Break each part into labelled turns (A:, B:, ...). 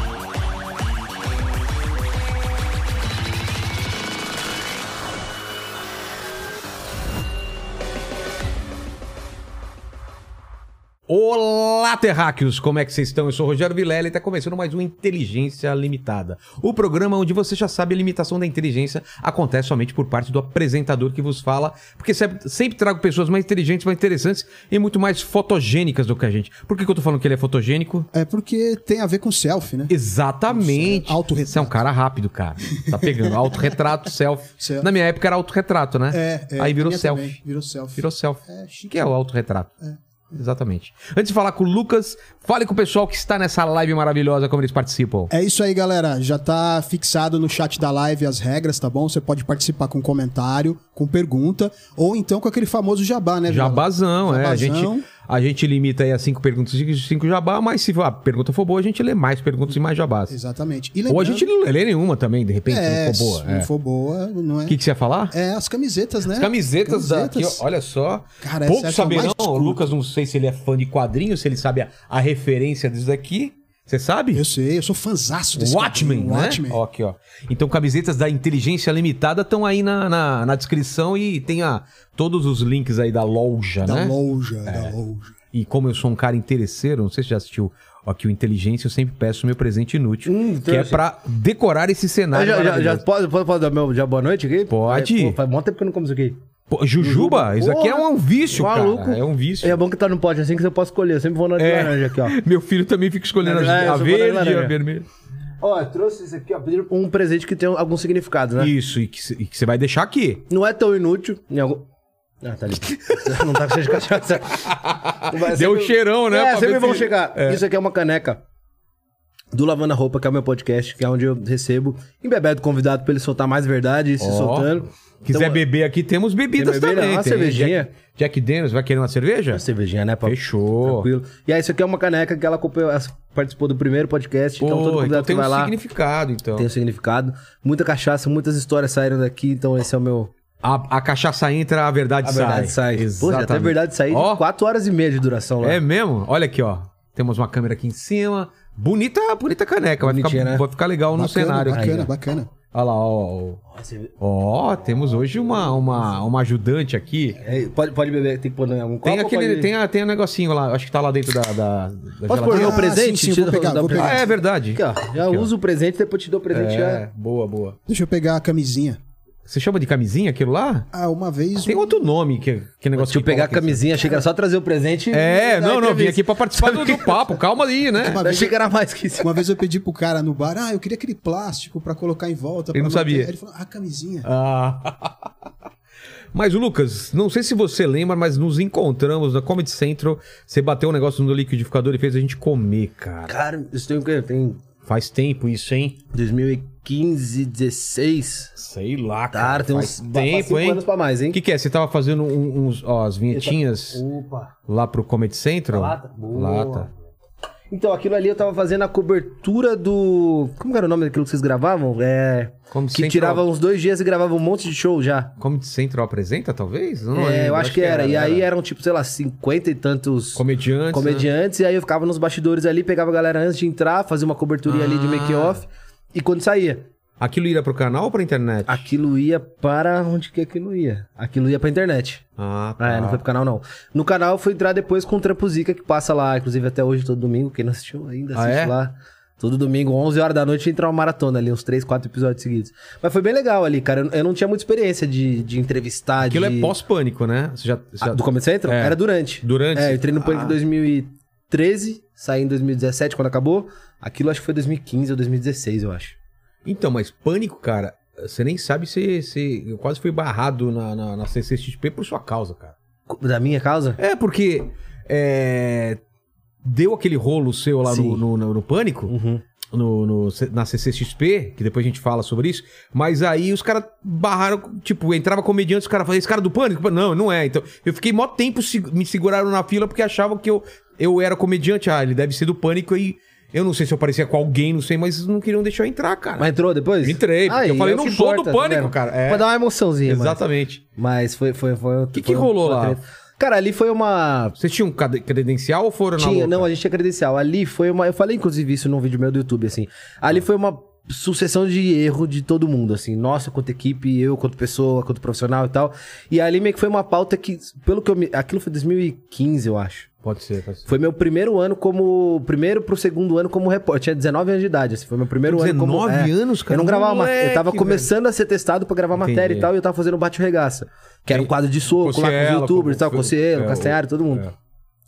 A: Olá, terráqueos! Como é que vocês estão? Eu sou o Rogério Vilela e está começando mais um Inteligência Limitada. O programa onde você já sabe a limitação da inteligência acontece somente por parte do apresentador que vos fala, porque sempre, sempre trago pessoas mais inteligentes, mais interessantes e muito mais fotogênicas do que a gente. Por que, que eu tô falando que ele é fotogênico?
B: É porque tem a ver com selfie, né?
A: Exatamente.
B: Isso, é autorretrato.
A: Você é um cara rápido, cara. Tá pegando autorretrato, selfie.
B: Selfie.
A: Na minha época era autorretrato, né?
B: É, é
A: Aí virou
B: minha
A: selfie.
B: também, Virou selfie.
A: Virou selfie.
B: É, chique.
A: que é o autorretrato. Exatamente. Antes de falar com o Lucas, fale com o pessoal que está nessa live maravilhosa, como eles participam.
B: É isso aí, galera. Já tá fixado no chat da live as regras, tá bom? Você pode participar com comentário, com pergunta, ou então com aquele famoso jabá, né? Vila?
A: Jabazão, é. A
B: Jabazão.
A: gente, a gente limita aí a cinco perguntas e cinco jabá, mas se a pergunta for boa, a gente lê mais perguntas e mais jabás.
B: Exatamente. E
A: Ou a
B: lembrando-
A: gente não lê nenhuma também, de repente,
B: é,
A: se não for boa.
B: Se não
A: é.
B: for boa, não é.
A: O que, que você ia falar?
B: É as camisetas, né?
A: As camisetas, daqui,
B: Camisetas.
A: ó, olha só.
B: Cara, essa é
A: Poucos
B: a que eu mais
A: saberão, o
B: discuto.
A: Lucas, não sei se ele é fã de quadrinhos, se ele sabe a, a referência disso daqui. Você sabe?
B: Eu sei, eu sou fanzaço desse
A: Watchmen,
B: quadrinho,
A: né?
B: Watchmen.
A: Ó, aqui, ó. Então, camisetas da Inteligência Limitada estão aí na, na, na descrição e tem a, todos os links aí da loja,
B: Da
A: né?
B: loja, da loja.
A: E como eu sou um cara interesseiro, não sei se já assistiu aqui o Inteligência, eu sempre peço o meu presente inútil,
C: Hum,
A: que é
C: trouxe.
A: pra decorar esse
C: Ah,
A: cenário
C: já, já, já
A: maravilhoso.
C: pode, pode, pode dar meu já boa noite aqui?
A: Pode.
C: É, pô, faz muito tempo que eu não como isso aqui.
A: Pô, Jujuba, isso aqui é um,
C: Porra,
A: vício,
C: maluco.
A: cara. É um vício.
C: É bom que tá no pote assim que você pode escolher. Eu sempre vou na de
A: É.
C: laranja aqui, ó.
A: Meu filho também fica escolhendo
C: É,
A: a,
C: eu
A: a
C: sou banana
A: verde e a
C: laranja.
A: vermelha.
C: Ó, eu trouxe isso aqui, ó. Pediram um presente que tem algum significado, né?
A: Isso, e que e que você vai deixar aqui.
C: Não é tão inútil. Em algum... Ah, tá ali. não tá cheio de cachaça. Mas
A: Deu um cheirão, né, pra
C: É, sempre
A: ver
C: vão
A: se-
C: chegar. Isso aqui é uma caneca. Do Lavando a Roupa, que é o meu podcast, que é onde eu recebo embebedo convidado pra ele soltar mais verdade e se
A: Ó.
C: soltando.
A: Quiser
C: Então,
A: beber aqui, temos bebidas
C: Tem bebida?
A: também.
C: Uma
A: Tem
C: cervejinha.
A: Jack, Jack Daniels, vai querer uma cerveja?
C: Uma cervejinha, né, papo?
A: Fechou.
C: Tranquilo. E aí, isso aqui é uma caneca que ela acompanhou- ela participou do primeiro podcast,
A: Pô,
C: então todo
A: então,
C: convidado
A: tem
C: que vai
A: um
C: lá
A: significado, então.
C: tem um significado. Muita cachaça, muitas histórias saíram daqui, então esse é o meu...
A: A, a cachaça entra, a verdade
C: A
A: sai.
C: verdade sai. Pô, já
A: Exatamente.
C: tem a verdade sair
A: Ó,
C: de 4 horas e meia de duração lá.
A: É mesmo? Olha aqui, ó. Temos uma câmera aqui em cima. Bonita, bonita caneca. Vai ficar,
C: Bonitinha, né?
A: vai ficar legal no
B: Bacana,
A: cenário. aqui.
B: Bacana, bacana.
A: Olha lá, ó.
C: Nossa,
A: Ó, temos hoje uma, uma, uma ajudante aqui.
C: é, pode, pode beber, tem que pôr em algum copo
A: Tem
C: ou
A: aquele,
C: pode-
A: tem, a, tem um negocinho lá, acho que tá lá dentro da, da, da
C: Posso pôr
A: geladeira.
C: meu
B: Ah,
C: presente?
B: sim, sim, vou
C: Te dou-
B: pegar,
C: dá um
B: vou pegar.
A: Ah,
C: presente.
A: é verdade.
C: Aqui, ó. Já
A: Aqui, ó.
C: uso o presente, depois te dou o presente.
A: É,
C: Já.
A: boa, boa.
B: Deixa eu pegar a camisinha.
A: Você chama de camisinha aquilo lá?
B: Ah, uma vez.
A: Tem outro nome que, que negócio
C: Deixa eu
A: que
C: pegar a
A: coloca em cima.
C: camisinha, achei que era só trazer o presente. e
A: assim. É,
C: dar a
A: não, não, vim
C: entrevista.
A: aqui pra participar do, do papo, calma aí, né?
B: Uma
C: Eu
B: vez
C: Achei que era mais que isso.
B: Uma vez eu pedi pro cara no bar, ah, eu queria aquele plástico pra colocar em volta.
A: Ele
B: pra
A: não sabia.
B: manter. Aí ele falou, ah, camisinha.
A: Ah. Mas, Lucas, não sei se você lembra, mas nos encontramos na Comedy Central. Você bateu um negócio no liquidificador e fez a gente comer, cara.
C: Cara, isso tem o quê? Tem
A: Faz tempo isso, hein?
C: 2015, 16.
A: Sei lá,
C: Cara, tem uns
A: Faz tempo, hein?
C: anos pra mais,
A: O
C: hein?
A: que, que é? Você tava fazendo um- uns, ó, as vinhetinhas
C: Opa.
A: lá pro Comedy Central?
C: Na lata? Boa.
A: Lata.
C: Então, aquilo ali eu tava fazendo a cobertura do. Como que era o nome daquilo que vocês gravavam? É.
A: Comedy
C: Que
A: Central-
C: tirava uns dois dias e gravava um monte de show já.
A: Comedy Central apresenta, talvez? Eu não
C: é,
A: lembro,
C: eu acho que era. E aí é eram, tipo, sei lá, cinquenta e tantos
A: Comediantes. né?
C: comediantes. E aí eu ficava nos bastidores ali, pegava a galera antes de entrar, fazia uma coberturinha ali de
A: Ah.
C: make-off. E quando saía,
A: Aquilo ia pro canal ou pra internet?
C: aquilo ia para. Onde que aquilo ia? Aquilo ia pra internet.
A: Ah,
C: Ah, é, não foi pro canal, não. No canal eu fui entrar depois com o Trampo Zica, que passa lá, inclusive até hoje, todo domingo. Quem não assistiu ainda,
A: Ah,
C: assiste
A: é?
C: lá. Todo domingo, 11 horas da noite, entra uma maratona ali, uns 3, 4 episódios seguidos. Mas foi bem legal ali, cara. Eu, eu não tinha muita experiência de, de entrevistar,
A: Aquilo
C: de...
A: é pós-pânico, né? Você já, você
C: Ah,
A: já-
C: do Comedy Central?
A: É.
C: Era durante.
A: Durante?
C: É, eu entrei no Pânico
A: Ah.
C: em 2013, saí em 2017, quando acabou. Aquilo acho que foi 2015 ou 2016, eu acho.
A: Então, mas pânico, cara, você nem sabe se. se... Eu quase fui barrado na, na, na CCXP por sua causa, cara.
C: Da minha causa?
A: É, porque. é, Deu aquele rolo seu lá no,
C: Sim.
A: no, no- no pânico,
C: Uhum.
A: no, no- na CCXP, que depois a gente fala sobre isso, mas aí os caras barraram, tipo, entrava comediante, os caras falavam, esse cara é do pânico? Não, não é. Então, eu fiquei mó tempo, se- me seguraram na fila porque achavam que eu, eu era comediante. Ah, ele deve ser do pânico e, Eu não sei se eu parecia com alguém, não sei, mas não queriam deixar eu entrar, cara.
C: Mas entrou depois?
A: Entrei, porque eu falei,
C: é o
A: não
C: que
A: sou do
C: importa,
A: Pânico,
C: vendo?
A: cara. É.
C: Pra dar uma emoçãozinha, mano.
A: Exatamente.
C: Mas foi... foi, foi,
A: Que que
C: foi um-
A: rolou
C: uma
A: lá?
C: treta. Cara, ali foi uma...
A: Vocês tinham um cade- credencial ou foram na
C: Tinha,
A: louca?
C: não, a gente tinha credencial. Ali foi uma... Eu falei, inclusive, isso num vídeo meu do YouTube, assim. Ali foi uma sucessão de erro de todo mundo, assim. Nossa, quanto equipe, eu, quanto pessoa, quanto profissional e tal. E ali meio que foi uma pauta que, pelo que eu me... Aquilo foi 2015, eu acho.
A: Pode ser, pode ser.
C: Foi meu primeiro ano como. Primeiro pro segundo ano como repórter. Eu Tinha 19 anos de idade, assim. Foi meu primeiro ano como.
A: 19
C: é.
A: anos, cara?
C: Eu não gravava matéria. Eu tava
A: Moleque,
C: começando a ser testado pra gravar
A: Entendi.
C: matéria e tal. E eu tava fazendo bate-regaça. Que era um quadro de soco lá com
A: Cossiello,
C: os youtubers e tal.
A: com-
C: Com o
A: é, o-
C: Castanhari, todo mundo.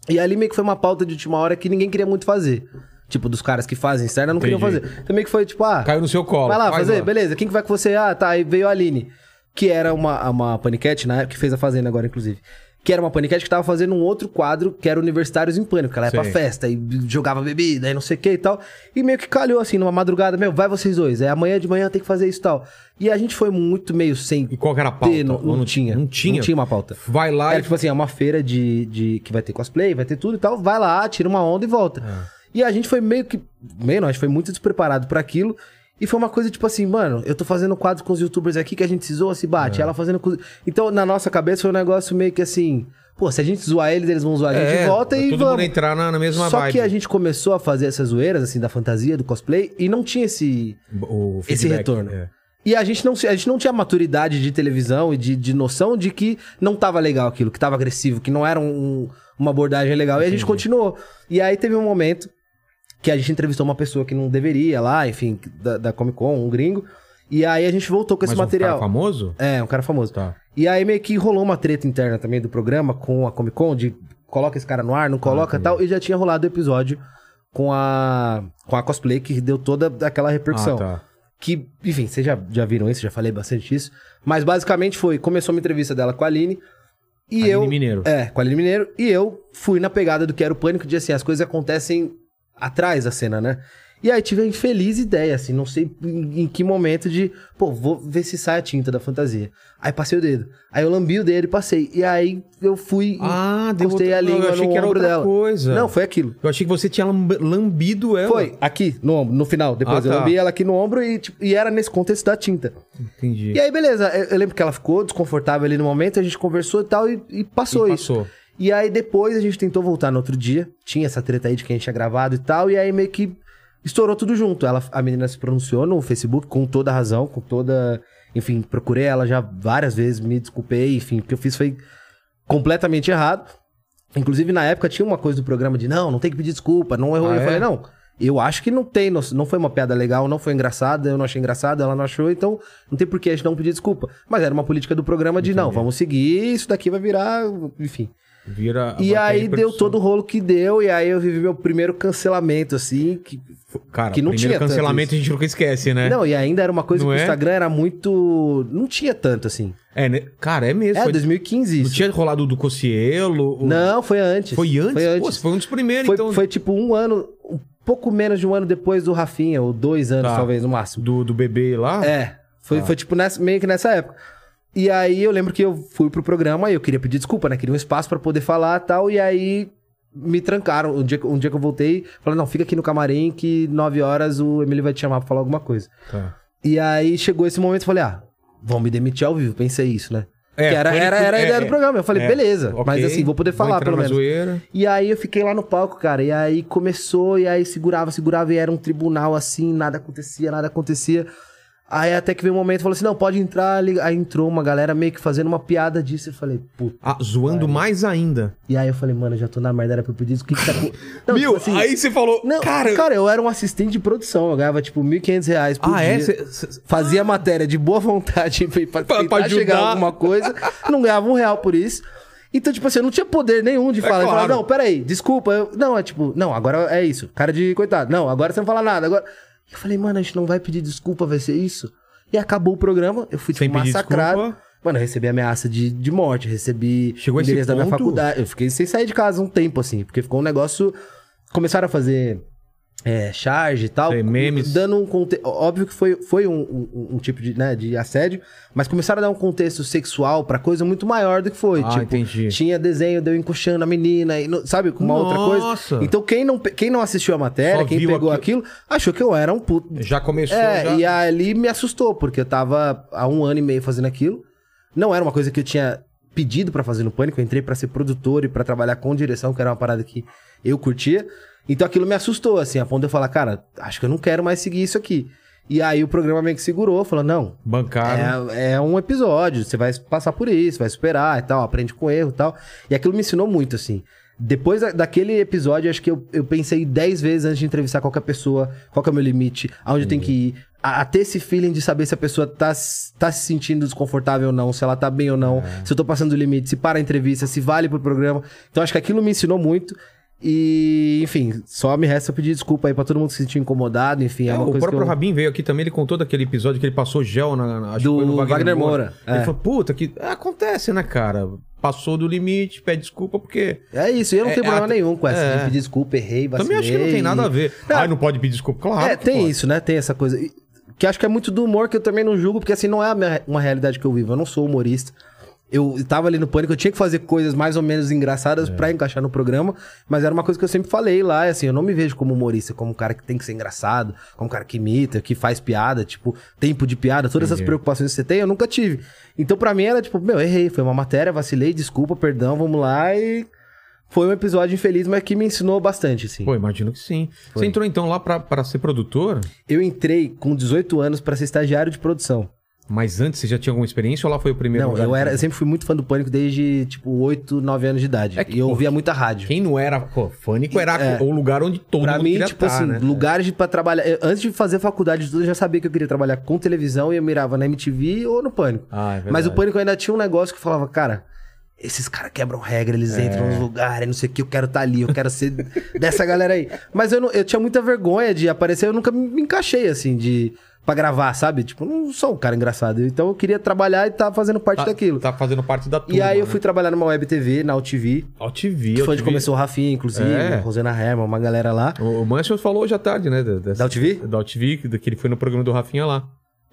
A: é.
C: E ali meio que foi uma pauta de última hora que ninguém queria muito fazer. Tipo, dos caras que fazem externa não queriam
A: Entendi.
C: fazer. Então meio que foi tipo, ah.
A: Caiu no seu colo.
C: Vai lá
A: faz
C: fazer, beleza. Quem que vai com você? Ah, tá. Aí veio a Aline, que era uma, uma paniquete na época, que fez a Fazenda agora, inclusive. Que era uma paniquete que tava fazendo um outro quadro, que era Universitários em Pânico, que ela ia pra
A: Sei.
C: festa e jogava bebida e não sei o que e tal. E meio que calhou assim, numa madrugada, meu, vai vocês dois. É amanhã de manhã tem que fazer isso e tal. E a gente foi muito meio sem.
A: E qual que era a pauta?
C: ter, não,
A: Ou
C: não tinha.
A: Não tinha?
C: Não tinha uma pauta.
A: Vai lá
C: Era
A: e...
C: tipo assim, é uma feira de, de. que vai ter cosplay, vai ter tudo e tal. Vai lá, tira uma onda e volta.
A: Ah.
C: E a gente foi meio que. Meio não, a gente foi muito despreparado pra aquilo. E foi uma coisa tipo assim, mano, eu tô fazendo quadro com os youtubers aqui que a gente se zoa, se bate.
A: É.
C: Ela fazendo. com- Então, na nossa cabeça foi um negócio meio que assim. Pô, se a gente zoar eles, eles vão zoar a gente.
A: É,
C: volta e
A: todo mundo
C: vamos.
A: entrar na, na mesma
C: Só
A: vibe.
C: que a gente começou a fazer essas zoeiras, assim, da fantasia, do cosplay, e não tinha esse.
A: O feedback,
C: esse retorno.
A: é.
C: E a gente, não, se- a gente não tinha maturidade de televisão e de, de noção de que não tava legal aquilo, que tava agressivo, que não era um- uma abordagem legal. E a gente continuou. E aí teve um momento que a gente entrevistou uma pessoa que não deveria lá, enfim, da, da Comic Con, um gringo. E aí a gente voltou com esse
A: Mas um
C: material.
A: cara famoso?
C: É, um cara famoso.
A: Tá.
C: E aí meio que rolou uma treta interna também do programa com a Comic Con, de coloca esse cara no ar, não
A: Ah,
C: coloca e tal. E já tinha rolado o episódio com a, com a cosplay que deu toda aquela repercussão.
A: Ah, tá.
C: Que, enfim, vocês já, já viram isso, já falei bastante isso. Mas basicamente foi, começou uma entrevista dela com a Aline. E
A: Aline
C: eu.
A: Mineiro.
C: É, com a Aline Mineiro. E eu fui na pegada do que era o pânico de assim, as coisas acontecem atrás da cena, né? E aí tive a infeliz ideia, assim, não sei em em que momento de, pô, vou ver se sai a tinta da fantasia. Aí passei o dedo. Aí eu lambi o dedo e passei. E aí eu fui. e
A: Ah, deu
C: encostei
A: outra-
C: a
A: não, eu
C: língua
A: achei
C: no
A: que era
C: ombro
A: outra
C: dela.
A: coisa.
C: Não, foi aquilo.
A: Eu achei que você tinha lamb- lambido ela.
C: Foi, aqui, no ombro, no final. Depois
A: Ah,
C: eu
A: tá.
C: lambi ela aqui no ombro e, tipo, e era nesse contexto da tinta.
A: Entendi.
C: E aí, beleza, eu, eu lembro que ela ficou desconfortável ali no momento, a gente conversou e tal, e, e passou
A: E
C: isso.
A: passou.
C: E aí depois a gente tentou voltar no outro dia, tinha essa treta aí de quem tinha gravado e tal, e aí meio que estourou tudo junto. Ela, a menina se pronunciou no Facebook com toda a razão, com toda. Enfim, procurei ela já várias vezes, me desculpei, enfim, o que eu fiz foi completamente errado. Inclusive, na época tinha uma coisa do programa de não, não tem que pedir desculpa, não errou.
A: Ah,
C: eu
A: é?
C: falei, não, eu acho que não tem, não, não foi uma piada legal, não foi engraçada, eu não achei engraçado, ela não achou, então não tem por que a gente não pedir desculpa. Mas era uma política do programa de não, vamos seguir, isso daqui vai virar, enfim.
A: Vira
C: E
A: vai ter
C: aí deu
A: repercussão.
C: todo o rolo que deu, e aí eu vivi meu primeiro cancelamento, assim. Que...
A: Cara,
C: que não
A: primeiro
C: tinha tanto
A: cancelamento
C: isso.
A: a gente nunca esquece, né?
C: Não, e ainda era uma coisa
A: Não
C: que
A: é?
C: o Instagram era muito. Não tinha tanto, assim.
A: É, né? Cara, é mesmo.
C: É,
A: foi-
C: 2015
A: Não
C: isso.
A: tinha rolado o do Cocielo? o-
C: Não, foi antes.
A: Foi antes?
C: Foi
A: Pô,
C: antes.
A: você foi um dos primeiros,
C: Foi,
A: então.
C: foi tipo um ano, um pouco menos de um ano depois do Rafinha, ou dois anos,
A: Tá.
C: talvez, no máximo.
A: Do, do bebê lá?
C: É. Foi,
A: Ah.
C: foi tipo nessa- meio que nessa época. E aí eu lembro que eu fui pro programa e eu queria pedir desculpa, né? Queria um espaço pra poder falar e tal. E aí me trancaram. Um dia, que- um dia que eu voltei, falaram: não, fica aqui no camarim que nove horas o Emílio vai te chamar pra falar alguma coisa.
A: Tá.
C: E aí chegou esse momento, eu falei, ah, vão me demitir ao vivo, pensei isso, né?
A: É,
C: que era,
A: foi-
C: era, era a
A: é,
C: ideia do
A: é.
C: programa. Eu falei,
A: É,
C: beleza,
A: ok,
C: mas assim, vou poder
A: vou
C: falar
A: entrar
C: pelo
A: na
C: menos.
A: zoeira.
C: E aí eu fiquei lá no palco, cara, e aí começou, e aí segurava, segurava, e era um tribunal assim, nada acontecia, nada acontecia. Aí até que veio um momento, falou assim, não, pode entrar, ali. aí entrou uma galera meio que fazendo uma piada disso, eu falei, puta.
A: Ah, zoando mais ainda.
C: E aí eu falei, mano, eu já tô na merda, era pra eu pedir isso, o que que tá com... Não,
A: Meu,
C: tipo assim,
A: aí você falou,
C: Não,
A: cara...
C: cara, eu era um assistente de produção, eu ganhava tipo 1.500 reais por
A: ah,
C: dia.
A: é? Cê- cê-
C: Fazia matéria de boa vontade pra,
A: Pra-
C: pra,
A: pra
C: tentar chegar
A: ajudar.
C: a alguma coisa, não ganhava um real por isso. Então, tipo assim, eu não tinha poder nenhum de falar, de falar,
A: É claro.
C: não, peraí, desculpa. eu- não, é tipo, não, agora é isso. Cara de coitado. Não, agora você não fala nada. Agora... Eu falei, mano, a gente não vai pedir desculpa, vai ser isso. E acabou o programa, eu fui
A: Sem
C: tipo,
A: pedir
C: massacrado.
A: desculpa.
C: Mano, eu recebi ameaça de, de morte, recebi
A: Chegou esse
C: endereço da minha
A: ponto?
C: faculdade. Eu fiquei sem sair de casa um tempo, assim, porque ficou um negócio. Começaram a fazer é, charge e tal.
A: Sei, memes.
C: Dando um contexto. Óbvio que foi, foi um, um- um tipo de, né, de assédio, mas começaram a dar um contexto sexual pra coisa muito maior do que foi.
A: Ah,
C: tipo,
A: entendi.
C: tinha desenho de eu encoxando a menina, e não- sabe? Com uma outra
A: Nossa!
C: coisa. Então quem não, pe- quem não assistiu a matéria,
A: Só
C: quem
A: viu
C: pegou aquilo... achou que eu era um puto.
A: Já começou.
C: É,
A: já...
C: e ali me assustou, porque eu tava há um ano e meio fazendo aquilo. Não era uma coisa que eu tinha pedido pra fazer no Pânico, eu entrei pra ser produtor e pra trabalhar com direção, que era uma parada que eu curtia. Então aquilo me assustou, assim, a ponto de eu falar, cara, acho que eu não quero mais seguir isso aqui. E aí o programa meio que segurou, falou, não,
A: Bancaram.
C: é, é um episódio, você vai passar por isso, vai superar e tal, aprende com erro e tal. E aquilo me ensinou muito, assim. Depois da- daquele episódio, acho que eu, eu pensei 10 vezes antes de entrevistar qualquer pessoa, qual que é o meu limite, aonde eu tenho que ir. A, a ter esse feeling de saber se a pessoa tá, s- tá se sentindo desconfortável ou não, se ela tá bem ou não,
A: É.
C: se eu tô passando o limite, se para a entrevista, se vale pro programa. Então acho que aquilo me ensinou muito. E, enfim, só me resta pedir desculpa aí pra todo mundo que se sentiu incomodado, enfim, é,
A: É,
C: uma
A: o
C: coisa
A: próprio
C: que eu...
A: Rabin veio aqui também, ele contou daquele episódio que ele passou gel na, na- acho
C: Do
A: que foi no Wagner,
C: Wagner
A: Moura.
C: Moura,
A: Ele
C: é.
A: falou, puta, que acontece, né, cara? Passou do limite, pede desculpa, porque...
C: É isso, e eu não
A: É,
C: tenho problema
A: a-
C: nenhum com essa
A: é.
C: de pedir desculpa, errei, vacilei.
A: também acho que não tem nada a ver.
C: Não.
A: Ah, não pode pedir desculpa, claro.
C: É,
A: que
C: tem
A: pode.
C: isso, né? Tem essa coisa. E- Que acho que é muito do humor que eu também não julgo, porque assim, não é a minha- uma realidade que eu vivo. Eu não sou humorista. Eu tava ali no pânico, eu tinha que fazer coisas mais ou menos engraçadas pra encaixar no programa, mas era uma coisa que eu sempre falei lá, e assim, eu não me vejo como humorista, como um cara que tem que ser engraçado, como um cara que imita, que faz piada, tipo, tempo de piada, todas essas
A: Entendi.
C: preocupações que você tem, eu nunca tive. Então pra mim era tipo, meu, errei, foi uma matéria, vacilei, desculpa, perdão, vamos lá e foi um episódio infeliz, mas que me ensinou bastante, assim.
A: Pô, imagino que sim.
C: Foi.
A: Você entrou então lá pra, pra ser produtor,
C: Eu entrei com 18 anos pra ser estagiário de produção.
A: mas antes você já tinha alguma experiência ou lá foi o primeiro
C: não,
A: lugar
C: eu
A: que-
C: era, assim, eu sempre fui muito fã do Pânico desde tipo 8, 9 anos de idade.
A: É que,
C: e eu
A: pô,
C: ouvia muita rádio.
A: Quem não era pô, fânico era o lugar onde todo
C: É. Pra
A: mundo
C: mim,
A: queria
C: tipo
A: tá,
C: assim,
A: né?
C: lugares de- pra trabalhar. eu- antes de fazer faculdade, e tudo, eu já sabia que eu queria trabalhar com televisão e eu mirava na MTV ou no Pânico.
A: Ah, é
C: Mas
A: verdade.
C: o Pânico ainda tinha um negócio que eu falava, cara, esses caras quebram regra, eles
A: É.
C: entram nos lugares, não sei o que, eu quero estar ali, eu quero ser dessa galera aí. Mas eu, não- eu tinha muita vergonha de aparecer, eu nunca me encaixei, assim, de... Pra gravar, sabe? Tipo, eu não sou um cara engraçado. Então eu queria trabalhar e tá fazendo parte
A: tá,
C: daquilo.
A: tá fazendo parte da turma.
C: e aí eu
A: né?
C: fui trabalhar numa web TV, na UTV.
A: Ó, te vi,
C: Que
A: ó,
C: foi
A: te
C: onde
A: vi.
C: começou o Rafinha, inclusive,
A: É.
C: Rosana Herman, uma galera lá.
A: O, o Mansion falou hoje à tarde, né? da- dessa-
C: Da UTV?
A: Da UTV, que que ele foi no programa do Rafinha lá.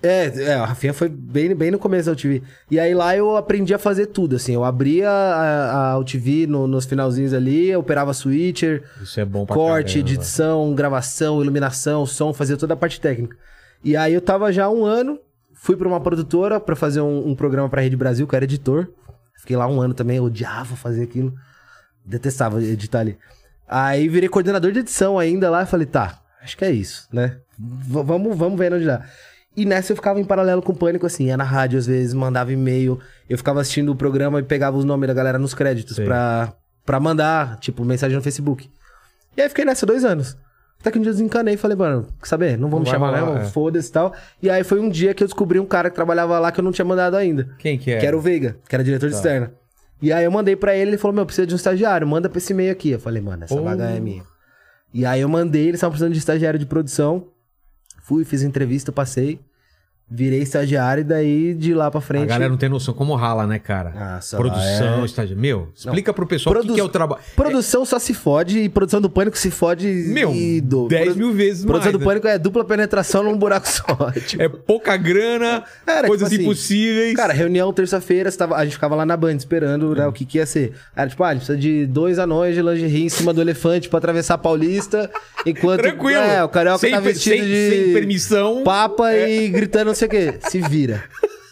C: É, é, a Rafinha foi bem, bem no começo da UTV. E aí lá eu aprendi a fazer tudo, assim. Eu abria a, a UTV no- nos finalzinhos ali, eu operava switcher,
A: Isso é bom pra
C: corte,
A: caramba.
C: edição, gravação, iluminação, som, fazia toda a parte técnica. E aí eu tava já há um ano, fui pra uma produtora pra fazer um, um programa pra Rede Brasil, que eu era editor. Fiquei lá um ano também, eu odiava fazer aquilo. Detestava editar ali. Aí virei coordenador de edição ainda lá e falei, tá, acho que é isso, né? V- vamos, vamos ver onde dá. E nessa eu ficava em paralelo com o pânico, assim, ia na rádio às vezes, mandava e-mail. Eu ficava assistindo o programa e pegava os nomes da galera nos créditos
A: Sei.
C: pra, pra mandar, tipo, mensagem no Facebook. E aí fiquei nessa dois anos. Até que um dia eu desencanei e falei, mano, quer saber? Não vou
A: Não
C: me
A: vai
C: chamar
A: rolar,
C: mesmo,
A: é.
C: foda-se e tal. E aí foi um dia que eu descobri um cara que trabalhava lá que eu não tinha mandado ainda
A: Quem que é? Tá.
C: que era o Veiga, que era diretor de externa. E aí eu mandei pra ele, ele falou, meu, precisa de um estagiário, manda pra esse e-mail aqui. Eu falei, mano, essa
A: Oh.
C: vaga é minha. E aí eu mandei, eles estavam precisando de estagiário de produção. Fui, fiz entrevista, passei, virei estagiário e daí de lá pra
A: A
C: frente...
A: galera não tem noção como rala, né, cara?
C: Nossa,
A: Produção,
C: é.
A: estágio. Meu, explica pro pessoal o
C: Produ-
A: que, que é o trabalho.
C: Produção só se fode e produção do pânico se fode
A: Meu,
C: e do...
A: 10
C: Produ-
A: mil vezes mais.
C: Produção do
A: né?
C: pânico é dupla penetração num buraco só. tipo,
A: É pouca grana,
C: Cara,
A: coisas
C: tipo assim,
A: impossíveis.
C: Cara, reunião terça-feira, você tava- a gente ficava lá na Band esperando
A: É.
C: né, o que, que ia ser. Era tipo, ah, a gente precisa de dois anões de lingerie em cima do elefante pra atravessar a Paulista, enquanto
A: tranquilo.
C: é, o carioca
A: sem,
C: tá
A: per-
C: vestido
A: sem-
C: de
A: sem permissão, É.
C: papa e gritando não sei o quê. Se vira.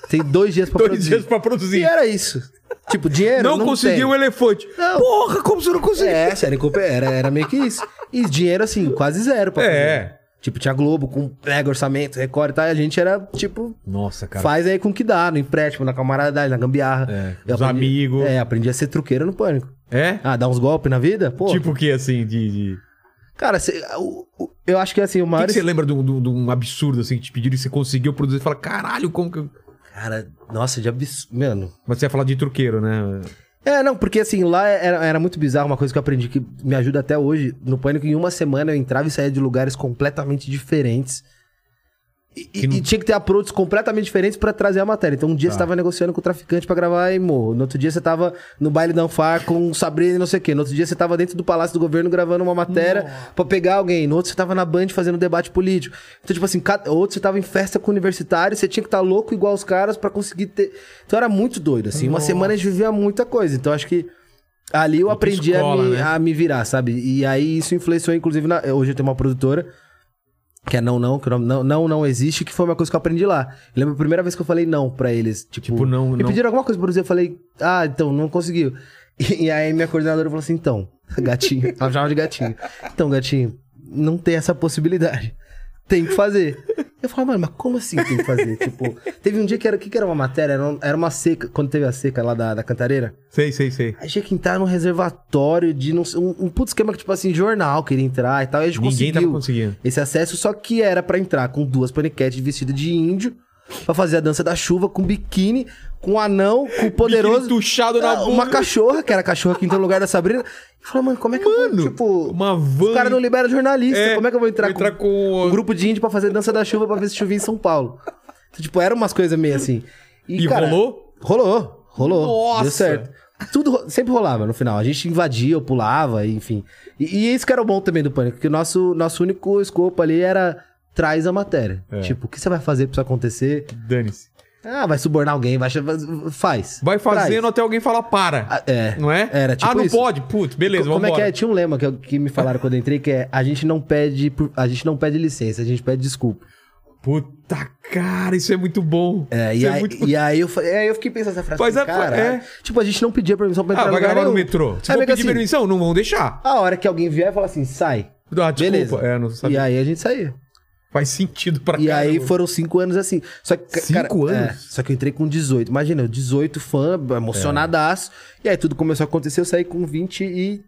C: Tem dois dias pra
A: dois
C: produzir.
A: dias pra
C: E
A: produzir.
C: era isso. Tipo, dinheiro
A: não
C: não tem.
A: conseguiu um elefante.
C: Não.
A: Porra, como você não conseguiu?
C: É, sério, culpa- era, era meio que isso. E dinheiro, assim, quase zero pra fazer.
A: É.
C: Tipo, tinha Globo com mega orçamento, recorde e tal. E a gente era, tipo,
A: Nossa, cara.
C: Faz aí com o que dá, no empréstimo, na camaradagem, na gambiarra.
A: É,
C: Eu
A: os amigos.
C: É, aprendi a ser truqueiro no pânico.
A: É?
C: Ah, dar uns golpes na vida? Pô.
A: Tipo o que, assim, de... de- O
C: Cara, cê- o- o- eu acho que assim, o
A: que,
C: maior.
A: que você lembra de um, de um- de um absurdo, assim, que te pediram e você conseguiu produzir? Você fala, caralho, como que... eu-"
C: Cara, nossa, de absurdo. Mano.
A: Mas você ia falar de truqueiro, né?
C: É, não, porque assim, lá era, era muito bizarro, uma coisa que eu aprendi que me ajuda até hoje. No pânico, em uma semana eu entrava e saía de lugares completamente diferentes. E, e tinha que ter approaches completamente diferentes pra trazer a matéria. Então, um
A: Tá.
C: dia você tava negociando com o traficante pra gravar e morro. No outro dia você tava no baile da Anfar com o Sabrina e não sei o quê. No outro dia você tava dentro do Palácio do Governo gravando uma matéria pra pegar alguém. No outro você tava na Band fazendo debate político. Então, tipo assim, cada... outro você tava em festa com universitário, você tinha que estar louco igual os caras pra conseguir ter. Então, era muito doido, assim. Uma semana a gente vivia muita coisa. Então, acho que ali eu aprendi
A: escola,
C: a, me,
A: né?
C: a me virar, sabe? E aí isso influenciou, inclusive, na... hoje eu tenho uma produtora que é não, não, que o nome não, não, não existe, que foi uma coisa que eu aprendi lá. Eu lembro a primeira vez que eu falei não pra eles. Tipo,
A: Tipo, não-
C: Me
A: não.
C: pediram alguma coisa pra produzir, eu falei, ah, então, não conseguiu. E, e aí minha coordenadora falou assim, então, gatinho, ela me chamava de gatinho. Então, gatinho, não tem essa possibilidade. Tem que fazer. Eu falava, mano, mas como assim tem que fazer? tipo, teve um dia que era, o que, que era uma matéria? Era, um- era uma seca, quando teve a seca lá da, da cantareira.
A: Sei, sei, sei.
C: Aí tinha que entrar num reservatório de não sei- um, um puto esquema que, tipo assim, jornal queria entrar e tal. E a gente
A: Ninguém tava
C: conseguiu
A: conseguindo.
C: esse acesso, só que era pra entrar com duas paniquetes vestidas de índio, pra fazer a dança da chuva, com biquíni, com um anão, com o poderoso.
A: tuchado na
C: Ah,
A: bunda.
C: uma cachorra, que era a cachorra que entrou no lugar da Sabrina. E falou, mano, como é que eu vou, tipo...
A: Uma van.
C: O cara não libera jornalista,
A: É,
C: como é que eu vou entrar,
A: vou entrar com-
C: um grupo de índio pra fazer dança da chuva pra ver se chovia em São Paulo? Então, tipo, eram umas coisas meio assim.
A: E rolou?
C: Rolou, rolou.
A: Nossa!
C: Deu certo. Tudo ro- sempre rolava no final. A gente invadia, eu pulava, enfim. E, e isso que era o bom também do Pânico, que o nosso, nosso único escopo ali era traz a matéria.
A: É.
C: Tipo, o que você vai fazer pra isso acontecer?
A: Dane-se.
C: Ah, vai subornar alguém, vai... ch- Faz.
A: Vai fazendo
C: Traz.
A: até alguém falar para.
C: Ah, É.
A: Não é?
C: Era tipo
A: Ah, não
C: isso.
A: pode? Putz, beleza,
C: Co- Como
A: vamos
C: é que é? Tinha um lema que, eu- que me falaram quando eu entrei, que é a gente não pede, por- a gente não pede licença, a gente pede desculpa.
A: Puta cara, isso é muito bom.
C: É,
A: isso
C: e, aí,
A: muito
C: e aí eu, fa- é, eu fiquei pensando essa frase.
A: Mas
C: Mas
A: é-
C: cara,
A: é.
C: Tipo, a gente não pedia permissão pra entrar
A: Ah, vai
C: lugar
A: gravar no
C: nenhum.
A: metrô. Se
C: Aí
A: for
C: fica
A: pedir permissão, não vão deixar.
C: A hora que alguém vier e falar assim, sai.
A: Ah, desculpa.
C: Beleza.
A: É, não
C: E
A: sabia.
C: aí a gente saía.
A: Faz sentido pra
C: E aí
A: caramba.
C: foram cinco anos assim. Só que, ca- cara,
A: Cinco anos?
C: é, só que eu entrei com 18. Imagina, eu 18 fã, emocionadaço. E aí tudo começou a acontecer, eu saí com 23.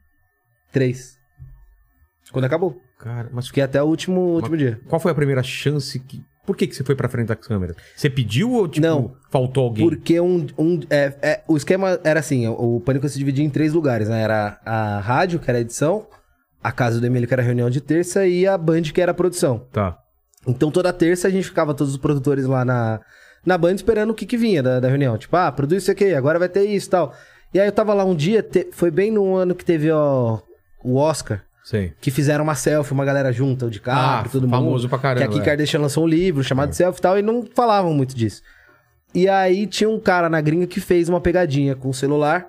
C: Quando acabou.
A: Cara, mas
C: Fiquei até o último, último dia.
A: qual foi a primeira chance que... Por que, que você foi pra frente da câmera? Você pediu ou, tipo,
C: Não.
A: faltou alguém?
C: Porque um. um é, é, o esquema era assim: o, o Pânico se dividia em três lugares, né? Era a rádio, que era a edição, a casa do Emílio, que era a reunião de terça, e a Band, que era a produção.
A: Tá.
C: Então toda terça a gente ficava todos os produtores lá na, na Band esperando o que, que vinha da, da reunião. Tipo, ah, produz isso aqui, agora vai ter isso e tal. E aí eu tava lá um dia, te- foi bem no ano que teve ó, o Oscar,
A: Sei. Ah,
C: que fizeram uma selfie, uma galera junta, o de carro, todo mundo.
A: famoso pra caramba.
C: Que a Kim
A: é.
C: Kardashian lançou um livro chamado Self e tal, e não falavam muito disso. E aí tinha um cara na gringa que fez uma pegadinha com o celular.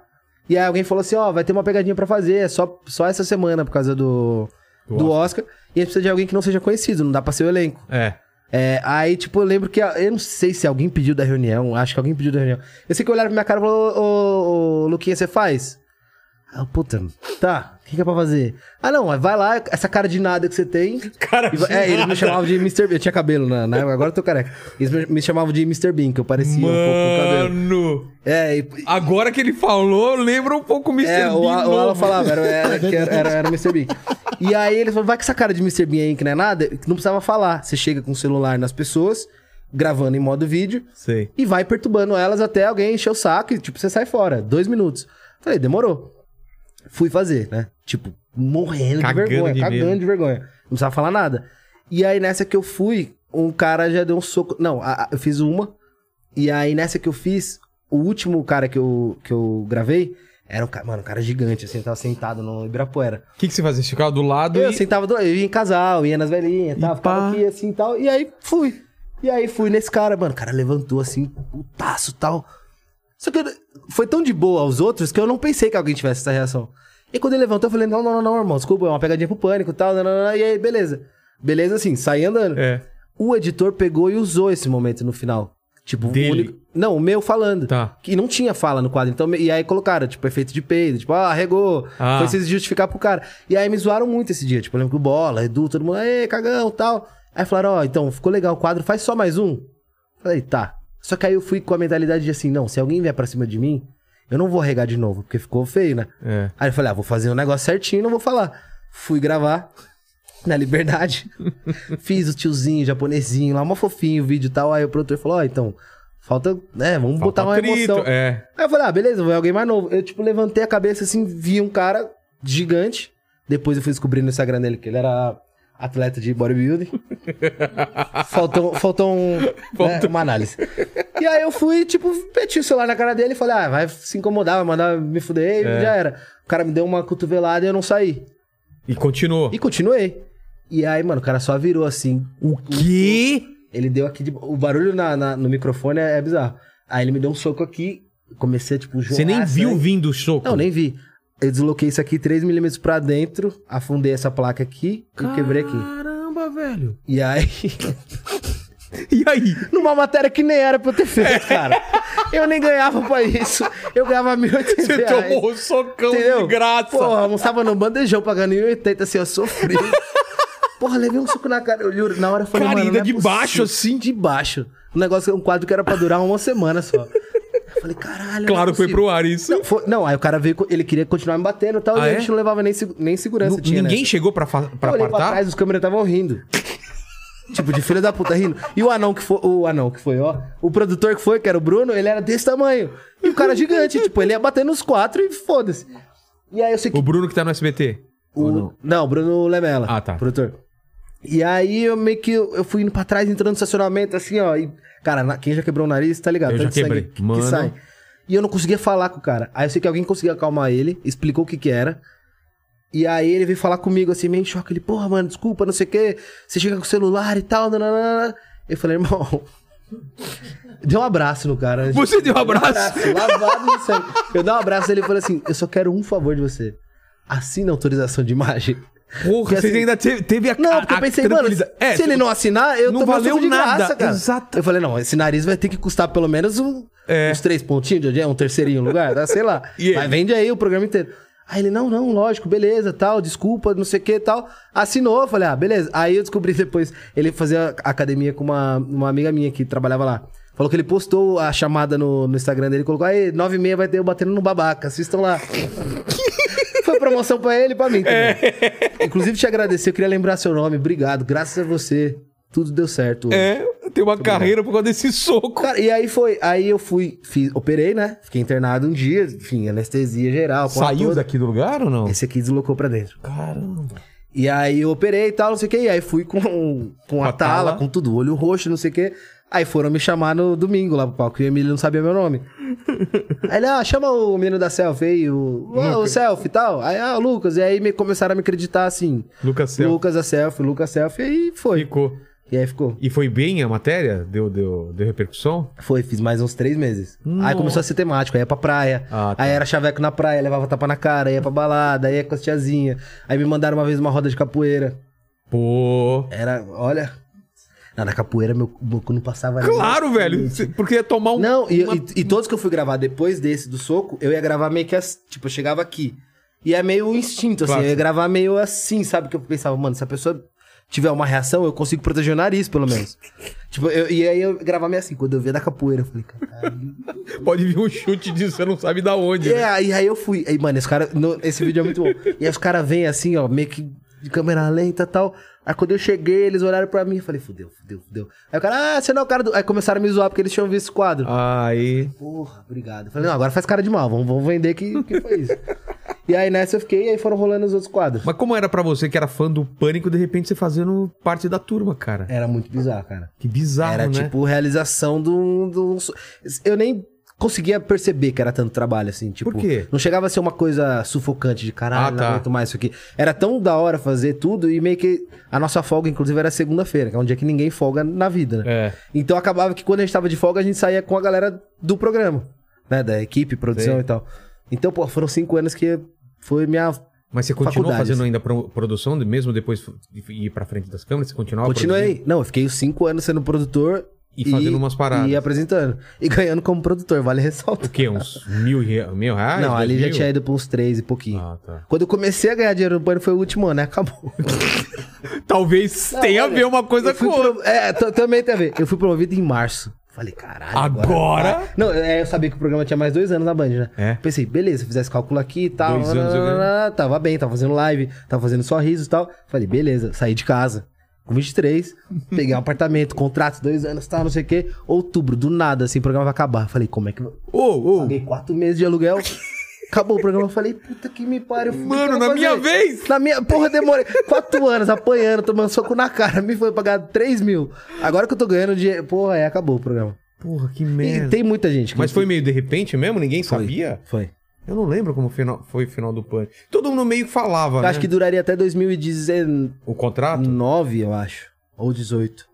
C: E aí alguém falou assim, ó, vai ter uma pegadinha pra fazer, é só, só essa semana por causa do,
A: Do
C: do, Oscar. E a gente precisa de alguém que não seja conhecido, não dá pra ser o elenco.
A: É.
C: É, aí, tipo, eu lembro que. a- eu não sei se alguém pediu da reunião. Acho que alguém pediu da reunião. Eu sei que olharam pra minha cara e falaram: Ô, ô, Luquinha, você faz? Aí eu, puta, tá. O que, que é pra fazer? Ah, não, mas vai lá, essa cara de nada que você tem.
A: Cara
C: E vai- é,
A: de
C: eles
A: nada.
C: me chamavam de Mr. Bean. Eu tinha cabelo na, na época, agora eu tô careca. Eles me- me chamavam de Mr. Bean, que eu parecia um pouco com cabelo.
A: Mano...
C: É, e,
A: Agora que ele falou, lembra um pouco o Mr.
C: é,
A: Bean
C: o, Al- o
A: novo.
C: Alan falava, era, era, que era, era, era o Mr. Bean. E aí ele falou, vai com essa cara de Mr. Bean aí que não é nada, que não precisava falar. Você chega com o celular nas pessoas, gravando em modo vídeo,
A: Sei.
C: e vai perturbando elas até alguém encher o saco e, tipo, você sai fora. Dois minutos. Falei, demorou. Fui fazer, né? Tipo, morrendo
A: Cagando
C: de vergonha,
A: de
C: cagando
A: medo.
C: de vergonha. Não precisava falar nada. E aí, nessa que eu fui, um cara já deu um soco. Não, a- a- eu fiz uma. E aí, nessa que eu fiz, o último cara que eu, que eu gravei era um cara, mano, um cara gigante, assim, eu tava sentado no Ibirapuera.
A: O que, que você fazia? Você ficava do lado
C: Eu
A: e...
C: sentava, do, eu ia em casal, ia nas velhinhas,
A: E
C: tal, ficava
A: pá.
C: aqui assim e tal. E aí fui. E aí fui nesse cara, mano. O cara levantou assim, putaço e tal. Só que eu- foi tão de boa aos outros que eu não pensei que alguém tivesse essa reação. E quando ele levantou, eu falei: não, não, não, não, irmão, desculpa, é uma pegadinha pro pânico e tal. não, não, não. E aí, beleza. Beleza, assim, saí andando.
A: É,
C: O editor pegou e usou esse momento no final. Tipo, o
A: Dele?
C: único- Não, o meu falando.
A: tá.
C: E não tinha fala no quadro. Então, e aí colocaram, tipo, efeito de peido. Tipo, ah, regou.
A: Ah.
C: Foi se justificar pro cara. E aí me zoaram muito esse dia. Tipo, eu lembro que o Bola, Edu, todo mundo, aê, cagão, tal. Aí falaram, ó, então, ficou legal o quadro, faz só mais um. Falei, tá. Só que aí eu fui com a mentalidade de assim, não, se alguém vier pra cima de mim, eu não vou regar de novo, porque ficou feio, né?
A: É.
C: Aí eu falei, ah, vou fazer um negócio certinho e não vou falar. Fui gravar na liberdade. Fiz o tiozinho, japonesinho lá, mó fofinho o vídeo e tal. Aí o produtor falou, ó, então, falta, né, vamos botar uma
A: atrito,
C: emoção.
A: É.
C: Aí eu falei, ah, beleza, vai alguém mais novo. Eu, tipo, levantei a cabeça assim, vi um cara gigante. Depois eu fui descobrir no Instagram dele que ele era atleta de bodybuilding. faltou faltou, um, né, uma análise. E aí eu fui, tipo, meti o celular na cara dele e falei, ah, vai se incomodar, vai mandar me fuder,
A: É.
C: e já era. O cara me deu uma cotovelada e eu não saí.
A: E continuou.
C: E continuei. E aí, mano, o cara só virou assim.
A: O quê?
C: Ele deu aqui de... O barulho na, na- no microfone é, é bizarro. Aí ele me deu um soco aqui, comecei a, tipo, jogar.
A: Você nem viu
C: sangue.
A: vindo o soco?
C: Não, nem vi. Eu desloquei isso aqui 3 milímetros pra dentro, afundei essa placa aqui e quebrei aqui.
A: Caramba, velho.
C: E aí,
A: E aí?
C: numa matéria que nem era pra eu ter feito, cara. Eu nem ganhava pra isso. Eu ganhava 1.080
A: Você
C: reais.
A: tomou um socão de graça.
C: Porra, almoçava no bandejão pagando 1,80, assim, eu sofri. Porra, levei um suco na cara, eu juro, na hora eu falei,
A: Cara,
C: mano,
A: ainda
C: não é
A: de
C: possível.
A: baixo, assim?
C: De baixo. Um negócio, um quadro que era pra durar uma semana só. Eu falei, caralho, é
A: Claro, foi pro ar isso.
C: Não, foi- não, aí o cara veio, co- ele queria continuar me batendo e tal,
A: Ah,
C: e
A: é?
C: a gente não levava nem, segu- nem segurança.
A: Nu-
C: tinha,
A: Ninguém
C: né?
A: chegou pra, fa- pra
C: Eu olhei pra
A: apartar?
C: trás, os câmeras estavam rindo. tipo, de filho da puta rindo. E o anão que foi, o anão que foi, ó. O produtor que foi, que era o Bruno, ele era desse tamanho. E o cara gigante, tipo, ele ia bater nos quatro e foda-se. E aí eu sei que
A: O Bruno que tá no SBT.
C: o-
A: Ou
C: não?
A: não?
C: o Bruno Lemela.
A: Ah, tá.
C: Produtor. E aí eu meio que eu fui indo pra trás, entrando no estacionamento, assim, ó. E, cara, na- quem já quebrou o nariz, tá ligado?
A: Eu
C: Tanto
A: já
C: sangue
A: quebrei.
C: que- que,
A: Mano.
C: sai. E eu não conseguia falar com o cara. Aí eu sei que alguém conseguia acalmar ele, explicou o que que era. E aí ele veio falar comigo, assim, meio em choque. Ele, porra, mano, desculpa, não sei o quê. Você chega com o celular e tal, nananana. Eu falei, irmão... Deu um abraço no cara.
A: Você deu um abraço?
C: abraço, lavado no sangue. Eu dei um abraço e ele falou assim, eu só quero um favor de você. Assina a autorização de imagem.
A: Porra,
C: Porque
A: vocês
C: assim-
A: ainda teve, teve a
C: Não,
A: a-
C: porque eu
A: a
C: pensei, mano, se
A: tranquilidade. É,
C: ele não assinar, eu
A: não
C: tomei um
A: valeu
C: soco de
A: nada.
C: graça, cara.
A: Exato.
C: Eu falei, não, esse nariz vai ter que custar pelo menos um- uns três pontinhos, de onde é? um terceirinho lugar, tá? sei lá.
A: E ele?
C: Mas vende aí o programa inteiro. Aí ele, não, não, lógico, beleza, tal, desculpa, não sei o que, tal. Assinou, eu falei, ah, beleza. Aí eu descobri depois, ele fazia academia com uma, uma amiga minha que trabalhava lá. Falou que ele postou a chamada no, no Instagram dele, colocou, aí, nove e meia vai ter eu batendo no babaca, assistam lá. Foi promoção pra ele e pra mim também.
A: É.
C: Inclusive, te agradecer, eu queria lembrar seu nome. Obrigado, graças a você. Tudo deu certo. hoje.
A: É, tem uma carreira por causa desse soco.
C: Cara, e aí foi. Aí eu fui, fiz- operei, né? Fiquei internado um dia, enfim, anestesia geral. porra
A: Saiu
C: toda.
A: daqui do lugar ou não?
C: Esse aqui deslocou pra dentro.
A: Caramba.
C: E aí eu operei e tal, não sei o que. E aí fui com, com a
A: a tala.
C: tala, com tudo, olho roxo, não sei o que. Aí foram me chamar no domingo lá pro palco, e o Emílio não sabia meu nome. aí ele, ah, chama o menino da selfie aí, o, ah, o selfie e tal. Aí, ah, o Lucas. E aí me, começaram a me acreditar assim.
A: Lucas Cel.
C: Lucas a selfie, Lucas selfie, e foi.
A: Ficou.
C: E aí ficou.
A: E foi bem a matéria? Deu, deu, deu repercussão?
C: Foi, fiz mais uns três meses. Aí
A: Nossa.
C: começou a ser temático, aí ia pra praia.
A: Ah, tá.
C: Aí era chaveco na praia, levava tapa na cara, ia pra balada, aí ia com as tiazinhas. Aí me mandaram uma vez uma roda de capoeira.
A: Pô.
C: Era, olha. Não, na capoeira meu, meu cu não passava nem-
A: Claro, velho. cê- Porque ia tomar um.
C: Não, e,
A: uma-
C: e- e todos que eu fui gravar depois desse do soco, eu ia gravar meio que assim. Tipo, eu chegava aqui. E é meio instinto, assim.
A: Claro.
C: Eu ia gravar meio assim, sabe? Que eu pensava, mano, se a pessoa tiver uma reação, eu consigo proteger o nariz, pelo menos. tipo, eu, e aí eu gravava meio assim. Quando eu via da capoeira, eu falei, caralho.
A: Pode vir um chute disso, você não sabe da onde.
C: É,
A: né?
C: aí, aí eu fui. Aí, mano, esse cara. no- esse vídeo é muito bom. E aí os caras vêm assim, ó, meio que de câmera lenta e tal. Aí quando eu cheguei, eles olharam pra mim e falei, fudeu, fudeu, fudeu. Aí o cara, ah, você não é o cara do. Aí começaram a me zoar porque eles tinham visto esse quadro.
A: Aí.
C: Porra, obrigado. Eu falei, não, agora faz cara de mal, vamos, vamos vender que, que foi isso. e aí nessa eu fiquei e aí foram rolando os outros quadros.
A: Mas como era pra você que era fã do Pânico, de repente você fazendo parte da turma, cara?
C: Era muito bizarro, cara.
A: Que bizarro,
C: É. Era
A: né?
C: tipo realização de um, de um so- Eu nem conseguia perceber que era tanto trabalho, assim. Tipo,
A: Por quê?
C: Não chegava a ser uma coisa sufocante de caralho,
A: Ah, tá.
C: não aguento mais isso aqui. Era tão da hora fazer tudo e meio que. A nossa folga, inclusive, era segunda-feira, que é um dia que ninguém folga na vida, né?
A: É.
C: Então acabava que quando a gente tava de folga, a gente saía com a galera do programa, né? Da equipe, produção
A: Sei.
C: e tal. Então, pô, foram cinco anos que foi minha.
A: Mas você continuou
C: Faculdades.
A: fazendo ainda pro- produção, de- mesmo depois de ir pra frente das câmeras? Você continuava produzindo?
C: Continuei. Não, eu fiquei os cinco anos sendo produtor.
A: E fazendo umas paradas.
C: E apresentando. E ganhando como produtor, vale ressaltar.
A: O quê? Uns mil, rea- mil reais? Ah,
C: Não,
A: é dois
C: ali já
A: mil?
C: tinha ido pra uns três e pouquinho.
A: Ah, tá.
C: Quando eu comecei a ganhar dinheiro no pânico, foi o último ano, né? Acabou.
A: Talvez tenha
C: olha,
A: a ver uma coisa
C: Eu fui
A: com outra.
C: pro- É, t- também tem a ver. Eu fui promovido em março. Falei, caralho.
A: Agora?
C: vai. Não, é, eu sabia que o programa tinha mais dois anos na Band, né?
A: É.
C: Pensei, beleza, se eu fizesse cálculo aqui e tal.
A: Dois anos eu ganhei.
C: nananana, Tava bem, tava fazendo live, tava fazendo sorriso e tal. Falei, beleza, saí de casa. Com 23, peguei um apartamento, contrato, dois anos, tal, não sei o quê. Outubro, do nada, assim, o programa vai acabar. Falei, como é que. eu-
A: Ô, ô,
C: Paguei quatro meses de aluguel. Acabou o programa, eu falei, puta que me pariu. fudeu,
A: Mano,
C: eu
A: na
C: vou
A: minha
C: fazer.
A: vez!
C: Na minha, porra, demorei quatro anos apanhando, tomando soco na cara. Me foi pagar 3 mil. Agora que eu tô ganhando dinheiro, porra, é, acabou o programa.
A: Porra, que
C: E tem muita gente. que-
A: Mas foi meio de repente mesmo? Ninguém
C: Foi.
A: sabia?
C: Foi.
A: Eu não lembro como final- foi o final do Pânico. Todo mundo meio que falava,
C: Eu
A: né?
C: acho que Hum. duraria até 2019,
A: O contrato?
C: eu acho. Ou 18.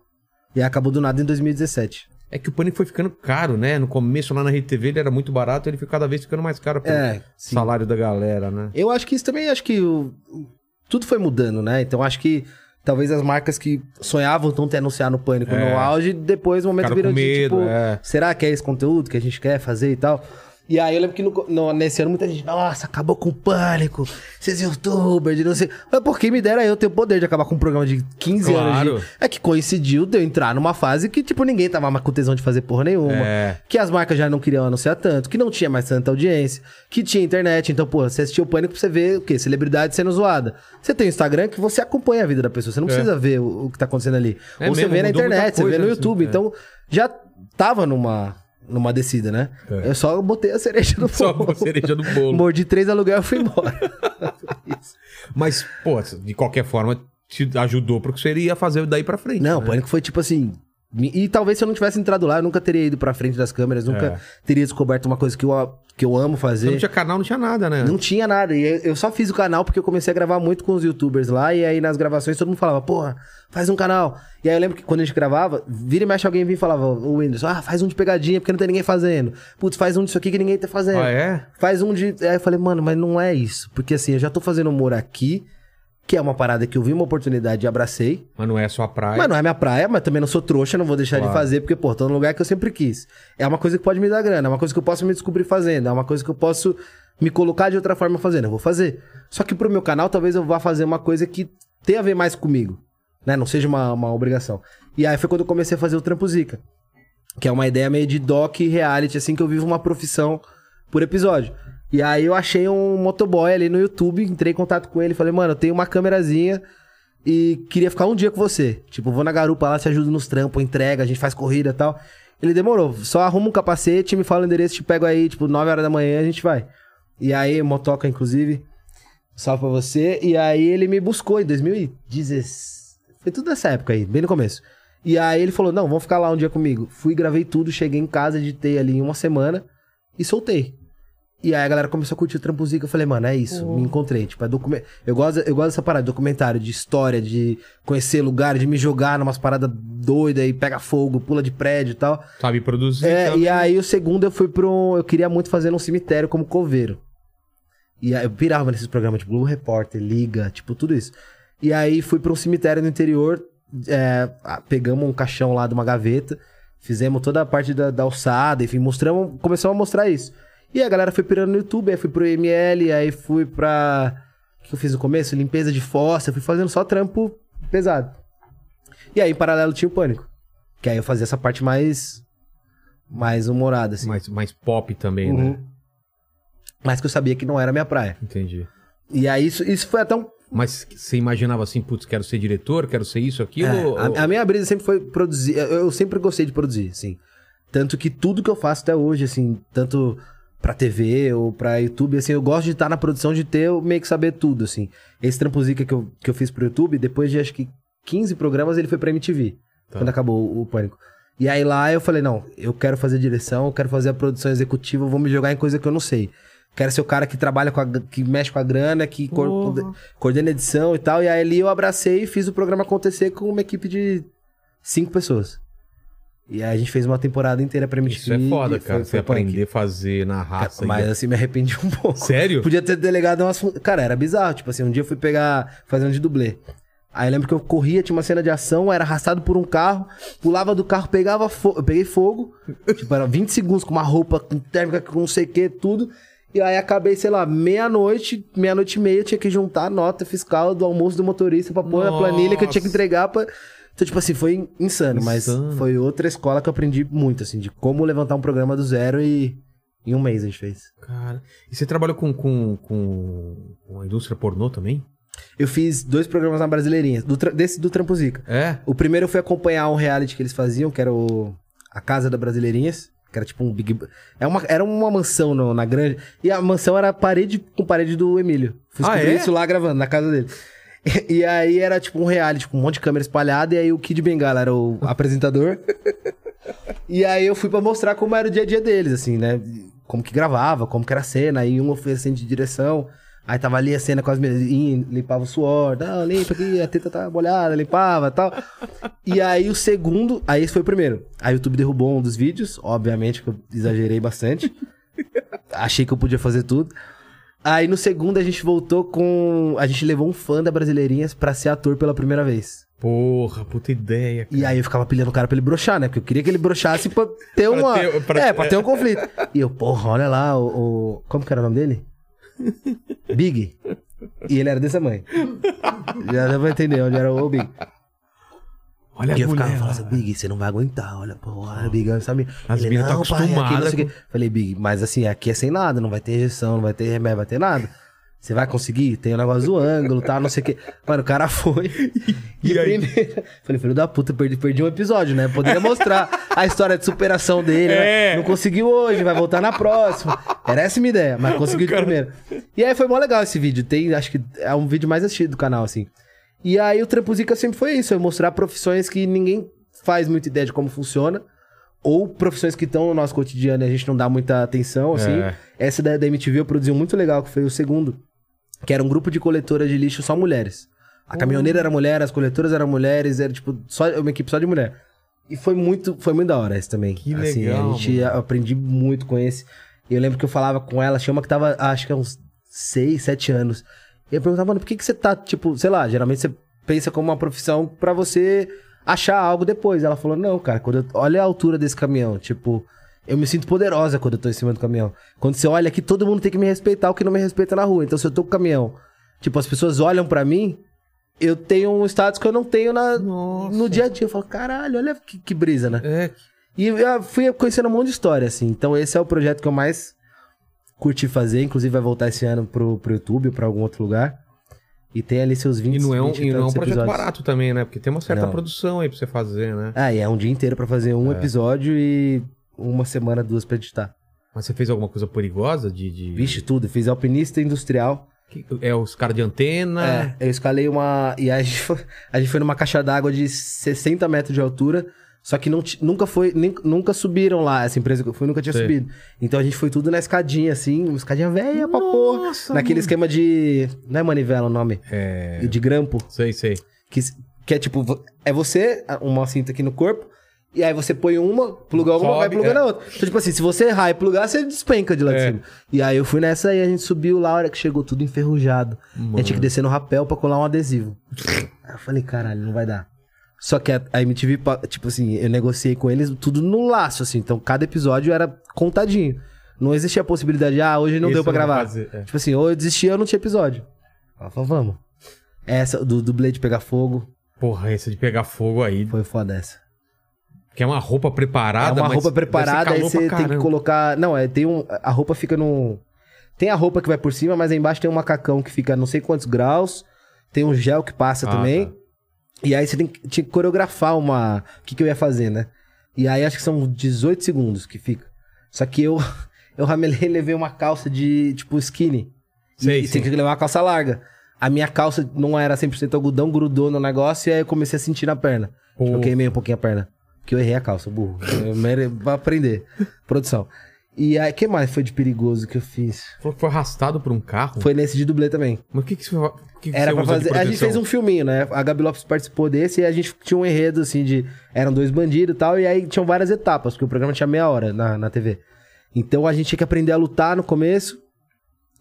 C: E acabou do nada em 2017.
A: É que o Pânico foi ficando caro, né? No começo, lá na RTV, ele era muito barato, ele fica cada vez ficando mais caro pelo
C: É, sim.
A: salário da galera, né?
C: Eu acho que isso também, acho que o- o- tudo foi mudando, né? Então acho que talvez as marcas que sonhavam tanto em anunciar no Pânico
A: É.
C: no auge, depois o momento
A: Ficaram
C: virou
A: com
C: de
A: medo,
C: tipo,
A: é.
C: será que é esse conteúdo que a gente quer fazer e tal? E aí eu lembro que no co- no- nesse ano muita gente, nossa, acabou com o Pânico, esses youtubers, de não sei... Mas por que me dera eu ter o poder de acabar com um programa de 15
A: Claro.
C: anos? De... É que coincidiu de eu entrar numa fase que, tipo, ninguém tava mais com tesão de fazer porra nenhuma
A: É.
C: que as marcas já não queriam anunciar tanto, que não tinha mais tanta audiência, que tinha internet. Então, porra, você assistiu o Pânico pra você ver o quê? Celebridade sendo zoada. Você tem o Instagram que você acompanha a vida da pessoa, você não
A: É.
C: precisa ver o, o que tá acontecendo ali.
A: É
C: Ou você
A: mesmo,
C: vê na
A: mudou muita
C: internet, você vê
A: coisa,
C: no
A: né?
C: YouTube.
A: É.
C: Então, já tava numa, numa descida, né?
A: É.
C: Eu só botei a cereja no
A: Só
C: bolo.
A: a cereja do bolo.
C: Mordi três aluguel e fui embora.
A: Mas, pô, de qualquer forma, te ajudou pro que você ia fazer daí pra frente.
C: Não, o
A: né?
C: Pânico foi tipo assim. me- E talvez se eu não tivesse entrado lá, eu nunca teria ido pra frente das câmeras, nunca
A: É.
C: teria descoberto uma coisa que eu, a- que eu amo fazer.
A: Não tinha canal, não tinha nada, né?
C: Não tinha nada. E eu- eu só fiz o canal porque eu comecei a gravar muito com os youtubers lá. E aí nas gravações todo mundo falava, porra, faz um canal. E aí eu lembro que quando a gente gravava, vira e mexe alguém vinha e falava, o Windows, ah, faz um de pegadinha porque não tem ninguém fazendo. Putz, faz um disso aqui que ninguém tá fazendo.
A: Ah, é?
C: Faz um de. Aí eu falei, mano, mas não é isso. Porque assim, eu já tô fazendo humor aqui, que é uma parada que eu vi uma oportunidade e abracei.
A: Mas não é só a praia.
C: Mas não é minha praia, mas também não sou trouxa, não vou deixar
A: Claro.
C: de fazer, porque, pô, tô num lugar que eu sempre quis. É uma coisa que pode me dar grana, é uma coisa que eu posso me descobrir fazendo, é uma coisa que eu posso me colocar de outra forma fazendo. Eu vou fazer. Só que pro meu canal, talvez eu vá fazer uma coisa que tenha a ver mais comigo, né? Não seja uma, uma obrigação. E aí foi quando eu comecei a fazer o Trampo Zica, que é uma ideia meio de doc reality, assim, que eu vivo uma profissão por episódio. E aí eu achei um motoboy ali no YouTube, entrei em contato com ele, falei, mano, eu tenho uma câmerazinha e queria ficar um dia com você. Tipo, vou na garupa lá, te ajudo nos trampos, entrega, a gente faz corrida e tal. Ele demorou, só arruma um capacete, me fala o endereço, te pego aí, tipo, 9 horas da manhã, a gente vai. E aí, motoca, inclusive, salve pra você. E aí ele me buscou em 2016. Foi tudo nessa época aí, bem no começo. E aí ele falou, não, vamos ficar lá um dia comigo. Fui, gravei tudo, cheguei em casa, editei ali em uma semana e soltei. E aí a galera começou a curtir o Trampo Zica. Eu falei, mano, é isso, me encontrei. Tipo, é document... eu, gosto, eu gosto dessa parada, documentário, de história, de conhecer lugar, de me jogar numas paradas doidas e pega fogo, pula de prédio e tal.
A: Sabe produzir.
C: É,
A: sabe?
C: e aí o segundo eu fui pro. Eu queria muito fazer num cemitério como coveiro. E aí eu pirava nesses programas, tipo, Blue Repórter, Liga, tipo, tudo isso. E aí fui pra um cemitério no interior, é, ah, pegamos um caixão lá de uma gaveta, fizemos toda a parte da, da alçada, enfim, mostramos, começamos a mostrar isso. E a galera foi pirando no YouTube, aí fui pro ML, aí fui pra. O que eu fiz no começo? Limpeza de fossa, fui fazendo só trampo pesado. E aí, em paralelo, tinha o pânico. Que aí eu fazia essa parte mais. mais humorada, assim.
A: Mais, mais pop também,
C: Uhum.
A: né?
C: Mas que eu sabia que não era a minha praia.
A: Entendi.
C: E aí, isso, isso foi até um.
A: Mas você imaginava assim, putz, quero ser diretor, quero ser isso, aquilo?
C: É,
A: ou-
C: a, a minha brisa sempre foi produzir. Eu, eu sempre gostei de produzir, assim. Tanto que tudo que eu faço até hoje, assim, tanto pra TV ou pra YouTube, assim, eu gosto de estar na produção, de ter, eu meio que saber tudo, assim. Esse Trampo Zica que eu, que eu fiz pro YouTube, depois de acho que 15 programas, ele foi pra MTV.
A: Tá.
C: Quando acabou o- o Pânico. E aí lá eu falei, não, eu quero fazer direção, eu quero fazer a produção executiva, eu vou me jogar em coisa que eu não sei. Quero ser o cara que trabalha com a, gr- que mexe com a grana, que cor-
A: Porra.
C: coordena edição e tal. E aí ali eu abracei e fiz o programa acontecer com uma equipe de cinco pessoas. E aí a gente fez uma temporada inteira pra MTV.
A: Isso é foda,
C: e
A: cara.
C: foi-
A: você
C: foi punk.
A: aprender a fazer na raça.
C: Mas
A: ainda.
C: assim, me arrependi um pouco.
A: Sério?
C: Podia ter delegado umas. fun- Cara, era bizarro. Tipo assim, um dia eu fui pegar. fazer um de dublê. Aí eu lembro que eu corria, tinha uma cena de ação, era arrastado por um carro, pulava do carro, pegava fogo. Eu peguei fogo. tipo, era 20 segundos com uma roupa com térmica, com não sei o que, tudo. E aí acabei, sei lá, meia-noite, meia-noite e meia, eu tinha que juntar a nota fiscal do almoço do motorista pra pôr na planilha que eu tinha que
A: Nossa.
C: entregar pra. Então, tipo assim, foi in- insano, mas
A: Insano.
C: foi outra escola que eu aprendi muito, assim, de como levantar um programa do zero e em um mês a gente fez.
A: Cara. E você trabalhou com, com, com, com a indústria pornô também?
C: Eu fiz dois programas na Brasileirinha, do, tra- desse do Trampo Zica.
A: É?
C: O primeiro eu fui acompanhar um reality que eles faziam, que era o A Casa da Brasileirinhas. Que era tipo um Big. É uma, era uma mansão no- na grande. E a mansão era parede com parede do Emílio. Fui
A: Ah,
C: descobrir
A: é?
C: isso lá gravando, na casa dele. E aí era tipo um reality, com um monte de câmera espalhada, e aí o Kid Bengala era o apresentador. E aí eu fui pra mostrar como era o dia a dia deles, assim, né? Como que gravava, como que era a cena. Aí um foi assistente de direção, aí tava ali a cena com as meninas, e limpava o suor, não, limpa aqui, a teta tá molhada, limpava e tal. E aí o segundo, aí esse foi o primeiro. Aí o YouTube derrubou um dos vídeos, obviamente que eu exagerei bastante. Achei que eu podia fazer tudo. Aí no segundo a gente voltou com. A gente levou um fã da Brasileirinhas pra ser ator pela primeira vez.
A: Porra, puta ideia, cara.
C: E aí eu ficava pilhando o cara pra ele broxar, né? Porque eu queria que ele broxasse pra ter uma.
A: ter- pra-
C: É, pra ter um conflito. E eu, porra, olha lá, o. o- Como que era o nome dele? Big. E ele era desse tamanho. Já dá pra entender onde era o Big.
A: Olha
C: E eu
A: a
C: ficava
A: mulher.
C: falando
A: lá.
C: assim, Big, você não vai aguentar, olha, porra, Big, sabe?
A: As meninas tão
C: pai, aqui não
A: acostumadas
C: sei o quê. Falei, Big, mas assim, aqui é sem nada, não vai ter injeção, não vai ter remédio, vai ter nada. Você vai conseguir? Tem o negócio do ângulo, tá, não sei o quê. Mano, o cara foi. E,
A: E aí?
C: primeiro... Falei, filho da puta, perdi, perdi um episódio, né? Poderia mostrar a história de superação dele,
A: É.
C: né? Não conseguiu hoje, vai voltar na próxima. Era essa a minha ideia, mas conseguiu de primeiro. E aí foi mó legal esse vídeo. Tem, acho que é um vídeo mais assistido do canal, assim. E aí o Trampuzica sempre foi isso, é mostrar profissões que ninguém faz muita ideia de como funciona. Ou profissões que estão no nosso cotidiano e a gente não dá muita atenção, assim.
A: É.
C: Essa da, da MTV eu produzi um muito legal, que foi o segundo. Que era um grupo de coletoras de lixo só mulheres. A caminhoneira era mulher, as coletoras eram mulheres, era tipo só, uma equipe só de mulher. E foi muito, foi muito da hora esse também.
A: Que
C: assim,
A: legal,
C: A gente a- aprendi muito com esse. E eu lembro que eu falava com ela, tinha uma que tava, acho que há uns 6, 7 anos. E eu perguntava, mano, por que, que você tá, tipo, sei lá, geralmente você pensa como uma profissão pra você achar algo depois. Ela falou, não, cara, quando eu- olha a altura desse caminhão, tipo, eu me sinto poderosa quando eu tô em cima do caminhão. Quando você olha aqui, todo mundo tem que me respeitar o que não me respeita na rua. Então, se eu tô com o caminhão, tipo, as pessoas olham pra mim, eu tenho um status que eu não tenho na,
A: Nossa.
C: no dia a dia. Eu falo, caralho, olha que, que brisa, né?
A: É,
C: E eu fui conhecendo um monte de história, assim. Então, esse é o projeto que eu mais curti fazer. Inclusive, vai voltar esse ano pro, pro YouTube ou pra algum outro lugar. E tem ali seus 20
A: e não é um,
C: 20
A: e não é um
C: tantos
A: projeto
C: episódios.
A: barato também, né? Porque tem uma certa
C: Não.
A: produção aí pra você fazer, né?
C: Ah, e é um dia inteiro pra fazer um episódio e uma semana, duas pra editar.
A: Mas você fez alguma coisa perigosa de. de-
C: Vixe, tudo. Fiz alpinista industrial.
A: Que- É os caras de antena.
C: É, eu escalei uma. E aí a gente foi, a gente foi numa caixa d'água de 60 metros de altura. Só que não ti- nunca foi. nem- nunca subiram lá. Essa empresa que eu fui nunca tinha
A: Sei.
C: subido. Então a gente foi tudo na escadinha, assim, uma escadinha velha pra porra.
A: Nossa,
C: Naquele
A: mano.
C: esquema de. Não é manivela o nome?
A: É.
C: De grampo.
A: Sei, sei.
C: Que, s- que é tipo, vo- é você, a- uma cinta aqui no corpo. E aí você põe uma, pluga uma,
A: Sobe,
C: vai plugando
A: é.
C: a outra. Então, tipo assim, se você errar e plugar, você despenca de lá de
A: É.
C: cima. E aí eu fui nessa e a gente subiu lá, a hora que chegou tudo enferrujado. A gente tinha que descer no rapel pra colar um adesivo. Aí eu falei, caralho, não vai dar. Só que a, a MTV, pa- tipo assim, eu negociei com eles tudo no laço, assim. Então cada episódio era contadinho. Não existia a possibilidade de, ah, hoje não
A: Isso
C: deu pra
A: eu vou
C: gravar.
A: fazer, é.
C: Tipo assim, ou eu desistia ou não tinha episódio. Ela falou, vamos. Essa do dublê de pegar fogo,
A: Porra, essa de pegar fogo aí.
C: foi foda essa.
A: Que é uma roupa preparada.
C: é uma
A: mas
C: roupa
A: deve ser
C: preparada, aí
A: calor pra
C: você tem que
A: caramba.
C: colocar. Não, é, tem um. A roupa fica no. Tem a roupa que vai por cima, mas aí embaixo tem um macacão que fica não sei quantos graus. Tem um gel que passa
A: Ah,
C: também.
A: tá.
C: E aí você tem que, tinha que coreografar uma. O que, que eu ia fazer, né? E aí acho que são 18 segundos que fica. Só que eu, eu ramelei e levei uma calça de tipo skinny. E-
A: Sei,
C: e
A: sim.
C: tem que levar uma calça larga. A minha calça não era 100% algodão, grudou no negócio e aí eu comecei a sentir na perna. Tipo, eu
A: Porra.
C: queimei um pouquinho a perna. Porque eu errei a calça, burro. Eu mere- Pra aprender. Produção. E aí, o que mais foi de perigoso que eu fiz?
A: Falou que foi arrastado por um carro.
C: Foi nesse de dublê também.
A: Mas o que, que você, o que que
C: Era
A: você
C: pra
A: usa de
C: fazer. A gente
A: proteção?
C: fez um filminho, né? A Gabi Lopes participou desse e a gente tinha um enredo, assim, de. Eram dois bandidos e tal, e aí tinham várias etapas, porque o programa tinha meia hora na, na TV. Então a gente tinha que aprender a lutar no começo.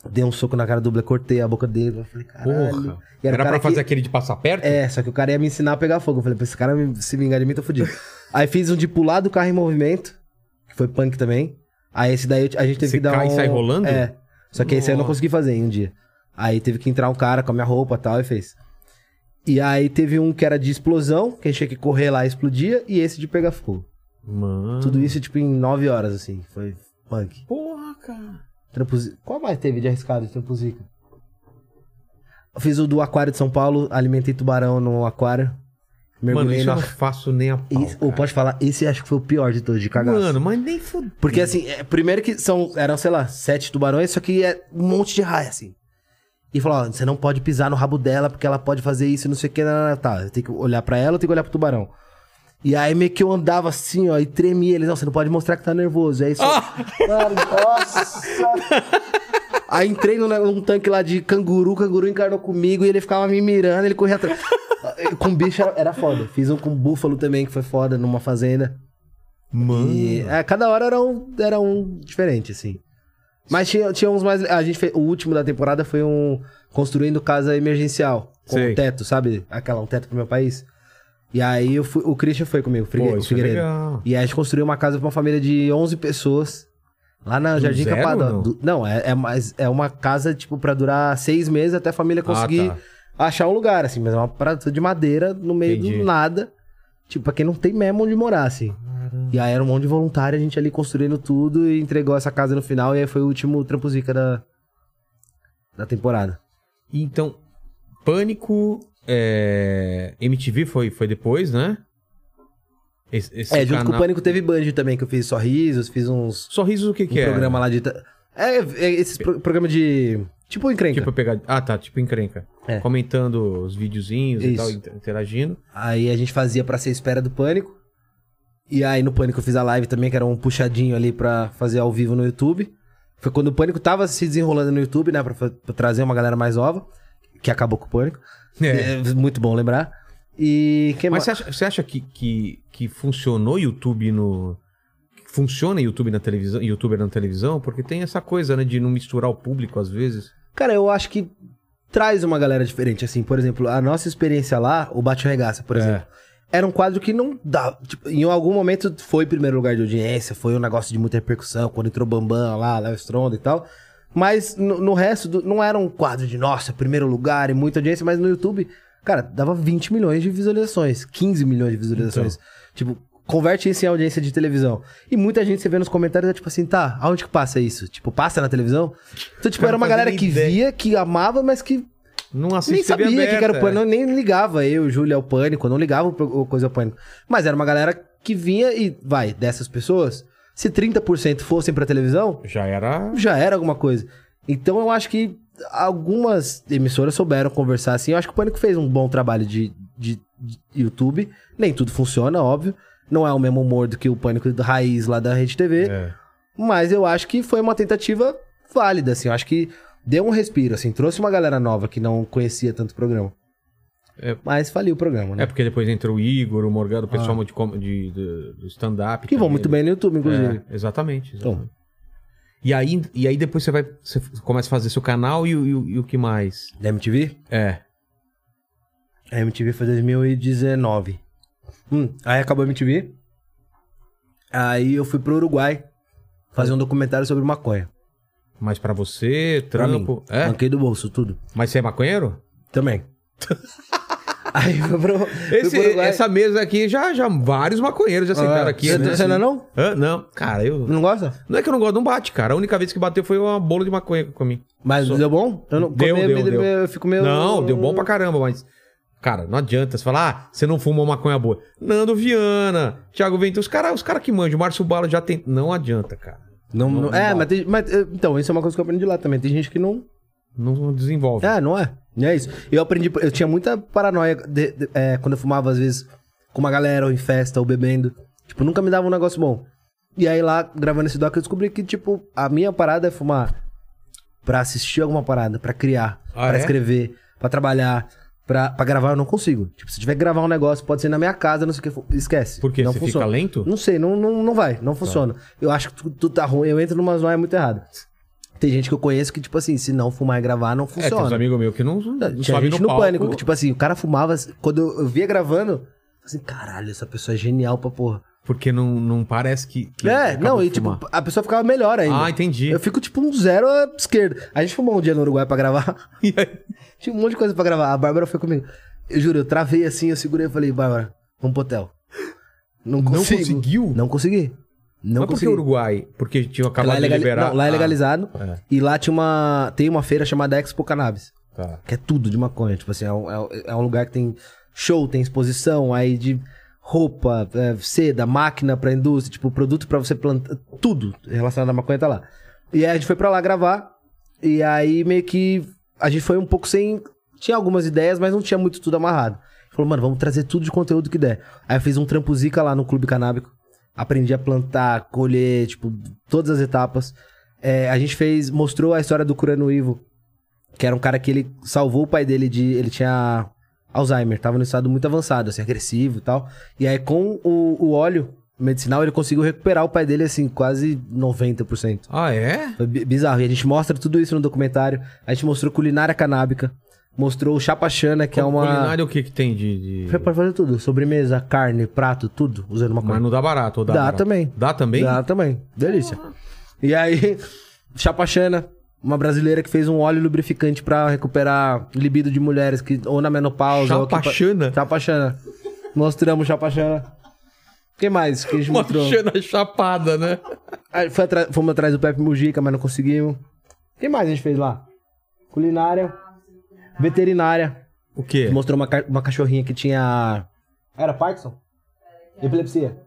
C: Dei um soco na cara do Black, cortei a boca dele. Eu falei, um caralho.
A: Porra.
C: E
A: Era,
C: o cara
A: pra fazer
C: que-
A: aquele de passar perto?
C: É, só que o cara ia me ensinar a pegar fogo. Eu falei, pra esse cara me- se vingar de mim, tô fudido. aí fiz um de pular do carro em movimento, que foi punk também. Aí esse daí eu t- a gente teve
A: Você
C: que dar
A: cai e
C: um...
A: sai rolando?
C: É. Só que esse aí eu não
A: Nossa.
C: consegui fazer em um dia. Aí teve que entrar um cara com a minha roupa e tal e fez. E aí teve um que era de explosão, que a gente tinha que correr lá e explodia, e esse de pegar fogo.
A: Mano.
C: Tudo isso, tipo, em 9 horas, assim. Foi punk.
A: Porra, cara.
C: Trampuzica. Qual mais teve de arriscado de Trampuzica? Eu fiz o do aquário de São Paulo, alimentei tubarão no aquário.
A: Mano,
C: Mergulhei
A: isso eu
C: na.
A: não faço nem a pau,
C: Isso- Ou
A: cara.
C: pode falar, esse acho que foi o pior de todos, de cagaço.
A: Mano, mas nem fudeu.
C: Porque assim, é, primeiro que são, eram, sei lá, sete tubarões, só que é um monte de raia, assim. E falou, ó, você não pode pisar no rabo dela, porque ela pode fazer isso, e não sei o que, não, tá. Eu tenho que olhar pra ela, eu tenho que olhar pro tubarão. E aí meio que eu andava assim, ó, e tremia. Ele, não, você não pode mostrar que tá nervoso. É isso. Mano, nossa! Aí entrei num, num tanque lá de canguru, o canguru encarnou comigo e ele ficava me mirando, ele corria atrás. Eh, com bicho era, era foda. Fiz um com búfalo também, que foi foda, numa fazenda.
A: Mano.
C: E, é, cada hora era um, era um diferente, assim. Mas tinha, tinha uns mais. A gente fez, o último da temporada foi um construindo casa emergencial. Com
A: Sei.
C: um teto, sabe? Aquela, um teto pro meu país. E aí eu fui, o Christian foi comigo, o Frigue-
A: Pô,
C: o
A: isso é
C: Figueiredo.
A: legal.
C: e aí a gente construiu uma casa pra uma família de 11 pessoas. Lá na
A: Do
C: Jardim
A: zero,
C: Capadão.
A: não?
C: Do- Não, é, é, mais- é uma casa, tipo, pra durar seis meses até a família conseguir
A: Ah, tá.
C: achar um lugar, assim. Mas é uma parada de madeira no meio
A: Entendi.
C: do nada. Tipo, pra quem não tem mesmo onde morar, assim. E aí era um monte de voluntário, a gente ali construindo tudo e entregou essa casa no final. E aí foi o último Trampo Zica da, da temporada.
A: Então, Pânico, é, MTV foi, foi depois, né? Esse, esse
C: é, junto com o
A: canal-
C: Pânico teve Band também, que eu fiz sorrisos, fiz uns...
A: Sorrisos o que
C: Um
A: que é?
C: programa lá de... ta- É, é esses pro, programa de... Tipo encrenca.
A: Tipo, pegar... Ah, tá, tipo encrenca.
C: É.
A: Comentando os videozinhos e
C: Isso.
A: tal, inter- interagindo.
C: Aí a gente fazia pra ser espera do Pânico. E aí no Pânico eu fiz a live também, que era um puxadinho ali pra fazer ao vivo no YouTube. Foi quando o Pânico tava se desenrolando no YouTube, né? Pra, fa- pra trazer uma galera mais nova, que acabou com o Pânico.
A: É.
C: É, muito bom lembrar. E que
A: Mas
C: mais?
A: você acha, você acha que, que, que funcionou YouTube no... que Funciona YouTube na televisão, youtuber na televisão? Porque tem essa coisa, né, de não misturar o público às vezes.
C: Cara, eu acho que traz uma galera diferente, assim. Por exemplo, a nossa experiência lá, o Bate Regaça, por
A: É.
C: exemplo. Era um quadro que não dá. tipo, em algum momento foi primeiro lugar de audiência, foi um negócio de muita repercussão, quando entrou Bambam lá, Léo Stronda e tal. Mas no, no resto, do- não era um quadro de, nossa, primeiro lugar e muita audiência, mas no YouTube, cara, dava 20 milhões de visualizações, 15 milhões de visualizações.
A: Então.
C: Tipo, converte isso em audiência de televisão. E muita gente você vê nos comentários, é tipo assim, tá, aonde que passa isso? Tipo, passa na televisão? Então, tipo,
A: Não
C: era uma
A: fazia
C: galera
A: nem
C: que
A: ideia.
C: via, que amava, mas que
A: Não assiste
C: nem
A: TV
C: sabia que era
A: aberta, é.
C: o pânico, nem ligava eu, Júlia, ao pânico, não ligava o pro- o coisa ao pânico. Mas era uma galera que vinha e, vai, dessas pessoas, se 30% fossem pra televisão,
A: Já era... né?
C: já era alguma coisa. Então eu acho que algumas emissoras souberam conversar assim. Eu acho que o Pânico fez um bom trabalho de, de, de YouTube. Nem tudo funciona, óbvio. Não é o mesmo humor do que o Pânico da Raiz lá da Rede TV.
A: É.
C: Mas eu acho que foi uma tentativa válida, assim. Eu acho que deu um respiro, assim. Trouxe uma galera nova que não conhecia tanto o programa.
A: É.
C: Mas faliu o programa, né?
A: É porque depois entrou o Igor, o Morgado, o pessoal de, com- de- de- do stand-up.
C: Ah. que vão
A: também,
C: muito
A: né?
C: bem no YouTube, inclusive.
A: É, exatamente.
C: Então.
A: exatamente. E, aí, e aí depois você vai. Você começa a fazer seu canal e, o- e o- e o que mais?
C: Da MTV?
A: É.
C: A MTV foi 2019. Hum, aí acabou a MTV. Aí eu fui pro Uruguai fazer um documentário sobre maconha.
A: Mas pra você,
C: Pra
A: trampo.
C: mim.
A: é?
C: Banquei do bolso, tudo.
A: Mas você é maconheiro?
C: Também. aí eu fui pro, fui
A: Esse-
C: pro Uruguai.
A: essa mesa aqui já, já vários maconheiros já sentaram
C: Ah,
A: aqui.
C: Você,
A: né?
C: você não é não?
A: Hã? Não, cara, eu.
C: Não gosta?
A: Não é que eu não gosto, não bate, cara. A única vez que bateu foi uma bola de maconha que eu comi.
C: Mas
A: Sou-
C: deu bom? Eu não,
A: Deu,
C: comer-
A: deu,
C: me-
A: deu.
C: me- Eu fico meio...
A: Não, deu bom pra caramba, mas. Cara, não adianta você falar, ah, você não fumou maconha boa. Nando Viana, Thiago Ventura, os caras os cara que manjam, o Márcio Bala já tem. Não adianta, cara.
C: Não,
A: Não-
C: não-
A: não
C: é,
A: dá.
C: mas, tem- mas, eh, Então, isso é uma coisa que eu aprendi lá também. Tem gente que não...
A: Não desenvolve.
C: É, não é. E É isso. Eu aprendi. Eu tinha muita paranoia de- de- é, quando eu fumava, às vezes, com uma galera, ou em festa, ou bebendo. Tipo, nunca me dava um negócio bom. E aí lá, gravando esse doc, eu descobri que, tipo, a minha parada é fumar pra assistir alguma parada, pra criar,
A: Ah,
C: pra
A: é?
C: escrever, pra trabalhar. Pra, pra gravar eu não consigo. Tipo, se tiver que gravar um negócio, pode ser na minha casa, não sei o que. fu- Esquece.
A: Por quê?
C: Não
A: Você
C: funciona.
A: fica lento?
C: Não sei, não, não, não vai,
A: Tá.
C: não funciona. Eu acho que tudo, tudo tá ruim, eu entro numa zona muito errada. Tem gente que eu conheço que, tipo assim, se não fumar e gravar, não
A: É, tem uns
C: funciona.
A: amigos meus que não, não
C: Tinha
A: sobe
C: gente no,
A: palco.
C: pânico, que, tipo assim, o cara fumava, quando eu eu via gravando, eu falei assim, caralho, essa pessoa é genial pra porra.
A: Porque não, não parece que. que
C: é,
A: acabou
C: não,
A: de
C: e tipo,
A: fumar.
C: a pessoa ficava melhor ainda.
A: Ah, entendi.
C: Eu fico tipo um zero à esquerda. A gente fumou um dia no Uruguai pra gravar.
A: E aí?
C: Tinha um monte de coisa pra gravar. A Bárbara foi comigo. Eu juro, eu travei assim, eu segurei e falei, Bárbara, vamos pro hotel. Não,
A: Não
C: consigo.
A: conseguiu?
C: Não consegui.
A: Mas
C: Não
A: por que
C: consegui.
A: Uruguai? Porque tinha acabado
C: lá é, legali-
A: de liberar.
C: não, lá é
A: Ah,
C: legalizado.
A: é.
C: E lá tinha uma... tem uma feira chamada Expo Cannabis.
A: tá.
C: Que é tudo de maconha. Tipo assim, é um, é um- é um lugar que tem show, tem exposição, aí de roupa, é, seda, máquina pra indústria, tipo, produto pra você plantar, tudo relacionado à maconha tá lá. E aí a gente foi pra lá gravar, e aí meio que a gente foi um pouco sem. Tinha algumas ideias, mas não tinha muito tudo amarrado. Falou, mano, vamos trazer tudo de conteúdo que der. Aí eu fiz um trampo zica lá no Clube Canábico. Aprendi a plantar, colher, tipo, todas as etapas. É, a gente fez, mostrou a história do Curano Ivo, que era um cara que ele salvou o pai dele de. Ele tinha Alzheimer, tava num estado muito avançado, assim, agressivo e tal. E aí com o, o óleo medicinal ele conseguiu recuperar o pai dele, assim, quase 90%.
A: Ah, é?
C: Foi bi- bizarro. E a gente mostra tudo isso no documentário. A gente mostrou culinária canábica. Mostrou o chapachana, que é uma.
A: Culinária o que que tem de... de-
C: Você pode fazer tudo. Sobremesa, carne, prato, tudo. Usando uma
A: Mas
C: coisa.
A: não dá barato, ou dá
C: Dá
A: barato?
C: também.
A: Dá também?
C: Dá também. Delícia. E aí, chapachana. Uma brasileira que fez um óleo lubrificante pra recuperar libido de mulheres que ou na menopausa. ou que-
A: Chapachana?
C: Chapachana. Mostramos chapachana. O que mais que a gente
A: Uma
C: mostrou?
A: chana chapada, né?
C: Aí foi atra- Fomos atrás do Pepe Mujica, mas não conseguimos. O que mais a gente fez lá? Culinária. Veterinária.
A: O quê?
C: Mostrou uma, ca- uma cachorrinha que tinha. Era Parkinson? Epilepsia.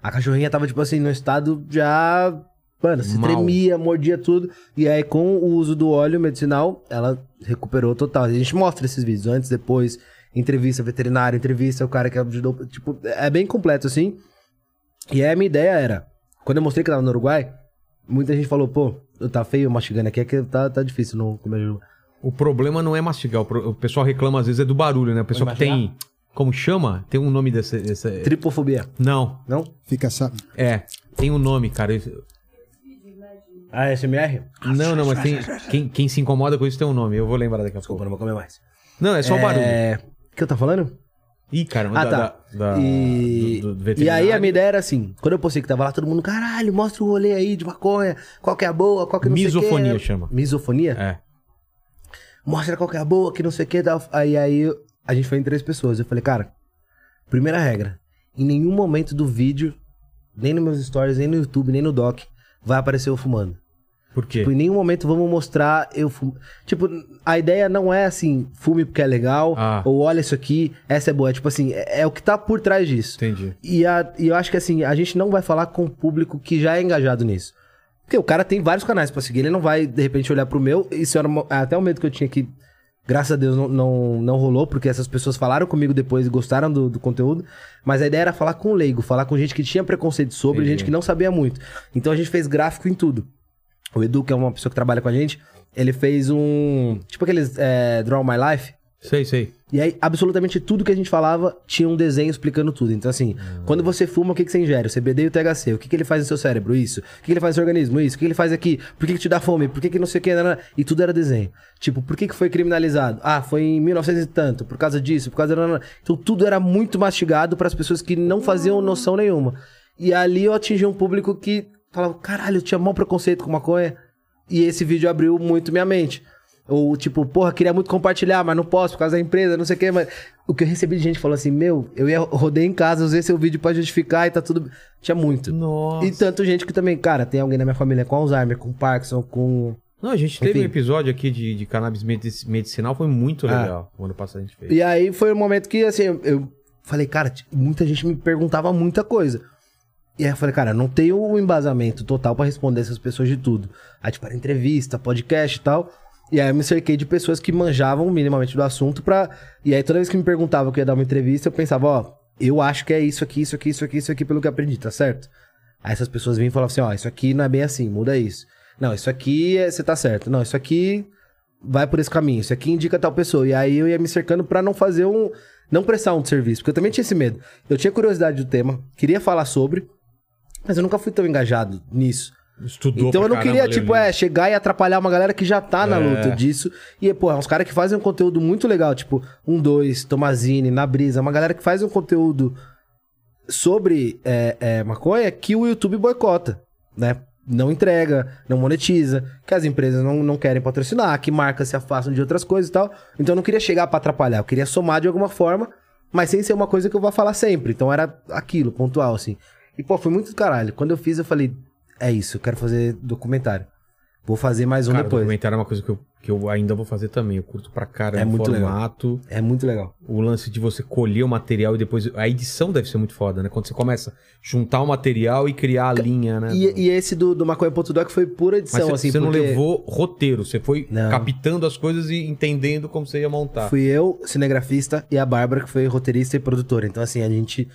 C: A cachorrinha tava, tipo assim, no estado já. Mano, se
A: Mal.
C: tremia, mordia tudo. E aí, com o uso do óleo medicinal, ela recuperou total. A gente mostra esses vídeos antes, depois, entrevista veterinária, entrevista, o cara que ajudou. Tipo, é bem completo, assim. E aí a minha ideia era, quando eu mostrei que eu tava no Uruguai, muita gente falou, pô, eu tá feio mastigando aqui, é que tá, tá difícil não comer juba.
A: O problema não é mastigar. O, pro- o pessoal reclama às vezes é do barulho, né? O pessoal que tem. Como chama? Tem um nome desse. desse-
C: Tripofobia,
A: Não.
C: não?
B: Fica sabe?
A: É. Tem um nome, cara. Isso-
C: ASMR?
A: Não, não, mas tem. Quem, quem se incomoda com isso tem um nome. Eu vou lembrar daqui a pouco.
C: Desculpa, não vou comer mais.
A: Não, é só o barulho.
C: É... O que eu tô falando?
A: Ih, caramba.
C: Ah,
A: da-
C: tá.
A: da- da-
C: e...
A: do- do
C: e aí a
A: veterinário.
C: minha ideia era assim, quando eu postei que tava lá, todo mundo, caralho, mostra o rolê aí de maconha, qual que é a boa, qual que não sei o
A: Misofonia
C: que.
A: chama.
C: Misofonia?
A: É.
C: Mostra qual que é a boa, que não sei o que. Tal. Aí, aí a gente foi em três pessoas. Eu falei, cara, primeira regra, em nenhum momento do vídeo, nem nos meus stories, nem no YouTube, nem no doc, vai aparecer eu fumando.
A: Por quê?
C: Tipo, em nenhum momento vamos mostrar eu fumo. Tipo, a ideia não é assim, fume porque é legal,
A: Ah.
C: ou olha isso aqui, essa é boa. É tipo assim, é, é o que tá por trás disso.
A: Entendi.
C: E, a- e eu acho que assim, a gente não vai falar com o público que já é engajado nisso. Porque o cara tem vários canais pra seguir, ele não vai, de repente, olhar pro meu. Isso era uma- até o medo que eu tinha que, graças a Deus, não, não, não rolou, porque essas pessoas falaram comigo depois e gostaram do, do conteúdo. Mas a ideia era falar com o leigo, falar com gente que tinha preconceito sobre,
A: Entendi.
C: gente que não sabia muito. Então a gente fez gráfico em tudo. O Edu, que é uma pessoa que trabalha com a gente, ele fez um. Tipo aqueles é, Draw My Life.
A: Sei, sei.
C: E aí, absolutamente tudo que a gente falava tinha um desenho explicando tudo. Então, assim, quando você fuma, o que, que você ingere? O CBD e o THC. O que, que ele faz no seu cérebro? Isso. O que, que ele faz no seu organismo? Isso. O que ele faz aqui? Por que, que te dá fome? Por que, que não sei o que? E tudo era desenho. Tipo, por que, que foi criminalizado? Ah, foi em 1900 e tanto. Por causa disso, por causa. da- Então, tudo era muito mastigado para as pessoas que não faziam noção nenhuma. E ali eu atingi um público que falava: caralho, eu tinha mau preconceito com maconha. E esse vídeo abriu muito minha mente. Ou tipo, porra, queria muito compartilhar, mas não posso por causa da empresa, não sei o quê. Mas o que eu recebi de gente falou assim: Meu, eu ia rodei em casa, usei seu vídeo pra justificar e tá tudo. Tinha muito.
A: Nossa.
C: E tanto gente que também, cara, tem alguém na minha família com Alzheimer, com Parkinson, com.
A: Não, a gente teve
C: Enfim.
A: um episódio aqui de, de cannabis medici- medicinal, foi muito
C: Ah.
A: legal. O ano passado a gente fez.
C: E aí foi um momento que, assim, eu- eu falei, cara, t- muita gente me perguntava muita coisa. E aí eu falei, cara, eu não tenho um embasamento total pra responder essas pessoas de tudo. Aí, tipo, era entrevista, podcast e tal. E aí eu me cerquei de pessoas que manjavam minimamente do assunto pra. E aí toda vez que me perguntavam que eu ia dar uma entrevista, eu pensava, ó, eu acho que é isso aqui, isso aqui, isso aqui, isso aqui, pelo que eu aprendi, tá certo? Aí essas pessoas vinham e falavam assim, ó, isso aqui não é bem assim, muda isso. Não, isso aqui é- você tá certo. Não, isso aqui vai por esse caminho, isso aqui indica tal pessoa. E aí eu ia me cercando pra não fazer um. Não prestar um serviço, porque eu também tinha esse medo. Eu tinha curiosidade do tema, queria falar sobre, mas eu nunca fui tão engajado nisso.
A: Estudou
C: então
A: pra
C: eu não
A: caramba,
C: queria,
A: leu
C: tipo,
A: livro.
C: é, chegar e atrapalhar uma galera que já tá na
A: É.
C: luta disso. E, pô, é uns caras que fazem um conteúdo muito legal, tipo, um dois, Tomazini, na brisa, uma galera que faz um conteúdo sobre é, é, maconha que o YouTube boicota, né? Não entrega, não monetiza, que as empresas não, não querem patrocinar, que marcas se afastam de outras coisas e tal. Então eu não queria chegar pra atrapalhar, eu queria somar de alguma forma, mas sem ser uma coisa que eu vou falar sempre. Então era aquilo, pontual, assim. E, pô, foi muito do caralho. Quando eu fiz, eu falei, é isso, eu quero fazer documentário. Vou fazer mais um
A: Cara,
C: depois.
A: documentário é uma coisa que eu, que eu ainda vou fazer também. Eu curto pra caramba
C: É muito
A: o
C: legal.
A: formato.
C: É muito legal.
A: O lance de você colher o material e depois. A edição deve ser muito foda, né? Quando você começa a juntar o material e criar a linha, né?
C: E, e esse do, do Maconha.doc foi pura edição,
A: Mas você,
C: assim,
A: você não
C: porque
A: levou roteiro, você foi
C: Não.
A: captando as coisas e entendendo como você ia montar.
C: Fui eu, cinegrafista, e a Bárbara, que foi roteirista e produtora. Então, assim, a gente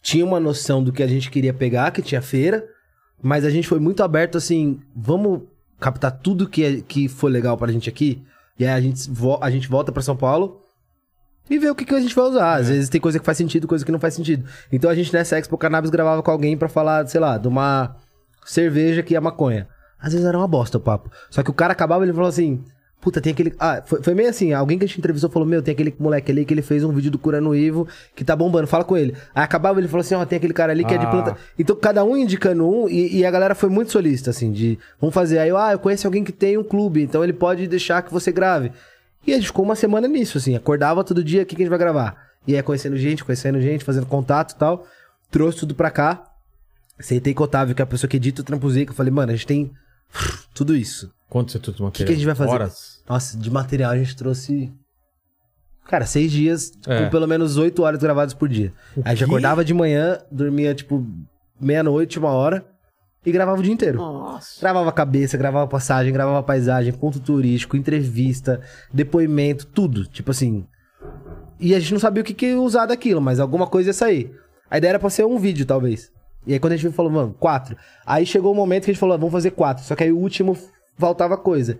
C: tinha uma noção do que a gente queria pegar, que tinha feira, mas a gente foi muito aberto, assim, vamos captar tudo que, é- que foi legal pra gente aqui, e aí a gente, vo- a gente volta pra São Paulo e vê o que, que a gente vai usar. Às vezes tem coisa que faz sentido, coisa que não faz sentido. Então, a gente nessa Expo Cannabis gravava com alguém pra falar, sei lá, de uma cerveja que é maconha. Às vezes era uma bosta o papo. Só que o cara acabava e ele falou assim: Puta, tem aquele. Ah, foi, foi meio assim: alguém que a gente entrevistou falou: Meu, tem aquele moleque ali que ele fez um vídeo do Curando Ivo que tá bombando, fala com ele. Aí acabava ele falou assim: Ó, tem aquele cara ali que é de
A: Ah.
C: planta. Então cada um indicando um e, e a galera foi muito solista, assim: de vamos fazer. Aí eu, ah, eu conheço alguém que tem um clube, então ele pode deixar que você grave. E a gente ficou uma semana nisso, assim: acordava todo dia, o que, que a gente vai gravar? E aí conhecendo gente, conhecendo gente, fazendo contato e tal. Trouxe tudo pra cá. Sentei com o Otávio, que é a pessoa que edita o Trampuzinho, que eu falei, mano, a gente tem tudo isso.
A: Quanto você tudo do
C: O que,
A: material?
C: que a gente vai fazer?
A: Horas?
C: Nossa, de material a gente trouxe. Cara, seis dias, com
A: É.
C: pelo menos oito horas gravadas por dia.
A: O
C: a gente
A: quê?
C: acordava de manhã, dormia tipo meia-noite, uma hora, e gravava o dia inteiro.
A: Nossa.
C: Gravava cabeça, gravava passagem, gravava paisagem, ponto turístico, entrevista, depoimento, tudo. Tipo assim. E a gente não sabia o que, que ia usar daquilo, mas alguma coisa ia sair. A ideia era pra ser um vídeo, talvez. E aí quando a gente viu, falou, mano, quatro. Aí chegou o momento que a gente falou, ah, vamos fazer quatro. Só que aí o último faltava coisa.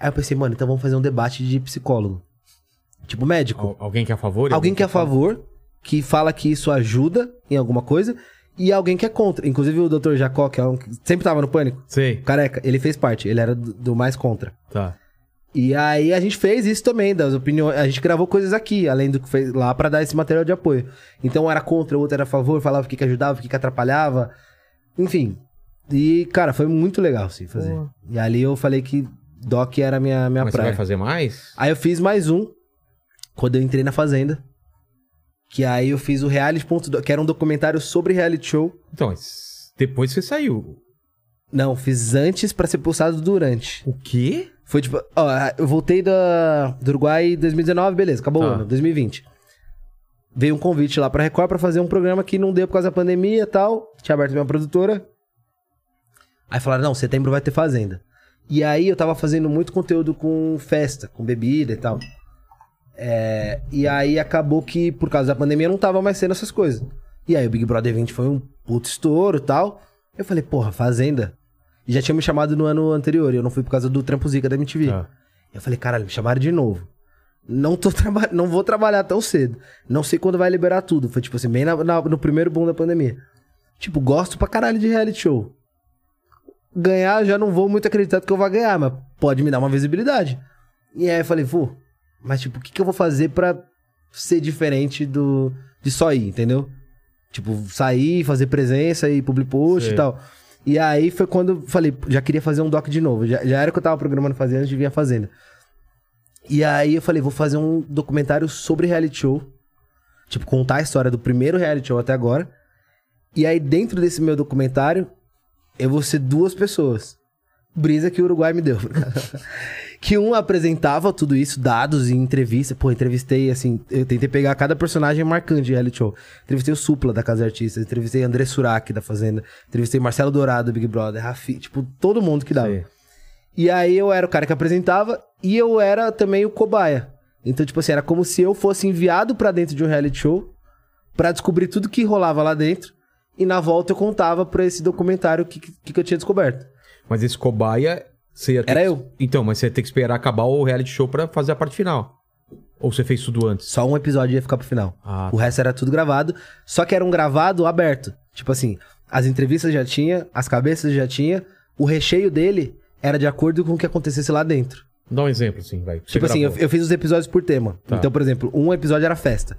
C: Aí eu pensei, mano, então vamos fazer um debate de psicólogo. Tipo médico.
A: Al- alguém que é a favor? e
C: Alguém que é a favor, que fala que isso ajuda em alguma coisa, e alguém que é contra. Inclusive o Dr. Jacó, que é um que sempre tava no pânico.
A: Sei,
C: Careca, é ele fez parte, ele era do, do mais contra.
A: tá.
C: E aí a gente fez isso também, das opiniões. A gente gravou coisas aqui, além do que fez lá, pra dar esse material de apoio. Então um era contra, o outro era a favor, falava o que, que ajudava, o que, que atrapalhava. Enfim. E, cara, foi muito legal, assim, fazer.
A: Boa.
C: E ali eu falei que Doc era a minha, minha
A: Mas você
C: praia.
A: vai fazer mais?
C: Aí eu fiz mais um, quando eu entrei na Fazenda. Que aí eu fiz o reality.doc, que era um documentário sobre reality show.
A: Então, mas depois você saiu.
C: Não, fiz antes pra ser pulsado durante.
A: O quê?
C: Foi tipo, ó, eu voltei da, do Uruguai em 2019, beleza, acabou o
A: Tá.
C: ano, 2020. Veio um convite lá pra Record pra fazer um programa que não deu por causa da pandemia e tal. Tinha aberto minha produtora. Aí falaram, não, setembro vai ter Fazenda. E aí eu tava fazendo muito conteúdo com festa, com bebida e tal. É, e aí acabou que, por causa da pandemia, eu não tava mais sendo essas coisas. E aí o Big Brother 20 foi um puto estouro e tal. Eu falei, porra, Fazenda. E já tinha me chamado no ano anterior, e eu não fui por causa do Trampo Zica da MTV.
A: Tá.
C: Eu falei, caralho, me chamaram de novo. Não, tô traba- não vou trabalhar tão cedo. Não sei quando vai liberar tudo. Foi tipo assim, bem na- na- no primeiro boom da pandemia. Tipo, gosto pra caralho de reality show. Ganhar, já não vou muito acreditado que eu vou ganhar, mas pode me dar uma visibilidade. E aí eu falei, pô, mas tipo, o que, que eu vou fazer pra ser diferente do de só ir, entendeu? Tipo, sair, fazer presença e public post
A: Sei.
C: e tal. E aí foi quando eu falei, já queria fazer um doc de novo. Já, já era o que eu tava programando fazer antes de vir a Fazenda. E aí eu falei, vou fazer um documentário sobre reality show. Tipo, contar a história do primeiro reality show até agora. E aí, dentro desse meu documentário, eu vou ser duas pessoas. Brisa que o Uruguai me deu. que um apresentava tudo isso, dados e entrevista. Pô, entrevistei, assim, eu tentei pegar cada personagem marcante de reality show. Entrevistei o Supla, da Casa Artista. Entrevistei André Surak, da Fazenda. Entrevistei Marcelo Dourado, do Big Brother. Rafi, tipo, todo mundo que dava.
A: Sei.
C: E aí eu era o cara que apresentava e eu era também o cobaia. Então, tipo assim, era como se eu fosse enviado pra dentro de um reality show pra descobrir tudo que rolava lá dentro. E na volta eu contava pra esse documentário o que, que, que eu tinha descoberto.
A: Mas esse cobaia, você ia ter
C: Era
A: que-
C: eu.
A: Então, mas você ia ter que esperar acabar o reality show pra fazer a parte final. Ou você fez tudo antes?
C: Só um episódio ia ficar pro final.
A: Ah,
C: O resto era tudo gravado, só que era um gravado aberto. Tipo assim, as entrevistas já tinha, as cabeças já tinha, o recheio dele era de acordo com o que acontecesse lá dentro.
A: dá um exemplo, assim, vai. Você
C: Tipo assim, eu,
A: gravou.
C: eu fiz os episódios por tema.
A: Tá.
C: Então, por exemplo, um episódio era festa.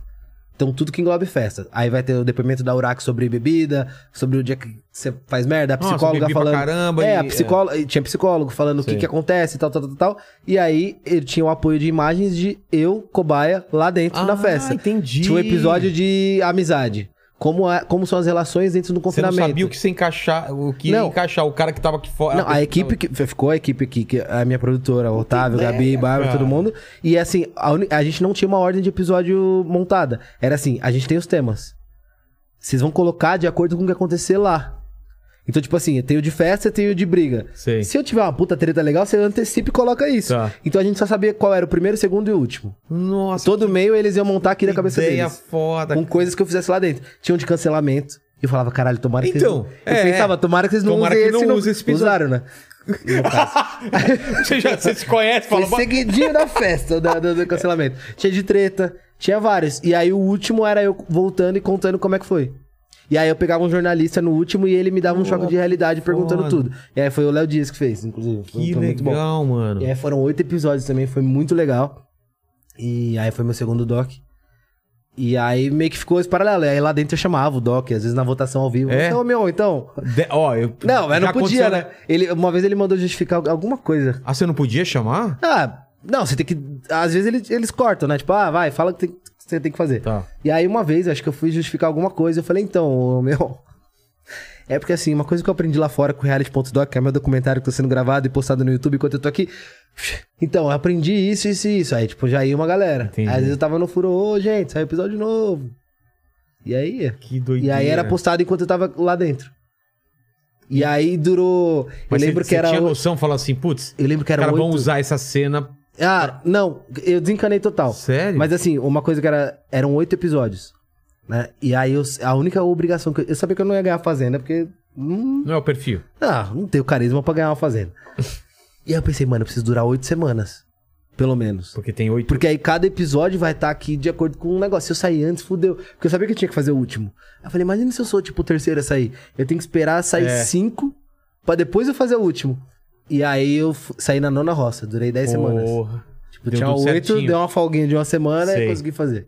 C: Então, tudo que englobe festa. Aí vai ter o depoimento da Urac sobre bebida, sobre o dia que você faz merda, a
A: Nossa,
C: psicóloga
A: bebi pra
C: falando.
A: caramba
C: é,
A: e-
C: a psicóloga, e tinha psicólogo falando o
A: Sei.
C: que, que acontece e tal, tal, tal, tal. E aí ele tinha o apoio de imagens de eu, cobaia, lá dentro da
A: Ah,
C: festa.
A: entendi.
C: Tinha um episódio de amizade. como, a- como são as relações dentro do
A: Você não
C: confinamento.
A: sabia o que se encaixar, o que
C: Não.
A: ia encaixar, o cara que tava aqui fora.
C: Não, a equipe que ficou a equipe aqui, que a minha produtora, o Otávio, Gabi, Bárbara,
A: cara.
C: todo mundo. E assim, a, uni- a gente não tinha uma ordem de episódio montada. Era assim, a gente tem os temas. Vocês vão colocar de acordo com o que acontecer lá. Então, tipo assim, eu tenho de festa, eu tenho de briga.
A: Sei.
C: Se eu tiver uma puta treta legal, você antecipa e coloca isso.
A: Tá.
C: Então a gente só sabia qual era o primeiro, o segundo e o último.
A: Nossa,
C: Todo meio eles iam montar aqui na
A: que
C: cabeça
A: ideia
C: deles.
A: foda.
C: Com coisas que eu fizesse lá dentro. Tinha um de cancelamento. E eu falava, caralho, tomara que
A: Então,
C: vocês não...
A: é,
C: eu pensava, tomara que vocês não
A: tomara
C: usem
A: que
C: esse.
A: não
C: no-
A: use esse episódio.
C: Usaram, né?
A: você já você se conhece,
C: Foi
A: fala. "Ba-
C: seguidinho da festa da- do, do cancelamento. Tinha de treta, tinha vários. E aí o último era eu voltando e contando como é que foi. E aí eu pegava um jornalista no último e ele me dava um choque de realidade perguntando
A: foda.
C: tudo. E aí foi o Léo Dias que fez, inclusive. Foi,
A: Que
C: foi
A: legal, mano.
C: E aí foram oito episódios também, foi muito legal. E aí foi meu segundo doc. E aí meio que ficou esse paralelo. E aí lá dentro eu chamava o doc, às vezes na votação ao vivo.
A: É?
C: Então, meu, então...
A: De- ó, eu,
C: Não, mas
A: já
C: não podia,
A: aconteceu,
C: né? Ele, uma vez ele mandou justificar alguma coisa.
A: Ah, você não podia chamar?
C: Ah, não, você tem que. Às vezes eles, eles cortam, né? Tipo, ah, vai, fala o que tem- você tem que fazer.
A: Tá.
C: E aí, uma vez, acho que eu fui justificar alguma coisa. Eu falei, então, ô, meu. É porque assim, uma coisa que eu aprendi lá fora com o reality.doc, que é meu documentário que tá sendo gravado e postado no YouTube enquanto eu tô aqui. Então, eu aprendi isso, isso e isso. Aí, tipo, já ia uma galera.
A: Entendi.
C: Aí, às vezes eu tava no furo, ô, gente, saiu episódio novo. E aí?
A: Que
C: E
A: doideira.
C: aí era postado enquanto eu tava lá dentro. E aí durou.
A: Mas
C: eu lembro
A: você,
C: que era.
A: Você tinha
C: o-
A: noção, falando assim, putz,
C: Eu lembro que
A: os
C: era
A: caras vão
C: oito-
A: usar essa cena.
C: Ah, não, eu desencanei total.
A: Sério?
C: Mas assim, uma coisa que era. Eram oito episódios. Né? E aí eu- a única obrigação que eu, eu sabia que eu não ia ganhar a fazenda, porque. hum,
A: Não é o perfil.
C: ah, não tenho carisma pra ganhar uma fazenda. e aí eu pensei, mano, eu preciso durar oito semanas. Pelo menos.
A: Porque tem oito.
C: Porque aí cada episódio vai estar aqui de acordo com um negócio. Se eu sair antes, fudeu. Porque eu sabia que eu tinha que fazer o último. Aí eu falei, imagina se eu sou, tipo, o terceiro a sair. Eu tenho que esperar sair
A: É.
C: cinco pra depois eu fazer o último. E aí eu fu- saí na nona roça, durei dez é semanas.
A: Porra.
C: Tipo,
A: Deu
C: tinha
A: tudo
C: oito,
A: certinho.
C: deu uma folguinha de uma semana
A: Sei.
C: e consegui fazer.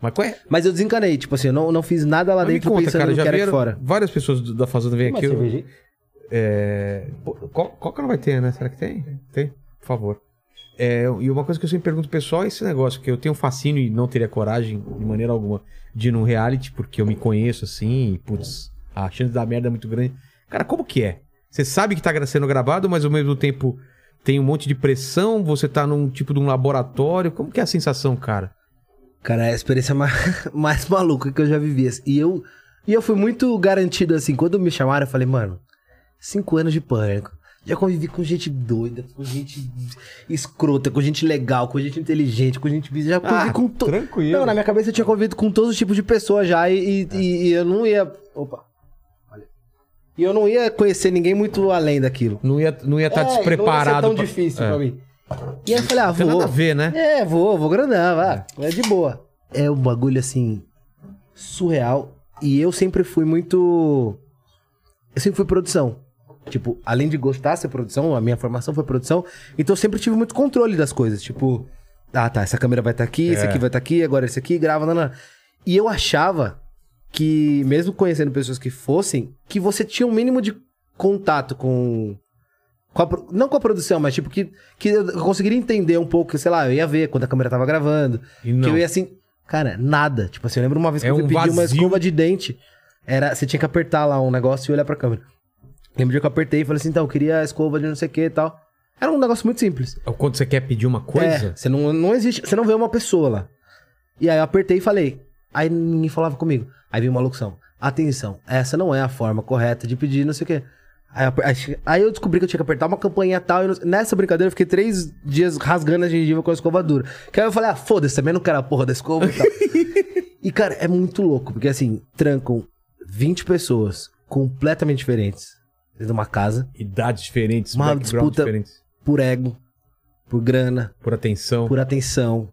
A: Mas qual é?
C: Mas eu desencanei, tipo assim, eu não, não fiz nada lá
A: Mas me
C: dentro
A: conta,
C: pensando
A: cara,
C: no É que
A: já
C: era aqui
A: vieram
C: fora.
A: várias pessoas do- da Fazenda vêm aqui. eu-
C: cervejinha?
A: É... pô, Qual, qual que não vai ter, né? Será que tem? Tem, por favor. É, e uma coisa que eu sempre pergunto pro pessoal é esse negócio, que eu tenho fascínio e não teria coragem, de maneira alguma, de ir num reality, porque eu me conheço assim, e, putz, a chance da merda é muito grande. Cara, como que é? Você sabe que tá gra- sendo gravado, mas ao mesmo tempo tem um monte de pressão, você tá num tipo de um laboratório. Como que é a sensação, cara?
C: Cara, é a experiência mais, mais maluca que eu já vivi. assim. E eu, e eu fui muito garantido, assim, quando me chamaram, eu falei, mano, cinco anos de pânico. Já convivi com gente doida, com gente escrota, com gente legal, com gente inteligente, com gente... bizarra. Já
A: Ah,
C: convivi com... To...
A: tranquilo.
C: Não, na minha cabeça eu tinha convivido com todos os tipos de pessoas já e, e-
A: É.
C: e- e eu não ia... Opa. Olha. E eu não ia conhecer ninguém muito além daquilo.
A: Não ia estar não ia tá
C: É,
A: despreparado.
C: Não ia ser tão
A: pra-
C: difícil
A: É.
C: pra mim. E aí eu falei, ah,
A: Não tem
C: vou...
A: nada a ver, né?
C: É, vou, vou grandar, vá. É de boa. É um bagulho assim. surreal. E eu sempre fui muito. Eu sempre fui produção. Tipo, além de gostar de ser produção, a minha formação foi produção. Então eu sempre tive muito controle das coisas. Tipo, ah tá, essa câmera vai estar aqui, esse
A: É.
C: aqui vai estar aqui, agora esse aqui, grava, nanana. E eu achava que, mesmo conhecendo pessoas que fossem, que você tinha um mínimo de contato com. com a pro- não com a produção, mas tipo, que, que eu conseguiria entender um pouco, sei lá, eu ia ver quando a câmera tava gravando.
A: E não.
C: Que eu ia assim, cara, nada. Tipo assim, eu lembro uma vez que
A: É
C: eu fui
A: um
C: pedir uma
A: vazio.
C: escova de dente. Era, você tinha que apertar lá um negócio e olhar pra câmera. Lembro de que eu apertei e falei assim, então, eu queria a escova de não sei o que e tal. Era um negócio muito simples.
A: Quando É você quer pedir uma coisa,
C: É, você não, não existe, você não vê uma pessoa lá. E aí eu apertei e falei. Aí ninguém falava comigo. Aí veio uma locução. Atenção, essa não é a forma correta de pedir não sei o quê. Aí eu, aper- aí che- aí eu descobri que eu tinha que apertar uma campainha tal. e não- nessa brincadeira eu fiquei três dias rasgando a gengiva com a escova dura. Que aí eu falei, ah, foda-se, também não quero a porra da escova e tal. e cara, é muito louco, porque assim, trancam 20 pessoas completamente diferentes dentro de uma casa
A: idades diferentes,
C: Uma
A: backgrounds
C: disputa-
A: diferentes.
C: por ego, por grana,
A: por atenção.
C: por atenção,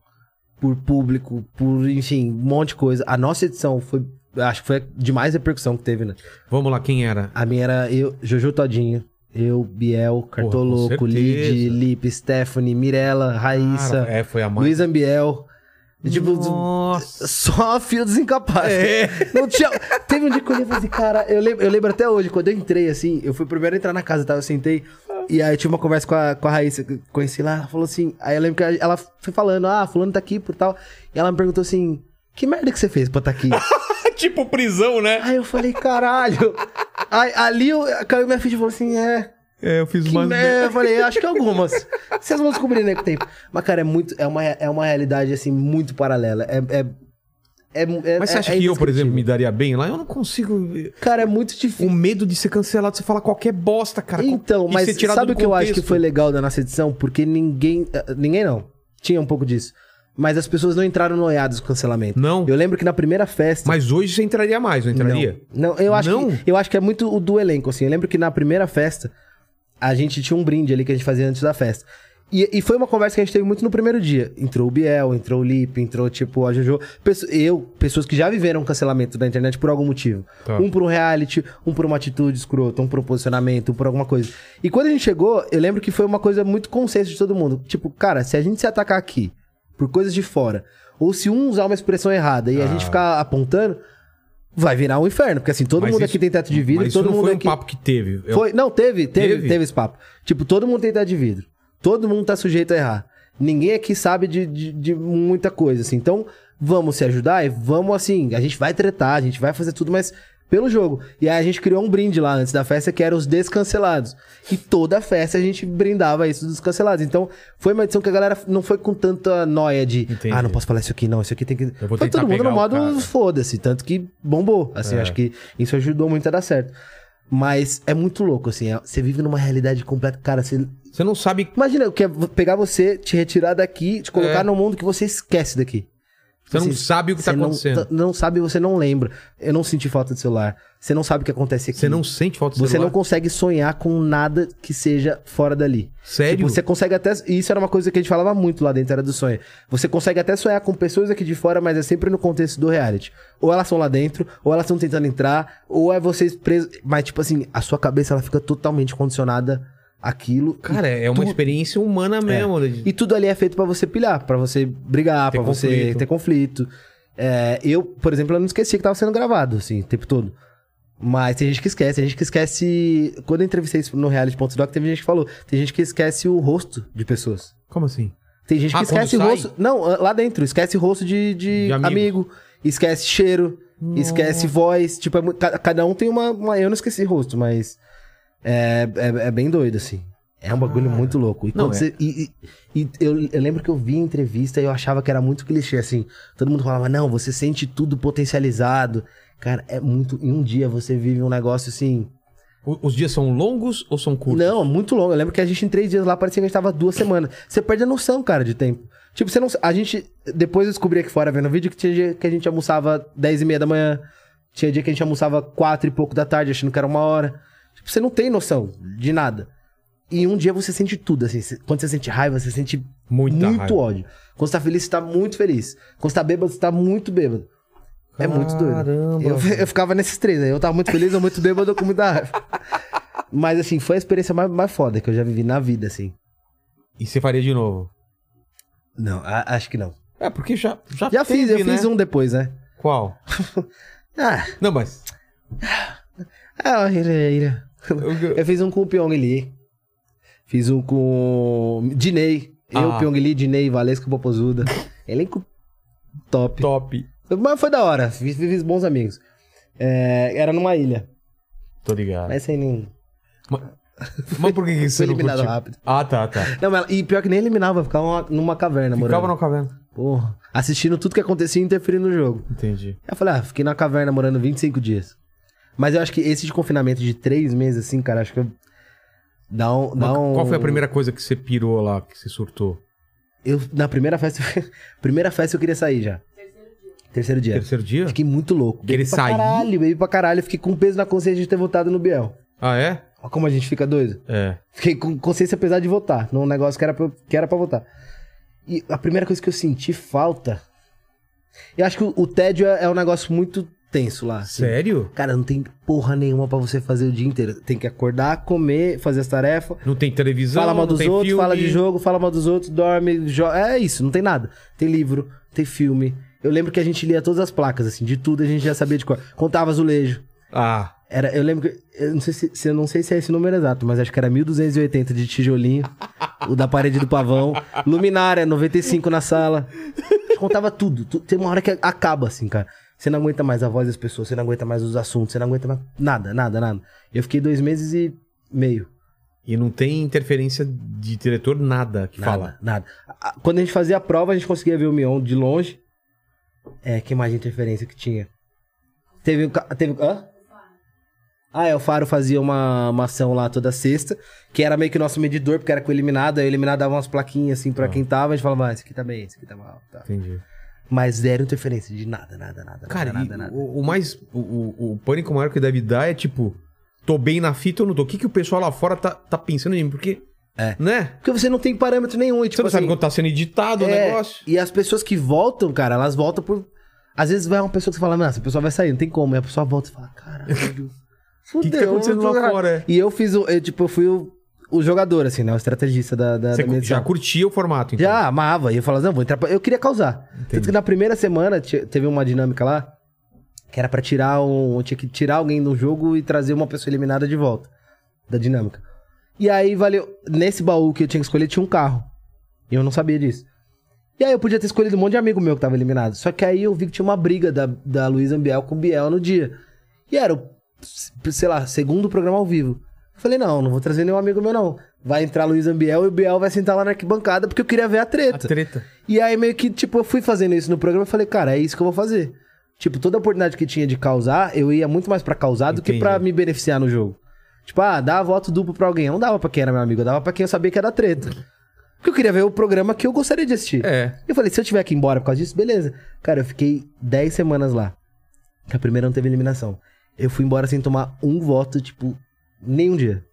C: por público, por, enfim, um monte de coisa. A nossa edição foi, acho que foi a de mais repercussão que teve, né?
A: Vamos lá, quem era?
C: A minha era eu, Jojo Todinho, eu, Biel, Cartoloco,
A: com certeza.
C: Lid, Lipe, Stephanie, Mirella, Raíssa,
A: Cara, é, foi a mais.
C: Luiz Ambiel. E, Tipo,
A: Nossa.
C: só a fio dos incapazes.
A: É.
C: Não tinha... Teve um dia que eu olhei e falei assim, cara, eu lembro, eu lembro até hoje, quando eu entrei assim, eu fui primeiro entrar na casa, tá? Eu sentei, e aí eu tive uma conversa com a, com a Raíssa, que eu conheci lá, ela falou assim, aí eu lembro que ela foi falando, ah, fulano tá aqui por tal, e ela me perguntou assim, que merda que você fez pra tá aqui?
A: tipo prisão, né?
C: Aí eu falei, caralho. Aí, ali eu, caiu minha ficha e falou assim: é,
A: É, eu fiz
C: Que
A: umas.
C: mer- Eu falei, acho que algumas. Vocês vão descobrir né, com o tempo. Mas, cara, é, muito, é, uma, é uma realidade, assim, muito paralela. É, é, é, é-
A: Mas você
C: é-
A: acha
C: é
A: que eu, por exemplo, me
C: indescritível.
A: daria bem lá? Eu não consigo. eh,
C: Cara, é muito difícil.
A: O medo de ser cancelado, você falar qualquer bosta, cara.
C: Então,
A: E
C: mas
A: ser tirado
C: sabe
A: do
C: o que eu acho que
A: contexto.
C: foi legal da nossa edição? Porque ninguém... eh, Ninguém não. Tinha um pouco disso. Mas as pessoas não entraram noiadas com cancelamento.
A: Não.
C: Eu lembro que na primeira festa...
A: Mas hoje você entraria mais, não entraria?
C: Não, não, eu acho
A: Não?
C: que eu acho que é muito o do elenco, assim. Eu lembro que na primeira festa a gente tinha um brinde ali que a gente fazia antes da festa. E, e foi uma conversa que a gente teve muito no primeiro dia. Entrou o Biel, entrou o Lipe, entrou, tipo, a Jojo. Pesso- eu, pessoas que já viveram cancelamento da internet por algum motivo.
A: Tá.
C: Um por um reality, um por uma atitude escrota, um por um posicionamento, um por alguma coisa. E quando a gente chegou, eu lembro que foi uma coisa muito consenso de todo mundo. Tipo, cara, se a gente se atacar aqui por coisas de fora, ou se um usar uma expressão errada e a
A: Ah.
C: gente ficar apontando, vai virar um inferno, porque assim, todo
A: Mas
C: mundo
A: isso-
C: aqui tem teto de vidro,
A: Mas isso
C: todo
A: não
C: mundo
A: foi um
C: aqui
A: papo que teve. Eu-
C: foi, não, teve, teve,
A: Teve?
C: teve, esse papo. Tipo, todo mundo tem teto de vidro. Todo mundo tá sujeito a errar. Ninguém aqui sabe de, de, de muita coisa, assim. Então, vamos se ajudar e vamos, assim, a gente vai tretar, a gente vai fazer tudo, mas pelo jogo. E aí a gente criou um brinde lá antes da festa, que era os descancelados. E toda a festa a gente brindava isso dos cancelados. Então, foi uma edição que a galera não foi com tanta noia de,
A: Entendi.
C: ah, não posso falar isso aqui, não, isso aqui tem que...
A: Eu vou
C: foi
A: tentar
C: todo mundo
A: pegar
C: no
A: o
C: modo
A: cara.
C: foda-se, tanto que bombou. Assim,
A: É.
C: acho que isso ajudou muito a dar certo. Mas é muito louco, assim. é- Você vive numa realidade completa. Cara, você.
A: Você não sabe.
C: Imagina, que é vo- pegar você, te retirar daqui, te colocar
A: É.
C: num mundo que você esquece daqui.
A: Você não
C: Assim,
A: sabe o que tá
C: você não-
A: acontecendo.
C: tá- Não, sabe, você não lembra. Eu não senti falta do celular. Você não sabe o que acontece aqui.
A: Você não sente falta do
C: Você
A: tá celular?
C: não consegue sonhar com nada que seja fora dali.
A: Sério?
C: Tipo, você consegue até. E isso era uma coisa que a gente falava muito lá dentro, era do sonho. Você consegue até sonhar com pessoas aqui de fora, mas é sempre no contexto do reality. Ou elas são lá dentro, ou elas estão tentando entrar, ou é vocês presos. Mas, tipo assim, a sua cabeça ela fica totalmente condicionada àquilo.
A: Cara, é uma
C: Tu-
A: experiência humana mesmo. né?
C: E tudo ali é feito pra você pilhar, pra você brigar,
A: Ter
C: pra você
A: conflito.
C: ter conflito. É, eu, por exemplo, eu não esqueci que tava sendo gravado, assim, o tempo todo. Mas tem gente que esquece, tem gente que esquece. Quando eu entrevistei isso no reality.doc, teve gente que falou, tem gente que esquece o rosto de pessoas.
A: Como assim?
C: Tem gente que
A: Ah, quando
C: esquece
A: sai?
C: rosto. Não, ah, lá dentro, esquece rosto de, de
A: De amigos.
C: amigo, esquece cheiro, esquece voz. Tipo, é mu- ca- cada um tem uma, uma- Eu não esqueci rosto, mas. É, é, é bem doido, assim. É um bagulho
A: Cara.
C: muito louco. E,
A: Não,
C: quando
A: é.
C: você- e- e- e eu, eu lembro que eu vi a entrevista e eu achava que era muito clichê, assim. Todo mundo falava, não, você sente tudo potencializado. Cara, é muito. Em um dia você vive um negócio assim.
A: O- Os dias são longos ou são curtos?
C: Não, muito longo. Eu lembro que a gente em três dias lá parecia que a gente tava duas semanas. Você perde a noção, cara, de tempo. Tipo, você não. A gente. Depois eu descobri aqui fora vendo o vídeo que tinha dia que a gente almoçava 10 e meia da manhã. Tinha dia que a gente almoçava quatro e pouco da tarde, achando que era uma hora. Tipo, você não tem noção de nada. E um dia você sente tudo, assim. Você- Quando você sente raiva, você sente
A: Muita
C: muito
A: raiva.
C: ódio. Quando você tá feliz, você tá muito feliz. Quando você tá bêbado, você tá muito bêbado. É muito doido.
A: Caramba,
C: Eu,
A: velho.
C: eu ficava nesses três, né? Eu tava muito feliz, eu muito bêbado, eu com muita raiva. Mas assim, foi a experiência mais, mais foda que eu já vivi na vida, assim.
A: E você faria de novo?
C: Não, a- acho que não.
A: É, porque já Já,
C: Já fiz,
A: teve,
C: eu fiz
A: né?
C: um depois, né?
A: Qual?
C: Ah,
A: Não, mas...
C: ah, ira, ira. Eu fiz um com o Pyong Lee. Fiz um com. Dinei. Eu,
A: Ah.
C: Pyong Lee, Dinei, Valesca Popozuda. Elenco top.
A: Top.
C: Mas foi da hora. Fiz, fiz bons amigos. É, era numa ilha.
A: Tô ligado.
C: Mas sem nem.
A: Mas por que, que você
C: Foi
A: não
C: eliminado
A: curtiu?
C: rápido.
A: Ah, tá, tá.
C: Não, mas, e pior que nem eliminava, ficava uma- numa caverna,
A: Ficava
C: morando.
A: na caverna.
C: Porra. Assistindo tudo que acontecia e interferindo no jogo.
A: Entendi.
C: Aí eu falei, ah, fiquei na caverna morando 25 dias. Mas eu acho que esse de confinamento de três meses, assim, cara, acho que eu... Dá um, dá
A: Mas
C: um...
A: Qual foi a primeira coisa que você pirou lá, que você surtou?
C: Eu, na primeira festa... primeira festa eu queria sair já. Terceiro dia.
A: Terceiro dia?
C: Fiquei muito louco.
A: Querer
C: Bebi pra
A: sair?
C: caralho, bebi pra caralho. Fiquei com peso na consciência de ter votado no Biel.
A: Ah, é?
C: Olha como a gente fica doido.
A: É.
C: Fiquei com consciência pesada de votar, num negócio que era, pra, eu- que era pra votar. E a primeira coisa que eu senti falta. Eu acho que o, o tédio é, é um negócio muito tenso lá. assim.
A: Sério?
C: Cara, não tem porra nenhuma pra você fazer o dia inteiro. Tem que acordar, comer, fazer as tarefas.
A: Não tem televisão,
C: Fala mal
A: não
C: dos
A: tem
C: outros,
A: filme.
C: fala de jogo, fala mal dos outros, dorme, jo- É isso, não tem nada. Tem livro, tem filme. Eu lembro que a gente lia todas as placas, assim, de tudo a gente já sabia de cor. Contava azulejo.
A: Ah,
C: Era, eu lembro que. Eu não, sei se, se- eu não sei se é esse número exato, mas acho que era 1280 de tijolinho, o da parede do pavão. Luminária, 95 na sala. Contava tudo. tu- tem uma hora que acaba, assim, cara. Você não aguenta mais a voz das pessoas, você não aguenta mais os assuntos, você não aguenta mais nada, nada, nada. Eu fiquei dois meses e meio.
A: E não tem interferência de diretor nada que
C: Nada,
A: fala.
C: nada. A- a- Quando a gente fazia a prova, a gente conseguia ver o Mion de longe. É, que mais de interferência que tinha? Teve o. ca- Teve, o- hã? Ah, é, o Faro fazia uma, uma ação lá toda sexta, que era meio que nosso medidor, porque era com o eliminado, aí o eliminado dava umas plaquinhas assim pra
A: Ah.
C: quem tava, a gente falava, ah, esse aqui tá bem, esse aqui tá mal, tá.
A: Entendi.
C: Mas zero interferência de nada, nada, nada.
A: Cara,
C: nada,
A: e
C: nada, nada.
A: O, o mais. O, o- o pânico maior que deve dar é tipo, tô bem na fita ou não tô? O que, que o pessoal lá fora tá, tá pensando em mim? Porque.
C: É.
A: Né?
C: Porque você não tem parâmetro nenhum, e
A: Você
C: tipo
A: não sabe
C: assim,
A: quando tá sendo editado o
C: É,
A: negócio.
C: E as pessoas que voltam, cara, elas voltam por. Às vezes vai uma pessoa que você fala, nossa, a pessoa vai sair, não tem como. E a pessoa volta e fala, caralho.
A: O que, que tá
C: fudeu,
A: acontecendo
C: eu tô
A: lá
C: errado."
A: fora? é?
C: E eu fiz o. Eu, tipo, eu fui o, o jogador, assim, né? O estrategista da, da,
A: Você
C: da minha
A: cu- já
C: edição.
A: curtia o formato, então.
C: Já amava. E eu falava, não, vou entrar. Pra... Eu queria causar. Tanto que na primeira semana te- teve uma dinâmica lá que era pra tirar um. Tinha que tirar alguém do jogo e trazer uma pessoa eliminada de volta da dinâmica. E aí valeu. Nesse baú que eu tinha que escolher tinha um carro. E eu não sabia disso. E aí eu podia ter escolhido um monte de amigo meu que tava eliminado. Só que aí eu vi que tinha uma briga da, da Luísa Biel com o Biel no dia. E era o, sei lá, segundo programa ao vivo. Eu falei, não, não vou trazer nenhum amigo meu, não. Vai entrar Luiz Ambiel e o Biel vai sentar lá na arquibancada porque eu queria ver a
A: A
C: treta.
A: treta.
C: E aí meio que, tipo, eu fui fazendo isso no programa e falei, cara, é isso que eu vou fazer. Tipo, toda oportunidade que tinha de causar, eu ia muito mais pra causar do que
A: Entendi.
C: pra me beneficiar no jogo. Tipo, ah, dá voto duplo pra alguém. Eu não dava pra quem era meu amigo, eu dava pra quem eu sabia que era treta. Porque eu queria ver o programa que eu gostaria de assistir.
A: É.
C: Eu falei, se eu tiver que ir embora por causa disso, beleza. Cara, eu fiquei 10 semanas lá. Que a primeira não teve eliminação. Eu fui embora sem tomar um voto, tipo, nenhum dia.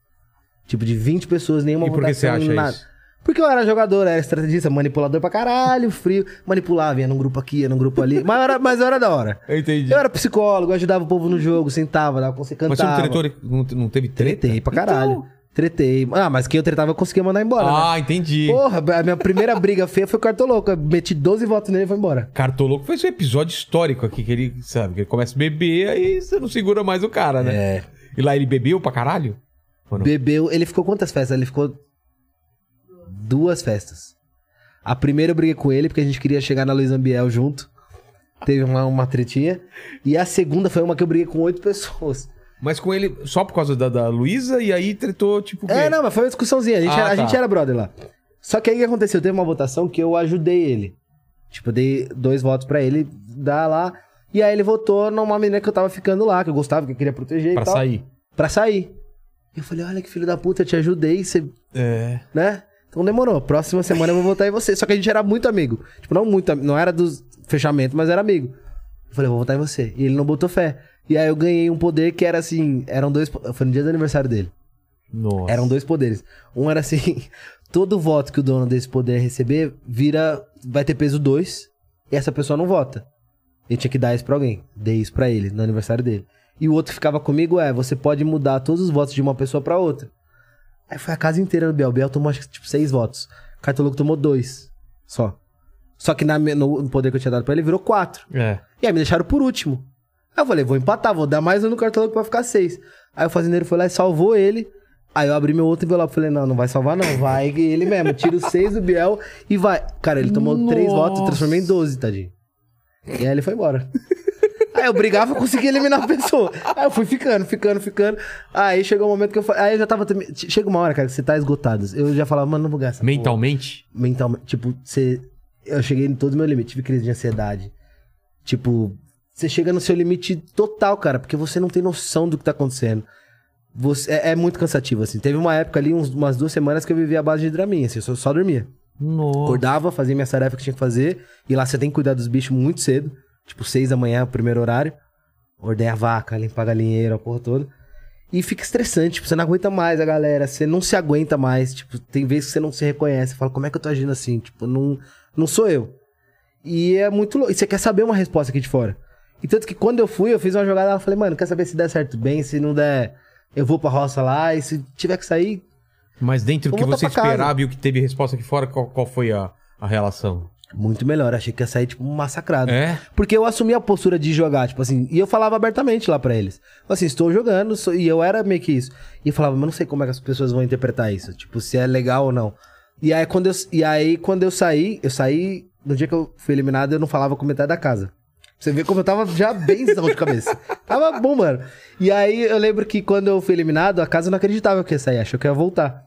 C: Tipo, de 20 pessoas, nenhuma
A: e por que você acha
C: nada.
A: isso?
C: Porque eu era jogador, era estrategista, manipulador pra caralho, frio. Manipulava, ia num grupo aqui, ia num grupo ali. Mas era, mas era da hora.
A: Eu entendi.
C: Eu era psicólogo, ajudava o povo no jogo, sentava, dava conselho,
A: Mas você
C: cantava.
A: não, tretou, Então- não, não teve treta?
C: Tretei pra caralho. Tretei. Ah, mas quem eu tretava eu conseguia mandar embora, né?
A: Ah, entendi.
C: Porra, a minha primeira briga feia foi o Cartoloco. Eu meti 12 votos nele e foi embora.
A: Cartoloco foi esse episódio histórico aqui, que ele, sabe, que ele começa a beber, aí você não segura mais o cara, né?
C: É.
A: E lá ele bebeu pra caralho? Ou não?
C: Bebeu. Ele ficou quantas festas? Ele ficou. Duas festas. A primeira eu briguei com ele, porque a gente queria chegar na Luiz Ambiel junto. Teve uma, uma tretinha. E a segunda foi uma que eu briguei com oito pessoas.
A: Mas com ele, só por causa da, da Luísa, e aí tretou, tipo... o quê?
C: É, não, mas foi uma discussãozinha. A gente,
A: Ah,
C: era, a
A: tá.
C: gente era brother lá. Só que aí o que aconteceu? Teve uma votação que eu ajudei ele. Tipo, eu dei dois votos pra ele dar lá. E aí ele votou numa menina que eu tava ficando lá, que eu gostava, que eu queria proteger
A: Pra
C: e tal.
A: sair.
C: Pra sair. Eu falei, olha que filho da puta, eu te ajudei, você
A: É.
C: né? Então demorou. Próxima semana eu vou votar em você. Só que a gente era muito amigo. Tipo, não muito, am- não era dos fechamento, mas era amigo. Eu falei, eu vou votar em você. E ele não botou fé. E aí eu ganhei um poder que era assim, eram dois, po- foi no dia do aniversário dele.
A: Nossa.
C: Eram dois poderes. Um era assim, todo voto que o dono desse poder receber vira vai ter peso 2 e essa pessoa não vota. Ele tinha que dar isso pra alguém. Dei isso pra ele no aniversário dele. E o outro que ficava comigo é, você pode mudar todos os votos de uma pessoa pra outra. Aí foi a casa inteira do Biel. Biel tomou acho que tipo seis votos. O Cartoloco tomou dois. Só. Só que na, me- no no poder que eu tinha dado pra ele virou quatro.
A: É.
C: E aí me deixaram por último. Aí eu falei, vou empatar, vou dar mais um no cartão pra ficar seis. Aí o fazendeiro foi lá e salvou ele. Aí eu abri meu outro envelope e falei, não, não vai salvar não, vai ele mesmo. Tira os seis do Biel e vai. Cara, ele tomou três
A: Nossa.
C: votos, eu transformei em doze, tadinho. E aí ele foi embora. Aí eu brigava e conseguia eliminar a pessoa. Aí eu fui ficando, ficando, ficando. Aí chegou o momento que eu falei. Aí eu já tava. também- Chega uma hora, cara, que você tá esgotado. Eu já falava, mano, não vou gastar.
A: Mentalmente?
C: mentalmente. Tipo, você. Eu cheguei em todo o meu limite, tive crise de ansiedade. Tipo, você chega no seu limite total, cara, porque você não tem noção do que tá acontecendo. Você, é, é muito cansativo, assim. Teve uma época ali, uns- umas duas semanas, que eu vivia à base de draminha, assim, eu só, só dormia.
A: Nossa.
C: Acordava, fazia minha tarefa que tinha que fazer, e lá você tem que cuidar dos bichos muito cedo, tipo, seis da manhã, o primeiro horário. Ordenha a vaca, limpar a galinheira, a porra toda. E fica estressante, tipo, você não aguenta mais a galera, você não se aguenta mais, tipo, tem vezes que você não se reconhece, você fala, como é que eu tô agindo assim? Tipo, não, não sou eu. E é muito louco, e você quer saber uma resposta aqui de fora. E tanto que quando eu fui, eu fiz uma jogada lá, eu falei, mano, quer saber se der certo bem, se não der, eu vou pra roça lá, e se tiver que sair,
A: Mas dentro do
C: Vou
A: que
C: voltar
A: você
C: pra casa.
A: esperava e o que teve resposta aqui fora, qual, qual foi a, a relação?
C: muito melhor. Achei que ia sair, tipo, massacrado.
A: É?
C: Porque eu assumi a postura de jogar, tipo assim, e eu falava abertamente lá pra eles. Assim, estou jogando, sou- e eu era meio que isso. E eu falava, mas não sei como é que as pessoas vão interpretar isso, tipo, se é legal ou não. E aí quando eu, e aí, quando eu saí, eu saí, no dia que eu fui eliminado, eu não falava com metade da casa. Pra você ver como eu tava já benzão de cabeça. tava bom, mano. E aí eu lembro que quando eu fui eliminado, a casa não acreditava que eu ia sair, achou que eu ia voltar.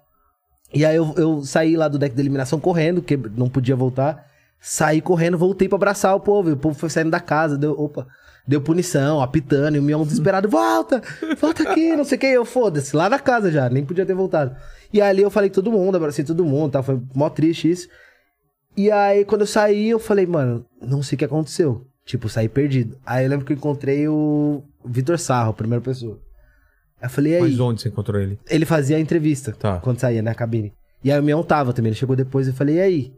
C: E aí eu, eu saí lá do deck de eliminação correndo, que não podia voltar. Saí correndo, voltei pra abraçar o povo. E o povo foi saindo da casa, deu. Opa. Deu punição, apitando, e o Mion desesperado, volta! Volta aqui, não sei o que. Eu, foda-se, lá na casa já, nem podia ter voltado. E ali eu falei com todo mundo, abracei todo mundo, tá? Foi mó triste isso. E aí, quando eu saí, eu falei, mano, não sei o que aconteceu. Tipo, saí perdido. Aí eu lembro que eu encontrei o Vitor Sarro, a primeira pessoa. Aí eu falei, e aí?
A: Mas onde você encontrou ele?
C: Ele fazia a entrevista
A: Tá.
C: quando saía na cabine. E aí o Mion tava também, ele chegou depois e eu falei, e aí?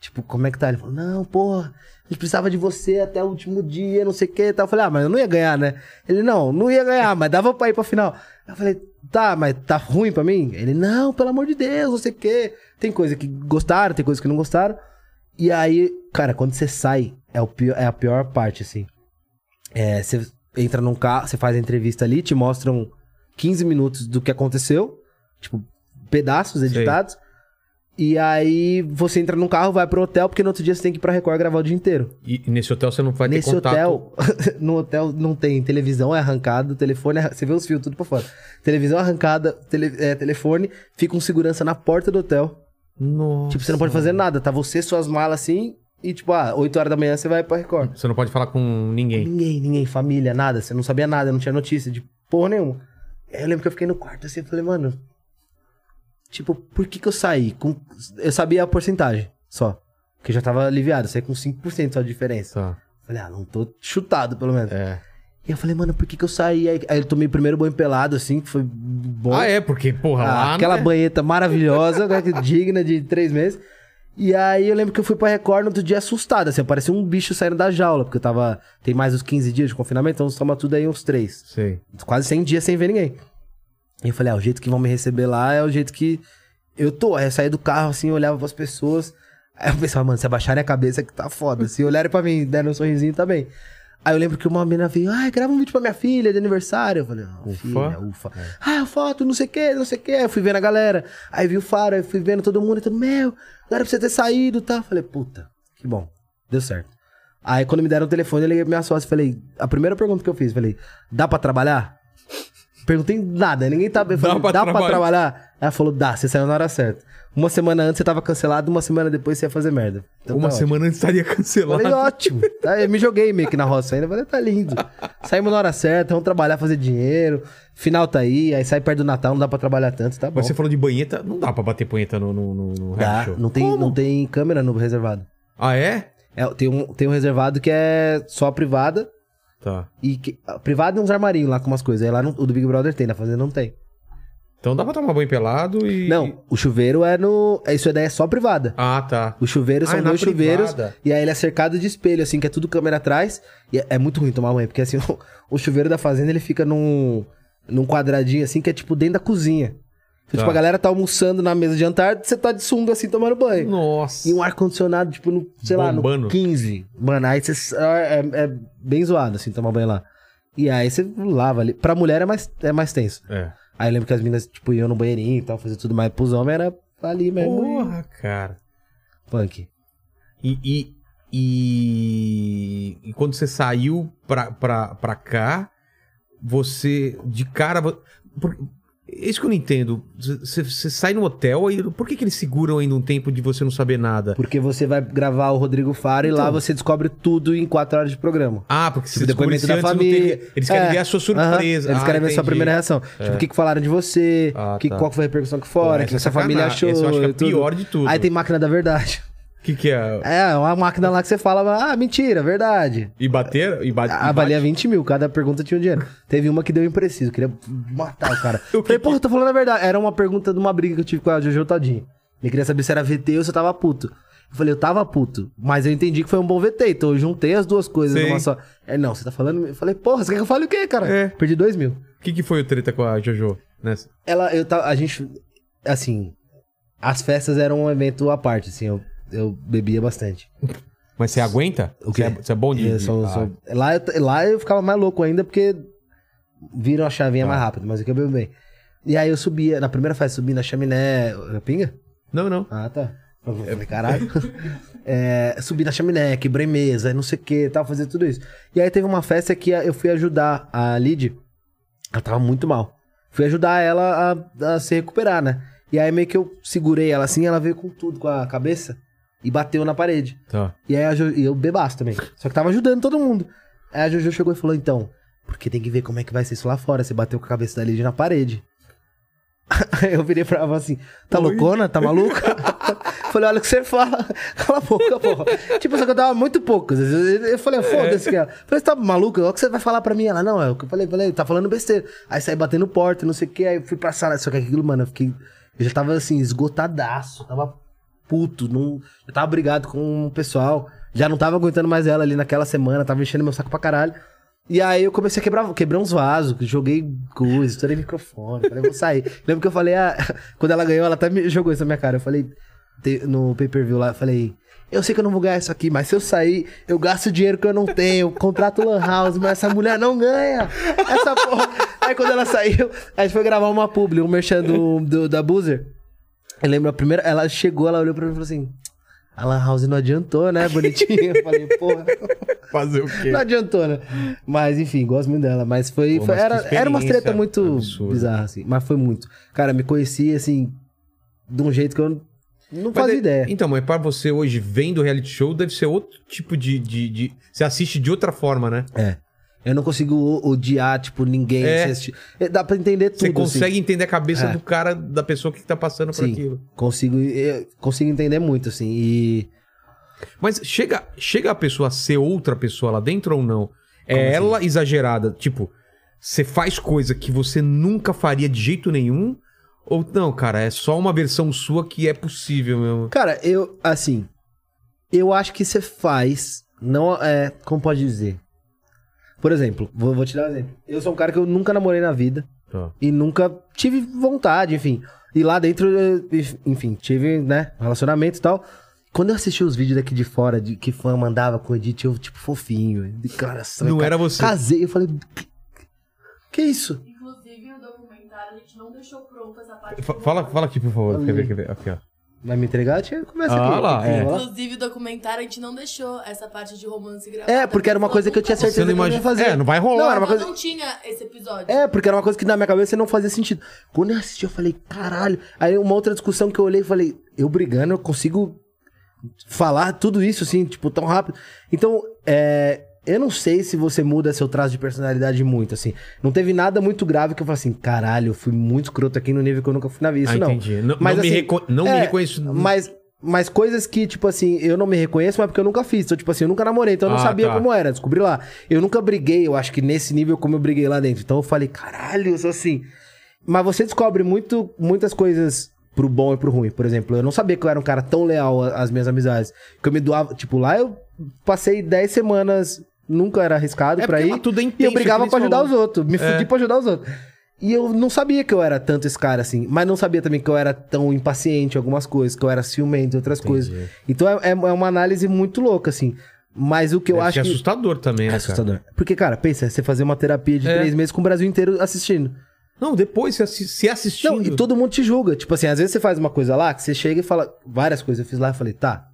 C: Tipo, como é que tá? Ele falou, não, porra, a gente precisava de você até o último dia, não sei o que e tal. Eu falei, ah, mas eu não ia ganhar, né? Ele, não, não ia ganhar, mas dava pra ir pra final. Eu falei, tá, mas tá ruim pra mim? Ele, não, pelo amor de Deus, não sei o que. Tem coisa que gostaram, tem coisa que não gostaram. E aí, cara, quando você sai, é, o pior- é a pior parte, assim. É, você entra num carro, você faz a entrevista ali, te mostram 15 minutos do que aconteceu, tipo, pedaços editados. E aí você entra num carro, vai pro hotel, porque no outro dia você tem que ir pra Record gravar o dia inteiro.
A: E nesse hotel você não vai
C: Nesse
A: ter contato.
C: hotel, no hotel não tem televisão, é arrancado, telefone, é arran- você vê os fios tudo pra fora. Televisão arrancada, tele- é, telefone, fica um segurança na porta do hotel.
A: Nossa.
C: Tipo, você não pode fazer nada, tá você, suas malas assim, e tipo, ah, 8 horas da manhã você vai pra Record.
A: Você não pode falar com ninguém.
C: Ninguém, ninguém, família, nada. Você não sabia nada, não tinha notícia de porra nenhuma. Aí eu lembro que eu fiquei no quarto assim, eu falei, mano. Tipo, por que que eu saí? Com... Eu sabia a porcentagem só. Porque eu já tava aliviado, eu saí com 5% só de diferença.
A: Tá.
C: Falei, ah, não tô chutado pelo menos.
A: É.
C: E eu falei, mano, por que que eu saí? Aí, aí eu tomei o primeiro banho pelado, assim, que foi bom.
A: Ah, é, porque, porra,
C: Ah,
A: lá.
C: aquela
A: né?
C: banheta maravilhosa, né, que digna de três meses. E aí eu lembro que eu fui pra Record no outro dia assustado, assim, parecia um bicho saindo da jaula, porque eu tava. Tem mais uns 15 dias de confinamento, então soma tudo aí uns três.
A: Sei.
C: Quase 100 dias sem ver ninguém. E eu falei, ah, o jeito que vão me receber lá é o jeito que eu tô. Aí eu saí do carro, assim, eu olhava pras pessoas. Aí eu pensava, mano, se abaixarem a cabeça que tá foda. Se olharem pra mim, deram um sorrisinho, tá bem. Aí eu lembro que uma menina veio, ai, grava um vídeo pra minha filha de aniversário. Eu falei, ufa,
A: Ufa.
C: filha, ufa. Ah, foto, não sei o que, não sei o que. Aí eu fui vendo a galera. Aí vi o faro, aí fui vendo todo mundo. E todo, meu, não era pra você ter saído, tá? Eu Falei, puta, que bom. Deu certo. Aí quando me deram o telefone, eu liguei pra minha sócia e falei, a primeira pergunta que eu fiz, falei, dá pra trabalhar? Perguntei nada, ninguém tava. Eu falei,
A: pra
C: dá
A: trabalhar?"
C: pra trabalhar? Ela falou, dá, você saiu na hora certa. Uma semana antes você tava cancelado, uma semana depois você ia fazer merda. Então
A: Uma
C: tá ótimo.
A: semana antes estaria cancelado.
C: Falei, ótimo. Tá, eu me joguei meio que na roça ainda. Falei, tá lindo. Saímos na hora certa, vamos trabalhar, fazer dinheiro. Final tá aí, aí sai perto do Natal, não dá pra trabalhar tanto, tá bom.
A: Mas você falou de banheta, não dá pra bater punheta no, no, no, no
C: Dá,
A: reality show.
C: não tem, não tem câmera no reservado.
A: Ah, é?
C: É, tem, um, tem um reservado que é só a privada.
A: Tá.
C: E que, a privada é uns armarinhos lá com umas coisas. Aí lá no- o do Big Brother tem, na fazenda não tem.
A: Então dá pra tomar banho pelado e.
C: Não, o chuveiro é no. é, Isso daí é só privada.
A: Ah, tá.
C: Os chuveiros
A: Ah, é
C: são
A: na
C: dois chuveiros.
A: privada.
C: E aí ele é cercado de espelho, assim, que é tudo câmera atrás. E é, é muito ruim tomar banho, porque assim, o, o chuveiro da fazenda ele fica num, num quadradinho, assim, que é tipo dentro da cozinha.
A: Tá.
C: Então, tipo, a galera tá almoçando na mesa de jantar, você tá de sunga, assim, tomando banho.
A: Nossa.
C: E um ar-condicionado, tipo, no, sei lá,
A: Bombando.
C: no 15. Mano, aí você. É, é- é bem zoado, assim, tomar banho lá. E aí você lava ali. Pra mulher é mais, é mais tenso.
A: É.
C: Aí eu lembro que as meninas, tipo, iam no banheirinho e tal, fazer tudo mais pros homens, era ali mesmo.
A: Porra, cara.
C: Punk.
A: E, e, e, e quando você saiu pra, pra, pra cá, você de cara. vo- por- é isso que eu não entendo. Você você sai no hotel, aí por que, que eles seguram ainda um tempo de você não saber nada?
C: Porque você vai gravar o Rodrigo Faro e lá
A: Então.
C: você descobre tudo em quatro horas de programa.
A: Ah, porque
C: Tipo,
A: você descobriu
C: depoimento da
A: antes, não
C: família.
A: teve- Eles querem
C: É.
A: ver a sua
C: Aham,
A: surpresa.
C: Eles querem
A: Ah,
C: ver a sua
A: entendi.
C: primeira reação. Tipo, o que, que falaram de você,
A: Ah,
C: que,
A: tá.
C: qual que foi a repercussão que
A: Pô,
C: fora, o
A: essa
C: que
A: é
C: sua família
A: sacanagem.
C: achou.
A: Esse eu acho que é a
C: tudo.
A: pior de tudo.
C: Aí tem máquina da verdade.
A: que, que é?
C: É, uma máquina lá que você fala, ah, mentira, verdade.
A: E bater? E ba- e bate,
C: Ah, valia 20 mil, cada pergunta tinha um dinheiro. Teve uma que deu impreciso, queria matar o cara.
A: O que que-
C: Falei, porra, tô falando a verdade. Era uma pergunta de uma briga que eu tive com a Jojo Todinho. Ele queria saber se era VT ou se eu tava puto. Eu falei, eu tava puto, mas eu entendi que foi um bom VT, então eu juntei as duas coisas
A: Sim.
C: numa só. É, não, você tá falando. Eu falei, porra, você quer que eu fale o quê, cara?
A: É.
C: Perdi 2 mil.
A: O que, que foi o treta com a Jojo? Nessa?
C: Ela, eu tava. A gente. Assim. As festas eram um evento à parte, assim, eu, eu bebia bastante.
A: Mas você aguenta?
C: O quê?
A: Você
C: um,
A: é, você é bom de.
C: Eu sou-
A: Ah,
C: sou- Lá, eu, t- lá eu ficava mais louco ainda porque viram a chavinha
A: Ah.
C: mais rápido, mas aqui eu bebo bem. E aí eu subia, na primeira fase, subi na chaminé. Pinga?
A: Não, não.
C: Ah, tá. Eu falei, caralho. É, subir na chaminé, quebrei mesa, não sei o que, tal, fazer tudo isso. E aí teve uma festa que eu fui ajudar a Lid. Ela tava muito mal. Fui ajudar ela a, a se recuperar, né? E aí meio que eu segurei ela assim, ela veio com tudo, com a cabeça, e bateu na parede.
A: Tá.
C: E aí a Jojo, e eu bebaço também. Só que tava ajudando todo mundo. Aí a Jojo chegou e falou, então, porque tem que ver como é que vai ser isso lá fora. Você bateu com a cabeça da Lid na parede. Aí eu virei pra ela e falei assim, tá loucona? Tá maluca? falei, olha o que você fala. Cala a boca, porra. tipo, só que eu tava muito pouco. às vezes. Eu eu falei, "Ah, foda-se que ela. Falei, você tá maluca? Olha o que você vai falar pra mim. Ela, não, é o que eu falei, falei, tá falando besteira. Aí saí batendo porta, não sei o que. Aí eu fui pra sala. Só que aquilo, mano, eu fiquei... Eu já tava, assim, esgotadaço. Tava puto. Não... Eu tava brigado com o pessoal. Já não tava aguentando mais ela ali naquela semana. Tava enchendo meu saco pra caralho. E aí eu comecei a quebrar, quebrar uns vasos, joguei coisa, estourei microfone, falei, vou sair. Lembro que eu falei, ah, quando ela ganhou, ela até me jogou isso na minha cara. Eu falei, te- no pay-per-view lá, eu falei, eu sei que eu não vou ganhar isso aqui, mas se eu sair, eu gasto dinheiro que eu não tenho, contrato Lan House, mas essa mulher não ganha. Essa porra. Aí quando ela saiu, a gente foi gravar uma publi, um merchan do, do- da Boozer. Eu lembro a primeira, ela chegou, ela olhou pra mim e falou assim, a Lan House não adiantou, né, bonitinho? Eu falei, porra.
A: Fazer o quê?
C: Não adiantou, né? Mas enfim, gosto muito dela. Mas foi.
A: Pô,
C: foi-
A: mas que
C: era, era uma treta
A: experiência
C: muito
A: absurda.
C: bizarra, assim. Mas foi muito. Cara, me conheci, assim, de um jeito que eu não
A: Mas
C: fazia
A: é-
C: ideia.
A: Então, mas pra você hoje vendo reality show, deve ser outro tipo de, de, de- Você assiste de outra forma, né?
C: É. Eu não consigo o- odiar, tipo, ninguém.
A: É.
C: se assistir. É, Dá pra entender tudo.
A: Você consegue
C: assim.
A: entender a cabeça
C: É.
A: do cara, da pessoa que tá passando por
C: Sim.
A: aquilo.
C: Consigo, eu consigo entender muito, assim. E.
A: Mas chega, chega a pessoa a ser outra pessoa lá dentro ou não? É
C: Como assim?
A: ela exagerada, tipo, você faz coisa que você nunca faria de jeito nenhum? Ou não, cara, é só uma versão sua que é possível mesmo.
C: Cara, eu, assim, eu acho que você faz, não é, como pode dizer? Por exemplo, vou, vou te dar um exemplo. Eu sou um cara que eu nunca namorei na vida
A: Tá.
C: e nunca tive vontade, enfim. E lá dentro, eu, enfim, tive, né, relacionamento e tal. Quando eu assisti os vídeos daqui de fora, de que fã mandava com o Edith, eu, tipo, fofinho. de Cara, só-
A: Não
C: ca-
A: era você.
C: Casei, eu falei, que, que isso?
D: Inclusive, o documentário, a gente não deixou pronto essa parte.
A: Fa- Fala, fala aqui, por favor. Quer ver, quer ver? Aqui, ó.
C: Vai me entregar? Tinha- Começa
A: Ah
C: aqui.
A: lá, é.
C: Ó.
D: Inclusive, o documentário, a gente não deixou essa parte de romance gravada.
C: É, porque era uma coisa que eu tinha
D: certeza.
C: certeza que eu não ia
A: imagina-
C: fazer.
A: É, não vai rolar.
C: Não, era uma coisa-
D: não tinha esse episódio.
C: É, porque era uma coisa que na minha cabeça não fazia sentido. Quando eu assisti, eu falei, caralho. Aí uma outra discussão que eu olhei e falei, eu brigando, eu consigo falar tudo isso, assim, tipo, tão rápido. Então, é. Eu não sei se você muda seu traço de personalidade muito, assim. Não teve nada muito grave que eu falei assim, caralho, eu fui muito escroto aqui no nível que eu nunca fui na vida. Isso
A: ah,
C: não.
A: entendi. Não,
C: Mas,
A: não me,
C: assim,
A: reco- não me
C: é,
A: reconheço.
C: Mas, mas coisas que, tipo assim, eu não me reconheço, mas porque eu nunca fiz. Então, tipo assim, eu nunca namorei, então eu não
A: Ah,
C: sabia
A: tá.
C: como era, descobri lá. Eu nunca briguei, eu acho que nesse nível como eu briguei lá dentro. Então eu falei, caralho, eu sou assim. Mas você descobre muito, muitas coisas pro bom e pro ruim. Por exemplo, eu não sabia que eu era um cara tão leal a- às minhas amizades. Que eu me doava. Tipo, lá eu passei 10 semanas, nunca era arriscado
A: É
C: pra
A: porque
C: ir.
A: lá tudo é
C: E
A: intenso,
C: eu brigava
A: é que nem
C: pra
A: você
C: ajudar
A: falou.
C: os outros. Me
A: É.
C: fudi pra ajudar os outros. E eu não sabia que eu era tanto esse cara assim. Mas não sabia também que eu era tão impaciente em algumas coisas, que eu era ciumento em outras coisas.
A: Entendi.
C: Então é, é- é uma análise muito louca, assim. Mas o que eu
A: Deve ser
C: acho. Que...
A: assustador também,
C: É
A: né, cara?
C: assustador. Porque, cara, pensa, você fazer uma terapia de
A: É.
C: três meses com o Brasil inteiro assistindo.
A: Não, depois se, assi- se é assistindo.
C: Não, e todo mundo te julga. Tipo assim, às vezes você faz uma coisa lá que você chega e fala várias coisas. Eu fiz lá e falei, tá,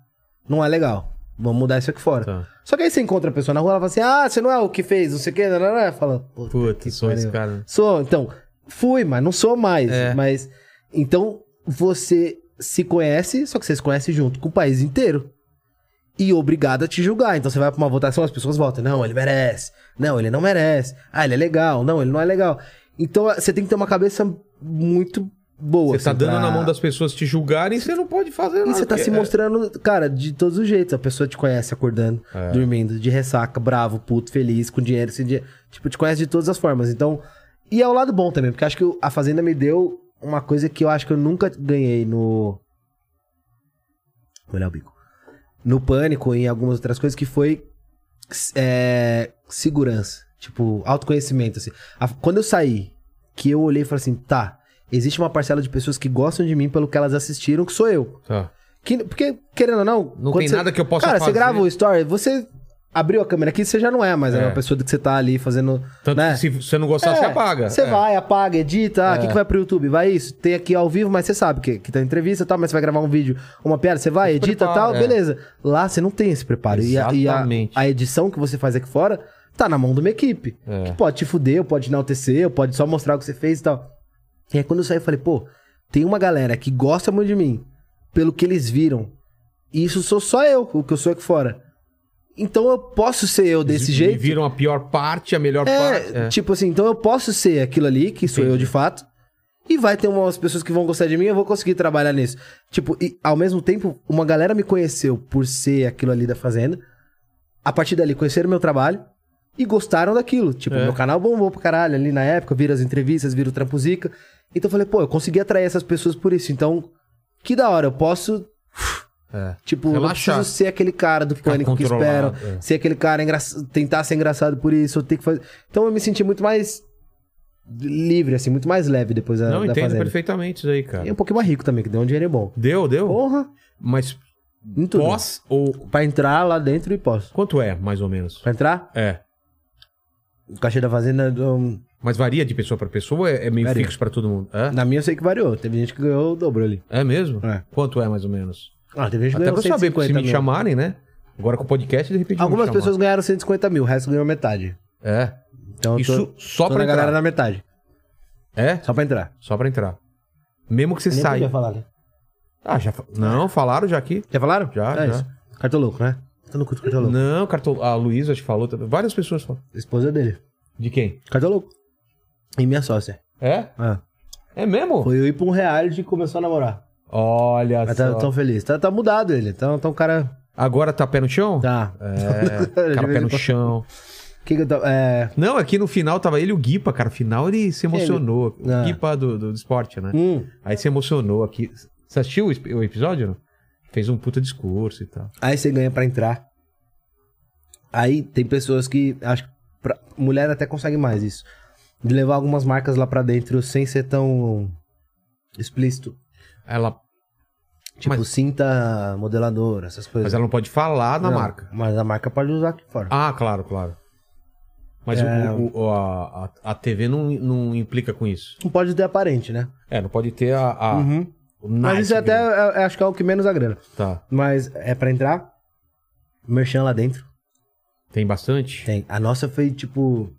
C: não é legal. Vamos mudar isso aqui fora.
A: Tá.
C: Só que aí você encontra a pessoa na rua, ela fala assim: ah, você não é o que fez, não sei o que, não, não, não. Fala, puta,
A: Puta,
C: que
A: sou esse
C: pariu.
A: cara.
C: Sou, então, fui, mas não sou mais.
A: Uhum. É.
C: Mas. Então, você se conhece, só que você se conhece junto com o país inteiro. E obrigado a te julgar. Então você vai pra uma votação, as pessoas votam. Não, ele merece. Não, ele não merece. Ah, ele é legal. Não, ele não é legal. Então você tem que ter uma cabeça muito boa.
A: Você tá
C: assim,
A: dando
C: pra-
A: na mão das pessoas te julgarem, você não pode fazer nada.
C: e você tá
A: porque- é-
C: se mostrando, cara, de todos os jeitos. A pessoa te conhece acordando,
A: É.
C: dormindo, de ressaca, bravo, puto, feliz, com dinheiro, sem dinheiro. Tipo, te conhece de todas as formas. Então. E é o lado bom também, porque eu acho que eu- a Fazenda me deu uma coisa que eu acho que eu nunca ganhei no. Vou olhar o bico. No pânico e em algumas outras coisas, que foi é, segurança. Tipo, autoconhecimento, assim. A- quando eu saí, que eu olhei e falei assim, tá, existe uma parcela de pessoas que gostam de mim pelo que elas assistiram, que sou eu.
A: Tá.
C: Que- porque, querendo ou não.
A: Não
C: quando
A: tem
C: você-
A: nada que eu possa
C: Cara,
A: fazer.
C: você grava o story, você abriu a câmera aqui, você já não é mais
A: É.
C: é. uma pessoa que você tá ali fazendo.
A: Tanto
C: né?
A: que se você não gostar, você
C: É,
A: apaga.
C: Você
A: É.
C: vai, apaga, edita. ah, O que, que vai pro YouTube? Vai isso. Tem aqui ao vivo, mas você sabe que, que tem entrevista e tal, mas você vai gravar um vídeo, uma piada, você vai,
A: Se
C: edita e
A: prepara,
C: tal,
A: é.
C: beleza. Lá você não tem esse preparo. E a-
A: Exatamente.
C: E a, a, edição que você faz aqui fora tá na mão de uma equipe.
A: É.
C: Que pode te fuder, ou pode te enaltecer, ou pode só mostrar o que você fez e tal. E aí quando eu saí, eu falei, pô, tem uma galera que gosta muito de mim, pelo que eles viram. E isso sou só eu, o que eu sou aqui fora. Então eu posso ser eu desse
A: E
C: jeito.
A: Viram a pior parte, a melhor parte.
C: É, tipo assim, então eu posso ser aquilo ali, que sou eu de fato, e vai ter umas pessoas que vão gostar de mim, eu vou conseguir trabalhar nisso. Tipo, e ao mesmo tempo, uma galera me conheceu por ser aquilo ali da Fazenda, a partir dali conheceram meu trabalho e gostaram daquilo. Tipo,
A: É.
C: meu canal bombou pra caralho ali na época, viram as entrevistas, viram o Trampo Zica. Então eu falei, pô, eu consegui atrair essas pessoas por isso, então que da hora, eu posso
A: É.
C: Tipo, eu não
A: Relaxar.
C: preciso ser aquele cara do
A: Ficar
C: pânico que
A: controlado,
C: esperam,
A: é.
C: ser aquele cara engra... tentar ser engraçado por isso, eu ter que fazer. Então eu me senti muito mais livre, assim, muito mais leve depois da,
A: Não,
C: da
A: entendo
C: fazenda.
A: perfeitamente isso aí, cara.
C: E um pouquinho mais rico também, que deu um dinheiro bom.
A: Deu, deu.
C: Porra!
A: Mas
C: Em tudo.
A: pós ou.
C: Pra entrar lá dentro e posso.
A: Quanto é, mais ou menos?
C: Pra entrar,
A: É.
C: o cachê da fazenda, um,
A: Mas varia de pessoa pra pessoa? É é meio
C: Varia.
A: fixo pra todo mundo? É?
C: na minha eu sei que variou. Teve gente que ganhou o dobro ali.
A: É mesmo?
C: É.
A: Quanto é, mais ou menos?
C: Ah, teve gente que
A: Até
C: ganhou
A: pra eu saber, porque
C: 150
A: se me
C: mil.
A: chamarem, né? Agora com o podcast, de repente vão me
C: Algumas
A: chamar.
C: pessoas ganharam 150 mil, o resto ganhou metade.
A: É.
C: Então eu
A: Isso
C: tô,
A: só
C: tô
A: pra
C: na
A: entrar.
C: galera na metade.
A: É?
C: Só pra entrar.
A: Só pra entrar. Mesmo que você
C: Nem
A: saia.
C: podia falar, né?
A: Ah, já. fa- Não, falaram já aqui?
C: Já falaram?
A: Já, já.
C: é Isso. Cartoloco, né? Tô no cu do cartoloco.
A: Não, cartol... a Luísa acho que falou. também. Várias pessoas falam.
C: Esposa dele.
A: De quem?
C: Cartoloco. E minha sócia.
A: É?
C: Ah.
A: É mesmo?
C: Foi eu ir pra um reality e começou a namorar.
A: Olha
C: Mas
A: só.
C: tá tão feliz. Tá, tá mudado ele. Então, então o cara.
A: Agora tá pé no chão?
C: Tá.
A: É, cara pé no chão.
C: Que que eu tô- é...
A: Não, aqui no final tava ele e o Guipa, cara. No final ele se emocionou. O
C: Ah.
A: Guipa do, do, do esporte, né?
C: hum.
A: Aí se emocionou aqui. Você assistiu o, esp- o episódio? Não? Fez um puta discurso e tal.
C: Aí você ganha pra entrar. Aí tem pessoas que. Acho que. pra- Mulher até consegue mais isso. De levar algumas marcas lá pra dentro sem ser tão. explícito.
A: Ela,
C: Tipo,
A: Mas-
C: cinta modeladora, essas coisas.
A: mas ela não pode falar na
C: Não,
A: marca.
C: Mas a marca pode usar aqui fora.
A: Ah, claro, claro. Mas
C: É.
A: o- o- o- a, a- a TV não, não implica com isso.
C: Não pode ter aparente, né?
A: É, não pode ter a. a-
C: Uhum.
A: o
C: Mas
A: nice
C: isso até
A: grande.
C: é- é- acho que é o que menos agrada.
A: Tá.
C: Mas é pra entrar. Merchan lá dentro.
A: Tem bastante?
C: Tem. A nossa foi tipo.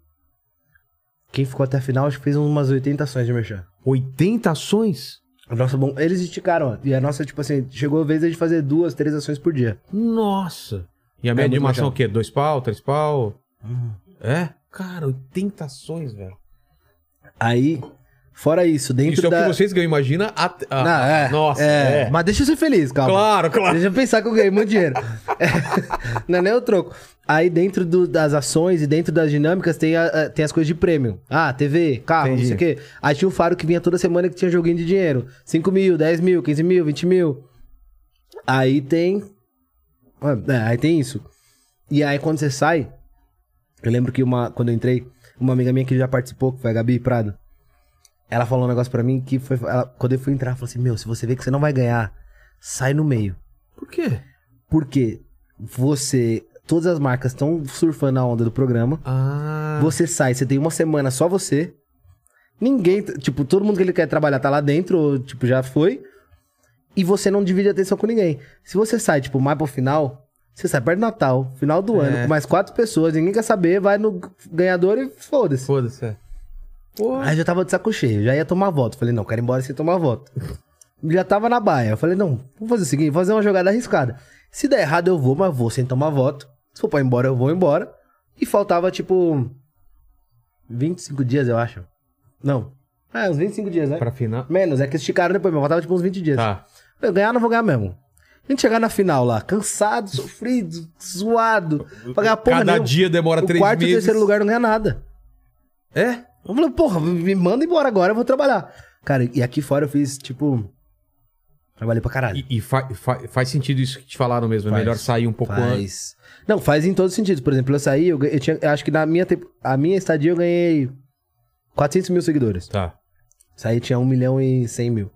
C: Quem ficou até a final, acho que fez umas 80 ações de merchan.
A: 80 ações?
C: A nossa, bom, eles esticaram. ó. E a nossa, tipo assim, chegou a vez de fazer duas, três ações por dia.
A: Nossa! E a média de
C: É muito
A: uma ação
C: legal. Uhum.
A: o quê? Dois pau, três pau? É? Cara, 80 ações, velho.
C: Aí, fora isso, dentro
A: Isso é
C: da.
A: o que vocês ganham, imagina. A, a-
C: Não, é,
A: nossa,
C: é.
A: é.
C: Mas deixa eu ser feliz, calma.
A: Claro, claro.
C: Deixa eu pensar que eu ganhei muito dinheiro. Não é nem o troco. Aí dentro do- das ações e dentro das dinâmicas tem, a- a- tem as coisas de prêmio. Ah, TV, carro, não sei
A: Entendi.
C: o quê. Aí tinha o Faro que vinha toda semana que tinha joguinho de dinheiro. 5 mil, 10 mil, 15 mil, 20 mil. Aí tem... Ah, é, aí tem isso. E aí quando você sai... Eu lembro que uma, quando eu entrei, uma amiga minha que já participou, que foi a Gabi Prado, ela falou um negócio pra mim que foi... ela- quando eu fui entrar, ela falou assim, meu, se você vê que você não vai ganhar, sai no meio.
A: Por quê?
C: Porque você. Todas as marcas estão surfando a onda do programa.
A: Ah.
C: Você sai, você tem uma semana só você. Ninguém. t- Tipo, todo mundo que ele quer trabalhar tá lá dentro, ou, tipo, já foi. E você não divide a atenção com ninguém. Se você sai, tipo, mais pro final, você sai perto do Natal, final do
A: É.
C: ano, com mais quatro pessoas, ninguém quer saber, vai no ganhador e foda-se.
A: Foda-se. é. Pô.
C: Aí eu já tava de saco cheio, já ia tomar voto. Falei, não, quero ir embora sem tomar voto. já tava na baia. Eu falei, não, vamos fazer o seguinte, vou fazer uma jogada arriscada. Se der errado, eu vou, mas vou sem tomar voto. Se for pra ir embora, eu vou embora. E faltava, tipo, 25 dias, eu acho. Não. É, uns 25 dias, né?
A: Pra final.
C: Menos, é que esticaram depois, mas faltava, tipo, uns 20 dias.
A: Tá.
C: Eu ganhar, não vou ganhar mesmo. A gente chegar na final lá, cansado, sofrido, zoado, pra ganhar porra
A: Cada
C: nenhuma.
A: dia demora
C: O
A: três
C: quarto e o
A: meses.
C: terceiro lugar não ganha nada.
A: É?
C: Eu falei, porra, me manda embora agora, eu vou trabalhar. Cara, e aqui fora eu fiz, tipo. Trabalhei pra caralho.
A: E, e fa- fa- faz sentido isso que te falaram mesmo. É
C: Faz.
A: melhor sair um pouco antes.
C: Faz. Não, faz em todos os sentidos. Por exemplo, eu saí, eu, ganhei- eu tinha, eu acho que na minha, tempo- a minha estadia eu ganhei 400 mil seguidores.
A: Tá.
C: Saí tinha 1 milhão e 100 mil.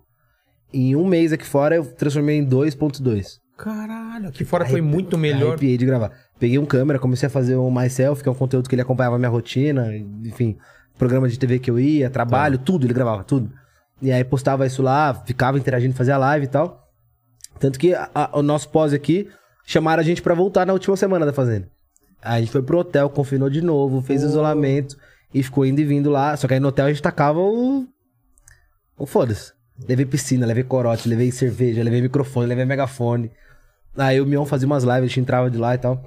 C: Em um mês aqui fora eu transformei em 2,2.
A: Caralho, aqui fora foi
C: Arrepi-
A: muito melhor.
C: Arrepiei de gravar. Peguei um câmera, comecei a fazer o Myself, que é um conteúdo que ele acompanhava a minha rotina, enfim, programa de TV que eu ia, trabalho,
A: Tá.
C: tudo, ele gravava tudo. E aí postava isso lá, ficava interagindo, fazia live e tal. Tanto que a- a- o nosso pós aqui chamaram a gente pra voltar na última semana da fazenda. Aí a gente foi pro hotel, confinou de novo, fez isolamento e ficou indo e vindo lá. Só que aí no hotel a gente tacava o. O foda-se. Levei piscina, levei corote, levei cerveja, levei microfone, levei megafone. Aí o Mion fazia umas lives, a gente entrava de lá e tal.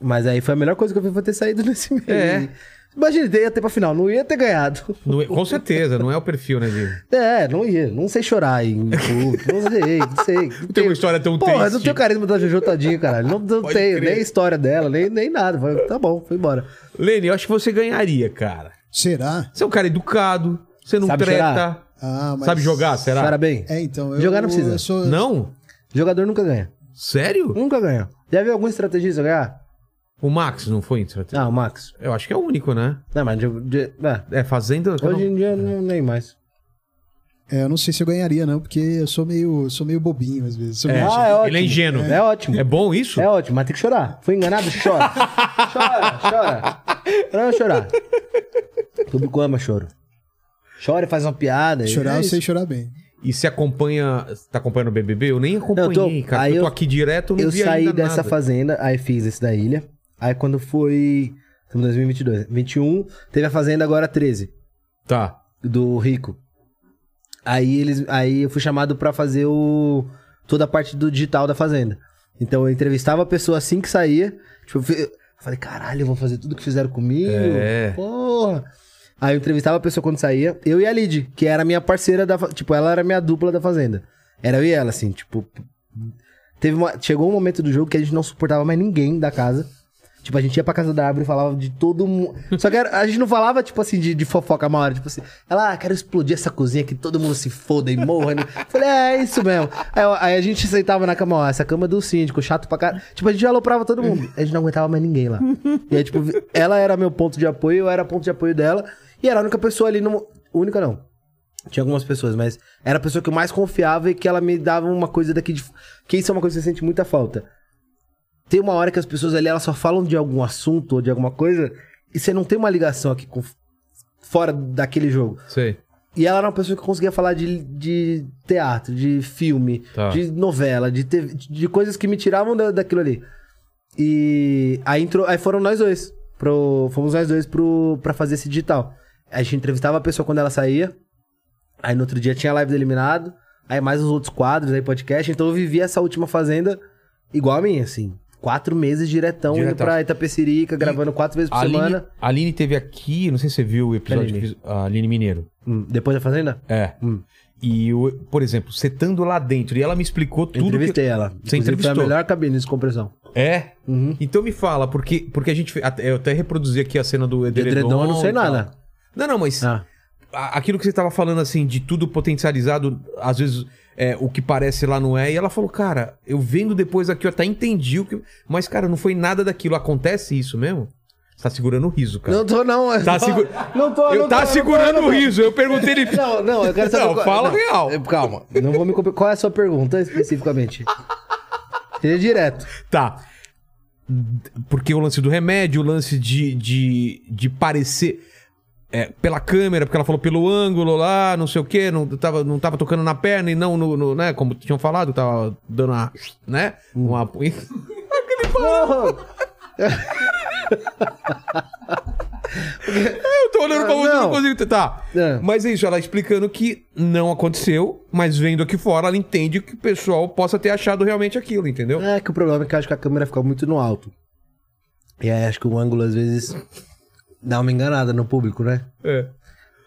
C: Mas aí foi a melhor coisa que eu fiz foi ter saído nesse meio.
A: É.
C: Imagina, ia ter pra final, não ia ter ganhado.
A: Não é- com certeza, não é o perfil, né, Diego?
C: É, não ia. Não sei chorar em público. Não sei, não sei. Não
A: Tem uma história tão
C: Porra,
A: triste.
C: não tenho carisma da Jojo tadinho, caralho. Não, não
A: Pode
C: tenho
A: crer.
C: nem a história dela, nem, nem nada. Falei, tá bom, foi embora.
A: Lene, eu acho que você ganharia, cara.
B: Será?
A: Você é um cara educado, você não
C: Sabe
A: treta,
C: chorar?
B: Ah, mas-
A: sabe jogar, será?
C: Chora bem.
B: É, então. Eu,
C: Jogar não precisa.
B: eu sou-
A: Não?
C: Jogador nunca ganha.
A: Sério?
C: Nunca ganha. Já viu algum estrategista ganhar?
A: O Max não foi estratégia?
C: Ah, o Max.
A: Eu acho que é o único, né?
C: Não, mas. de- de- é.
A: É, Fazenda... eu
C: Hoje
A: não-
C: em dia, não- nem mais.
B: É, eu não sei se eu ganharia, não, porque eu sou meio, sou meio bobinho às vezes. Sou
A: É,
B: meio-
C: Ah, é
A: ele
C: ótimo.
A: é ingênuo.
C: É ótimo.
A: É bom isso?
C: É ótimo, mas tem que chorar. Fui enganado, chora. chora, chora. Não é chorar. O público ama choro. Chora e faz uma piada. e-
B: Chorar,
C: é
B: eu
C: isso.
B: sei chorar bem.
A: E se acompanha... Tá acompanhando o BBB? Eu nem acompanhei,
C: Não, eu tô-
A: cara.
C: aí
A: Eu tô
C: eu-
A: aqui direto, não
C: Eu
A: vi
C: saí
A: ainda
C: dessa
A: nada.
C: fazenda, aí fiz esse da ilha. Aí quando foi. Estamos em 2022. 21, teve a fazenda agora 13,
A: Tá.
C: do Rico. Aí eles. Aí eu fui chamado pra fazer o. toda a parte do digital da fazenda. Então eu entrevistava a pessoa assim que saía. Tipo, eu fi- eu falei, caralho, eu vou fazer tudo que fizeram comigo.
A: É.
C: Porra. Aí eu entrevistava a pessoa quando saía, eu e a Lid, que era minha parceira da. fa- Tipo, ela era minha dupla da fazenda. Era eu e ela, assim, tipo. Teve uma- chegou um momento do jogo que a gente não suportava mais ninguém da casa. Tipo, a gente ia pra casa da árvore e falava de todo mundo. Só que era- a gente não falava, tipo assim, de, de fofoca uma hora. Tipo assim, ela, ah, quero explodir essa cozinha que todo mundo se foda e morra. Né? Falei, é, é isso mesmo. Aí, eu- aí a gente sentava na cama, ó, essa cama é do síndico, chato pra caralho. Tipo, a gente aloprava todo mundo. A gente não aguentava mais ninguém lá. E aí, tipo, ela era meu ponto de apoio, eu era ponto de apoio dela. E era a única pessoa ali no. Única não. Tinha algumas pessoas, mas era a pessoa que eu mais confiava e que ela me dava uma coisa daqui de. Que isso é uma coisa que você sente muita falta. Tem uma hora que as pessoas ali elas só falam de algum assunto ou de alguma coisa e você não tem uma ligação aqui com. fora daquele jogo.
A: Sei.
C: E ela era uma pessoa que conseguia falar de, de teatro, de filme,
A: Tá.
C: de novela, de, TV, de coisas que me tiravam da, daquilo ali. E aí, entrou, aí foram nós dois. Pro, fomos nós dois pro, pra fazer esse digital. A gente entrevistava a pessoa quando ela saía. Aí no outro dia tinha a live do eliminado. Aí mais os outros quadros, aí podcast. Então eu vivi essa última fazenda igual a minha, assim. Quatro meses diretão indo
A: Diretaço.
C: pra Itapecerica, gravando quatro vezes por
A: A Aline,
C: semana.
A: a Aline teve aqui, não sei se você viu o episódio
C: Aline.
A: que fiz- a Aline Mineiro.
C: Hum, depois da fazenda?
A: É.
C: Hum.
A: E, eu, por exemplo, você estando lá dentro, e ela me explicou tudo.
C: Entrevistei ela. Inclusive, Foi
A: entrevistou.
C: a melhor cabine de compressão.
A: Que... É?
C: Uhum.
A: Então me fala, porque, porque a gente. fe- até- Eu até reproduzi aqui a cena do
C: De
A: edredom.
C: edredom eu não sei
A: e tal.
C: nada.
A: Não, não, mas
C: Ah,
A: a- aquilo que você tava falando, assim, de tudo potencializado, às vezes é, o que parece lá não é. E ela falou, cara, eu vendo depois aqui, eu até entendi o que. Mas, cara, não foi nada daquilo. Acontece isso mesmo? Você tá segurando o riso, cara.
C: Não tô, não. eu
A: Tá
C: tô-
A: segu-
C: Não tô,
A: eu tava
C: não tô, não tô,
A: segurando
C: não tô.
A: o riso. Eu perguntei ele.
C: Não, não, eu quero saber.
A: Não,
C: qual-
A: fala real.
C: eu- Calma, não vou me. comp- Qual é a sua pergunta especificamente? Seja direto.
A: Tá. Porque o lance do remédio, o lance de, de, de parecer. é, pela câmera, porque ela falou pelo ângulo lá, não sei o quê, não tava, não tava tocando na perna e não no, no, né, como tinham falado, tava dando uma, né,
C: Hum.
A: uma... Eu tô olhando pra você, não,
C: Ah, Não.
A: consigo tentar.
C: É.
A: Mas é isso, ela explicando que não aconteceu, mas vendo aqui fora, ela entende que o pessoal possa ter achado realmente aquilo, entendeu?
C: É que o problema é que eu acho que a câmera fica muito no alto. E aí acho que o ângulo às vezes dá uma enganada no público, né?
A: É.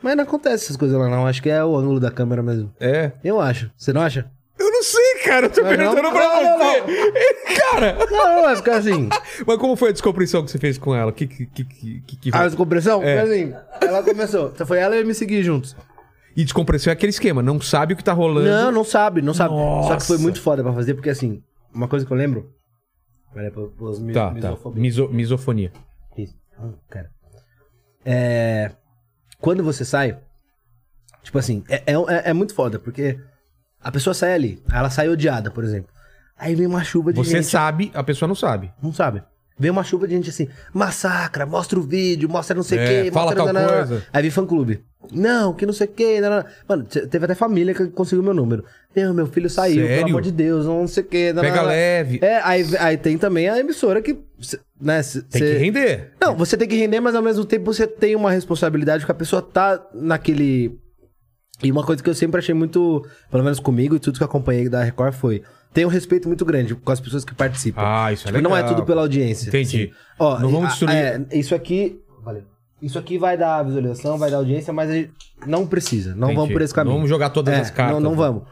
C: Mas não acontece essas coisas lá, não. Acho que é o ângulo da câmera mesmo.
A: É.
C: Eu acho. Você não acha?
A: Eu não sei, cara. Eu tô
C: Mas não?
A: perguntando pra
C: Não, não,
A: você. Cara,
C: Não, vai ficar assim.
A: mas como foi a descompressão que você fez com ela? Que, que, que, que, que-
C: A descompressão?
A: É.
C: Foi assim. Ela começou. Então foi ela e eu me segui juntos.
A: E descompressão é aquele esquema, não sabe o que tá rolando.
C: Não, não sabe, não sabe. Só que foi
A: Nossa.
C: muito foda pra fazer, porque assim, uma coisa que eu lembro. Peraí, pô- pô, os mis-
A: Tá, tá.
C: misofobias.
A: Miso- misofonia.
C: Isso. Hum, cara. É, Quando você sai, tipo assim, é, é, é- é muito foda, porque a pessoa sai ali, aí ela sai odiada, por exemplo. Aí vem uma chuva de
A: Você
C: gente.
A: sabe, a pessoa não sabe.
C: Não sabe. Veio uma chuva de gente assim, massacra, mostra o vídeo, mostra não sei o
A: É,
C: quê,
A: fala
C: mostra...
A: tal
C: nananã."
A: coisa.
C: Aí vi fã-clube. Não, que não sei o quê. nananã." Mano, te- teve até família que conseguiu meu número. Meu, meu filho saiu,
A: Sério?
C: pelo amor de Deus, não sei o quê. nananã."
A: Pega leve.
C: É, aí, aí tem também a emissora que, cê- né, cê-
A: Tem
C: cê-
A: que render.
C: Não, você tem que render, mas ao mesmo tempo você tem uma responsabilidade porque a pessoa tá naquele... E uma coisa que eu sempre achei muito, pelo menos comigo e tudo que eu acompanhei da Record foi... Tem um respeito muito grande com as pessoas que participam.
A: Ah, isso é
C: Tipo,
A: legal.
C: não é tudo pela audiência.
A: Entendi.
C: Assim. Ó,
A: Não vamos
C: a-
A: destruir.
C: é, isso aqui. Valeu. Isso aqui vai dar visualização, vai dar audiência, mas a gente não precisa. Não
A: Entendi.
C: vamos por esse caminho.
A: Vamos jogar todas
C: É,
A: as cartas.
C: Não, não vamos.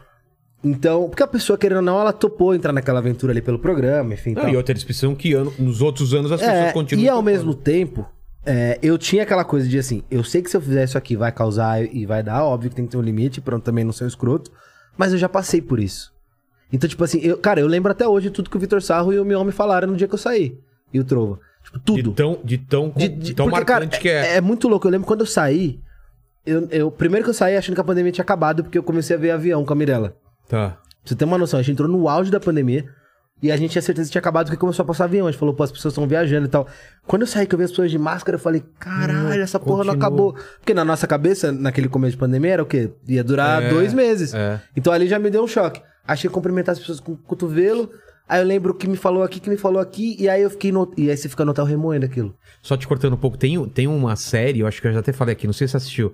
C: Então, porque a pessoa, querendo ou não, ela topou entrar naquela aventura ali pelo programa, enfim.
A: Não,
C: tal.
A: e outra, eles precisam que ano- nos outros anos as
C: então. É,
A: pessoas continuem.
C: e ao
A: tocando.
C: mesmo tempo, é, eu tinha aquela coisa de assim, eu sei que se eu fizer isso aqui vai causar e vai dar, óbvio que tem que ter um limite pra eu também não ser um escroto, mas eu já passei por isso. Então, tipo assim, eu- cara, eu lembro até hoje tudo que o Vitor Sarro e o meu homem falaram no dia que eu saí. E o Trova. Tipo, tudo.
A: De tão, de tão, de
C: De- de-
A: tão
C: porque, cara,
A: Então, marcante que é.
C: É muito louco. Eu lembro quando eu saí. Eu, eu- primeiro que eu saí achando que a pandemia tinha acabado, porque eu comecei a ver avião com a Mirella. Pra
A: Tá.
C: você ter uma noção, a gente entrou no auge da pandemia e a gente tinha certeza que tinha acabado, porque começou a passar avião. A gente falou, pô, as pessoas estão viajando e tal. Quando eu saí que eu vi as pessoas de máscara, eu falei, caralho, essa
A: Hum,
C: porra
A: continua.
C: não acabou. Porque na nossa cabeça, naquele começo de pandemia, era o quê? Ia durar
A: É,
C: dois meses.
A: é.
C: Então ali já me deu um choque. Achei que cumprimentar as pessoas com o cotovelo. Aí eu lembro que me falou aqui, que me falou aqui, e aí eu fiquei no. E aí você fica no hotel remoendo aquilo.
A: Só te cortando um pouco, tem, um- tem uma série, eu acho que eu já até falei aqui, não sei se você assistiu.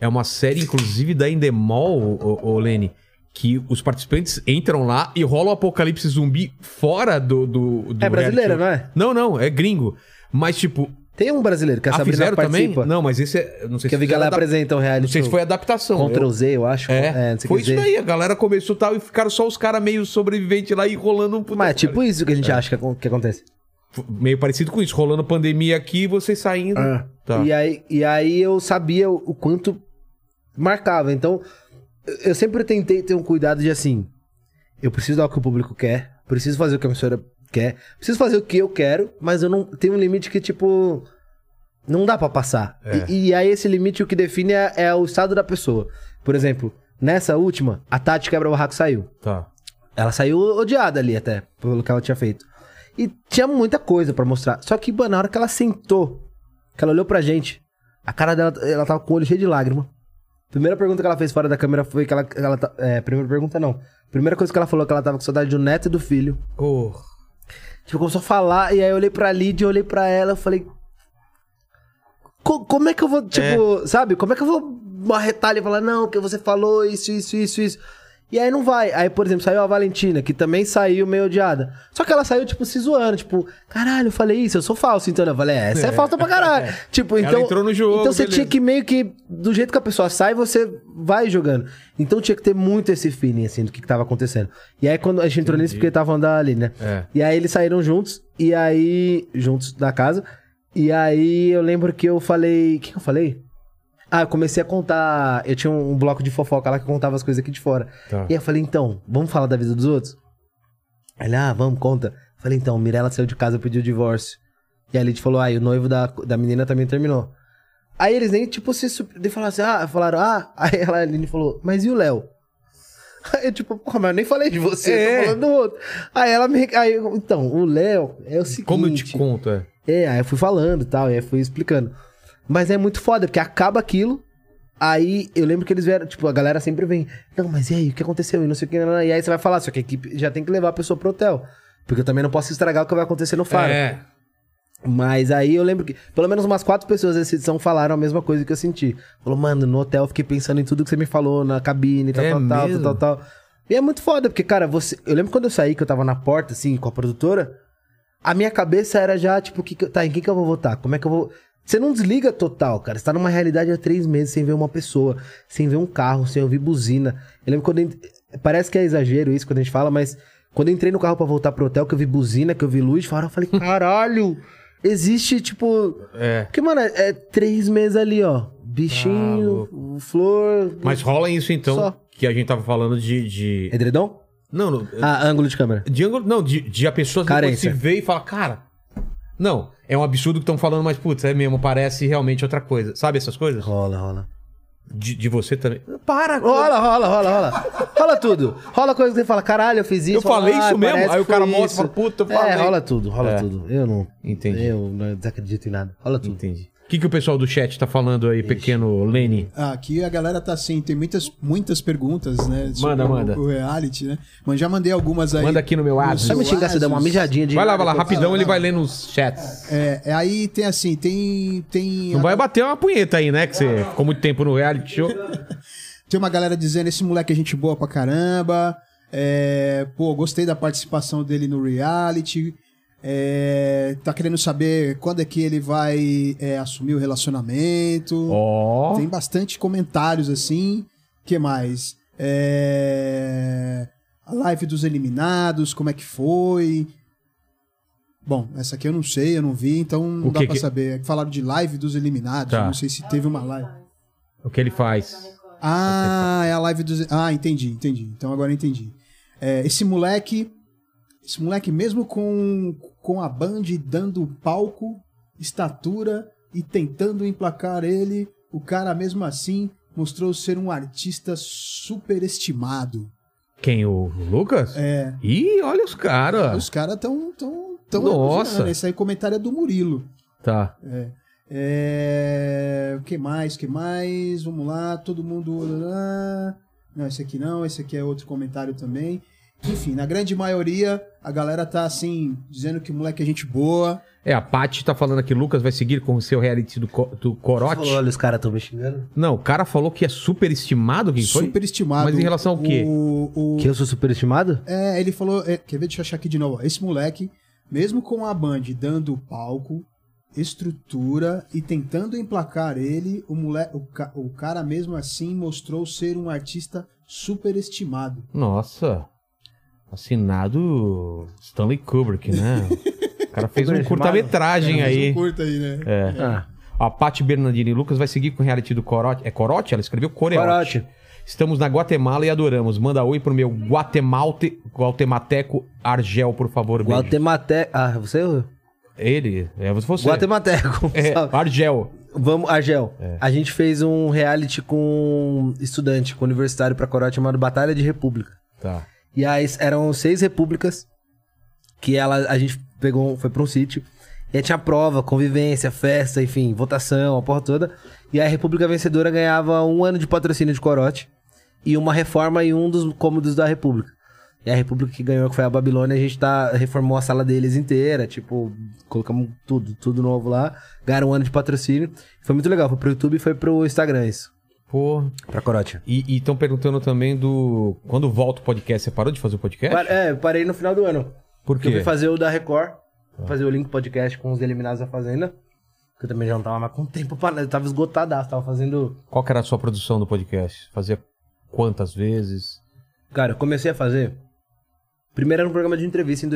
A: É uma série, inclusive, da Endemol, ô, ô, ô, Lene, que os participantes entram lá e rola o apocalipse zumbi fora do. do, do
C: É brasileira, não é?
A: Não, não, é gringo. Mas, tipo,
C: Tem um brasileiro que a
A: ah,
C: Sabrina
A: fizeram também?
C: participa.
A: Não, mas esse é. Não sei
C: que eu vi que
A: fizeram
C: ela
A: adap-
C: apresenta o reality
A: Não sei se
C: show.
A: foi adaptação.
C: Ctrl
A: eu-
C: Z, eu acho.
A: É,
C: não sei o
A: foi
C: que
A: isso
C: dizer.
A: daí, a galera começou tal e ficaram só os caras meio sobrevivente lá e rolando um puta
C: Mas é tipo isso que a gente acha que, acon- que acontece.
A: F- Meio parecido com isso, rolando pandemia aqui e vocês saindo.
C: Ah.
A: Tá.
C: E, aí, e aí eu sabia o, o quanto marcava. Então, eu- eu sempre tentei ter um cuidado de assim. Eu preciso dar o que o público quer, preciso fazer o que a emissora quer, preciso fazer o que eu quero, mas eu não tenho um limite que, tipo. Não dá pra passar.
A: É.
C: E, e aí esse limite o que define é, é o estado da pessoa. Por exemplo, nessa última, a Tati Quebra-Barraco saiu.
A: Tá.
C: Ela saiu odiada ali até, pelo que ela tinha feito. E tinha muita coisa pra mostrar. Só que, mano, na hora que ela sentou, que ela olhou pra gente, a cara dela, ela tava com o olho cheio de lágrima. Primeira pergunta que ela fez fora da câmera foi que ela. ela tá- é, primeira pergunta não. Primeira coisa que ela falou é que ela tava com saudade do neto e do filho.
A: Oh,
C: Tipo, começou a falar, e aí eu olhei pra Lídia, eu olhei pra ela, eu falei. "Co- Como é que eu vou, tipo, sabe? Como é que eu vou marretar ali e falar, não, porque você falou isso, isso, isso, isso. E aí não vai. Aí, por exemplo, saiu a Valentina, que também saiu meio odiada. Só que ela saiu, tipo, se zoando, tipo, caralho, eu falei isso, eu sou falso, então. Eu falei, é, essa é, falta pra caralho. Tipo,
A: Ela
C: então.
A: entrou no jogo,
C: Então você
A: beleza.
C: tinha que meio que, do jeito que a pessoa sai, você vai jogando. Então tinha que ter muito esse feeling, assim, do que, que tava acontecendo. E aí quando a gente entrou nisso, porque tava andando ali, né?
A: É.
C: E aí eles saíram juntos, e aí. juntos da casa. E aí eu lembro que eu falei. O que, que eu falei? Ah, eu comecei a contar. Eu tinha um, um bloco de fofoca lá que eu contava as coisas aqui de fora.
A: Tá.
C: E aí eu falei, então, vamos falar da vida dos outros? Aí Ele, ah, vamos, conta. Eu falei, então, Mirella saiu de casa, pediu o divórcio. E aí a Lid falou, ah, e o noivo da, da menina também terminou. Aí eles nem, tipo, se super... Eles falaram assim, ah, falaram, ah. Aí ela- a Aline falou, mas e o Léo? Aí eu, tipo, pô, mas eu nem falei de você,
A: É.
C: eu tô falando do outro. Aí ela me. Aí, eu, então, o Léo é o seguinte.
A: como eu te conto, é.
C: É, aí eu fui falando e tal, e aí fui explicando. Mas é muito foda, porque acaba aquilo. Aí eu lembro que eles vieram, tipo, a galera sempre vem, não, mas e aí, o que aconteceu? E não sei o que, nananã. e aí você vai falar, só que a equipe já tem que levar a pessoa pro hotel. Porque eu também não posso estragar o que vai acontecer no faro.
A: É.
C: Mas aí eu lembro que, pelo menos umas quatro pessoas dessa edição falaram a mesma coisa que eu senti. Falou, mano, no hotel eu fiquei pensando em tudo que você me falou, na cabine, tal,
A: É
C: tal, tal,
A: mesmo?
C: tal, tal, tal. E é muito foda, porque, cara, você. Eu lembro quando eu saí, que eu tava na porta, assim, com a produtora, a minha cabeça era já, tipo, que, que eu- tá, em quem que eu vou votar? Como é que eu vou. Você não desliga total, cara. Você tá numa realidade há três meses sem ver uma pessoa, sem ver um carro, sem ouvir buzina. Eu lembro quando. eu ent- Parece que é exagero isso quando a gente fala, mas quando eu entrei no carro pra voltar pro hotel, que eu vi buzina, que eu vi luz, de fora, eu falei, caralho, existe, tipo.
A: É.
C: Porque, mano, é é três meses ali, ó. Bichinho, um flor.
A: Mas rola isso então,
C: Só. É
A: que a gente tava falando de. de...
C: Edredom?
A: Não, não.
C: Ah, ângulo de câmera.
A: De ângulo. Não, de, de a pessoa depois
C: Carência.
A: se vê e fala, cara. Não, é um absurdo que estão falando, mas putz, é mesmo, parece realmente outra coisa. Sabe essas coisas?
C: Rola, rola.
A: De, de você também. Para!
C: Rola, rola, rola, rola. Rola tudo. Rola coisa que você fala, caralho, eu fiz isso. "Ah,
A: Eu falei isso mesmo?
C: parece
A: Aí o
C: que foi
A: cara mostra e
C: isso.
A: fala, puta, eu
C: É,
A: falei.
C: rola tudo, rola
A: É.
C: tudo. Eu não.
A: Entendi.
C: Eu não desacredito em nada. Rola tudo.
A: Entendi. O que, que o pessoal do chat tá falando aí, pequeno Lenny?
B: Ah, Aqui a galera tá assim, tem muitas, muitas perguntas, né?
A: Manda,
B: o,
A: manda.
B: O reality, né? Mas já mandei algumas aí.
A: Manda aqui no meu
C: Vai
A: áudio.
C: me xingar se der uma mijadinha de.
A: Vai lá, vai lá,
C: depois-
A: rapidão, ele vai ler nos chats.
B: É, é, aí tem assim, tem. Tem,
A: Não vai bater uma punheta aí, né? Que você ficou muito tempo no reality show.
B: tem uma galera dizendo: esse moleque é gente boa pra caramba. É, pô, gostei da participação dele no reality. É, tá querendo saber quando é que ele vai é, assumir o relacionamento.
A: Ó.
B: Tem bastante comentários assim. que mais? É... A live dos eliminados, como é que foi? Bom, essa aqui eu não sei, eu não vi, então não
A: O
B: dá
A: que
B: pra
A: que-
B: saber. Falaram de live dos eliminados,
A: Tá.
B: eu não sei se teve uma live.
A: O que ele faz?
B: Ah, é a live dos. Ah, entendi, entendi. Então agora eu entendi. É, esse moleque. Esse moleque, mesmo com, com a Band dando palco, estatura e tentando emplacar ele, o cara mesmo assim mostrou ser um artista superestimado.
A: Quem? O Lucas? É. Ih, olha os caras.
B: Os caras tão. tão, tão
A: Tá. Nossa.
B: elogiando. Esse aí comentário é do Murilo.
A: Tá.
B: É... O que mais? O que mais? Vamos lá, todo mundo. Não, esse aqui não, esse aqui é outro comentário também. Enfim, na grande maioria, a galera tá assim, dizendo que o moleque é gente boa.
A: É, a Paty tá falando aqui, Lucas vai seguir com o seu reality do, co- do Corote.
C: Olha, os caras tão me xingando.
A: Não, o cara falou que é superestimado, quem foi?
B: Superestimado.
A: Mas em relação ao quê?
B: O- o-
C: Que eu sou superestimado?
B: É, ele falou. é, quer ver? Deixa eu achar aqui de novo. ó. Esse moleque, mesmo com a Band dando palco, estrutura e tentando emplacar ele, o, mole- o, ca- o cara mesmo assim mostrou ser um artista superestimado.
A: Nossa. Assinado Stanley Kubrick, né? O cara fez um
C: Superestimado. um
A: curta-metragem aí.
B: É, Curta aí, né?
C: Ah,
A: A Paty Bernardini Lucas vai seguir com o reality do Corote. É Corote? Ela escreveu Coreote.
C: corote.
A: Estamos na Guatemala e adoramos. Manda oi pro meu guatemalte, guatemateco Argel, por favor. beijo.
C: Guatemate... Ah, você?
A: Ele? É você.
C: Guatemateco.
A: É,
C: sabe?
A: Argel.
C: Vamos, Argel. A gente fez um reality com um estudante, com universitário pra corote chamado Batalha de República.
A: Tá.
C: E aí eram seis repúblicas que ela, a gente pegou, foi pra um sítio. E aí tinha prova, convivência, festa, enfim, votação, a porra toda. E aí a república vencedora ganhava um ano de patrocínio de corote e uma reforma em um dos cômodos da república. E a república que ganhou, que foi a Babilônia, a gente tá, reformou a sala deles inteira, tipo, colocamos tudo, tudo novo lá. Ganharam um ano de patrocínio. Foi muito legal, foi pro YouTube e foi pro Instagram isso.
A: Pô.
C: Pra corote.
A: E estão perguntando também do. Quando volta o podcast, você parou de fazer o podcast?
C: Pa- É, eu parei no final do ano.
A: Por
C: Eu
A: quê?
C: fui fazer o da Record, fazer o link podcast com os eliminados da Fazenda. Que eu também já não tava mais com tempo pra nada, eu tava esgotadaço, tava fazendo.
A: Qual que era a sua produção do podcast? Fazia quantas vezes?
C: Cara, eu comecei a fazer. Primeiro era um programa de entrevista em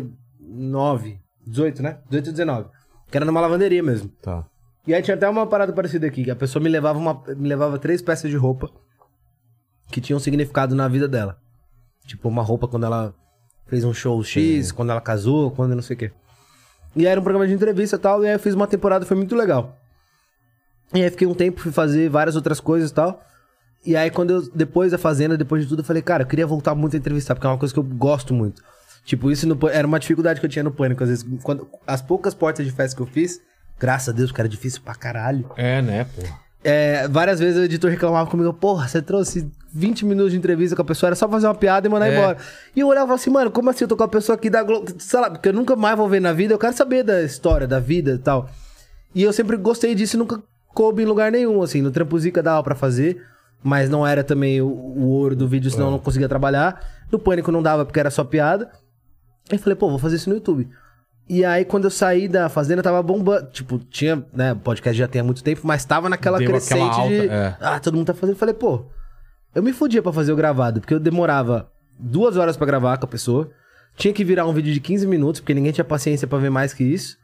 C: 2019. 18, né? 18 e 19. Que era numa lavanderia mesmo.
A: Tá.
C: E aí tinha até uma parada parecida aqui, que a pessoa me levava, uma, me levava três peças de roupa que tinham um significado na vida dela. Tipo, uma roupa quando ela fez um show X, quando ela casou, quando não sei o quê. E aí era um programa de entrevista e tal, e aí eu fiz uma temporada, foi muito legal. E aí fiquei um tempo, fui fazer várias outras coisas e tal. E aí quando eu, depois da Fazenda, depois de tudo, eu falei, cara, eu queria voltar muito a entrevistar, porque é uma coisa que eu gosto muito. Tipo, isso no, Pân- era uma dificuldade que eu tinha no Pânico, às vezes. Quando, as poucas portas de festa que eu fiz, graças a Deus, porque era difícil pra caralho.
A: É, né, pô?
C: É, várias vezes o editor reclamava comigo, porra, você trouxe 20 minutos de entrevista com a pessoa, era só fazer uma piada e mandar
A: É.
C: embora. E eu olhava e falava assim, mano, como assim eu tô com a pessoa aqui da Globo, sei lá, porque eu nunca mais vou ver na vida, eu quero saber da história, da vida e tal. E eu sempre gostei disso e nunca coube em lugar nenhum, assim, no Trampuzica dava pra fazer, mas não era também o, o ouro do vídeo, senão eu não
A: É.
C: conseguia trabalhar. No Pânico não dava porque era só piada. Aí falei, pô, vou fazer isso no YouTube. E aí, quando eu saí da fazenda, tava bombando. Tipo, tinha, né? O podcast já tem há muito tempo, mas tava naquela
A: Deu
C: crescente
A: aquela alta,
C: de.
A: é.
C: Ah, todo mundo tá fazendo. Eu Falei, pô, eu me fudia pra fazer o gravado, porque eu demorava duas horas pra gravar com a pessoa. Tinha que virar um vídeo de 15 minutos, porque ninguém tinha paciência pra ver mais que isso.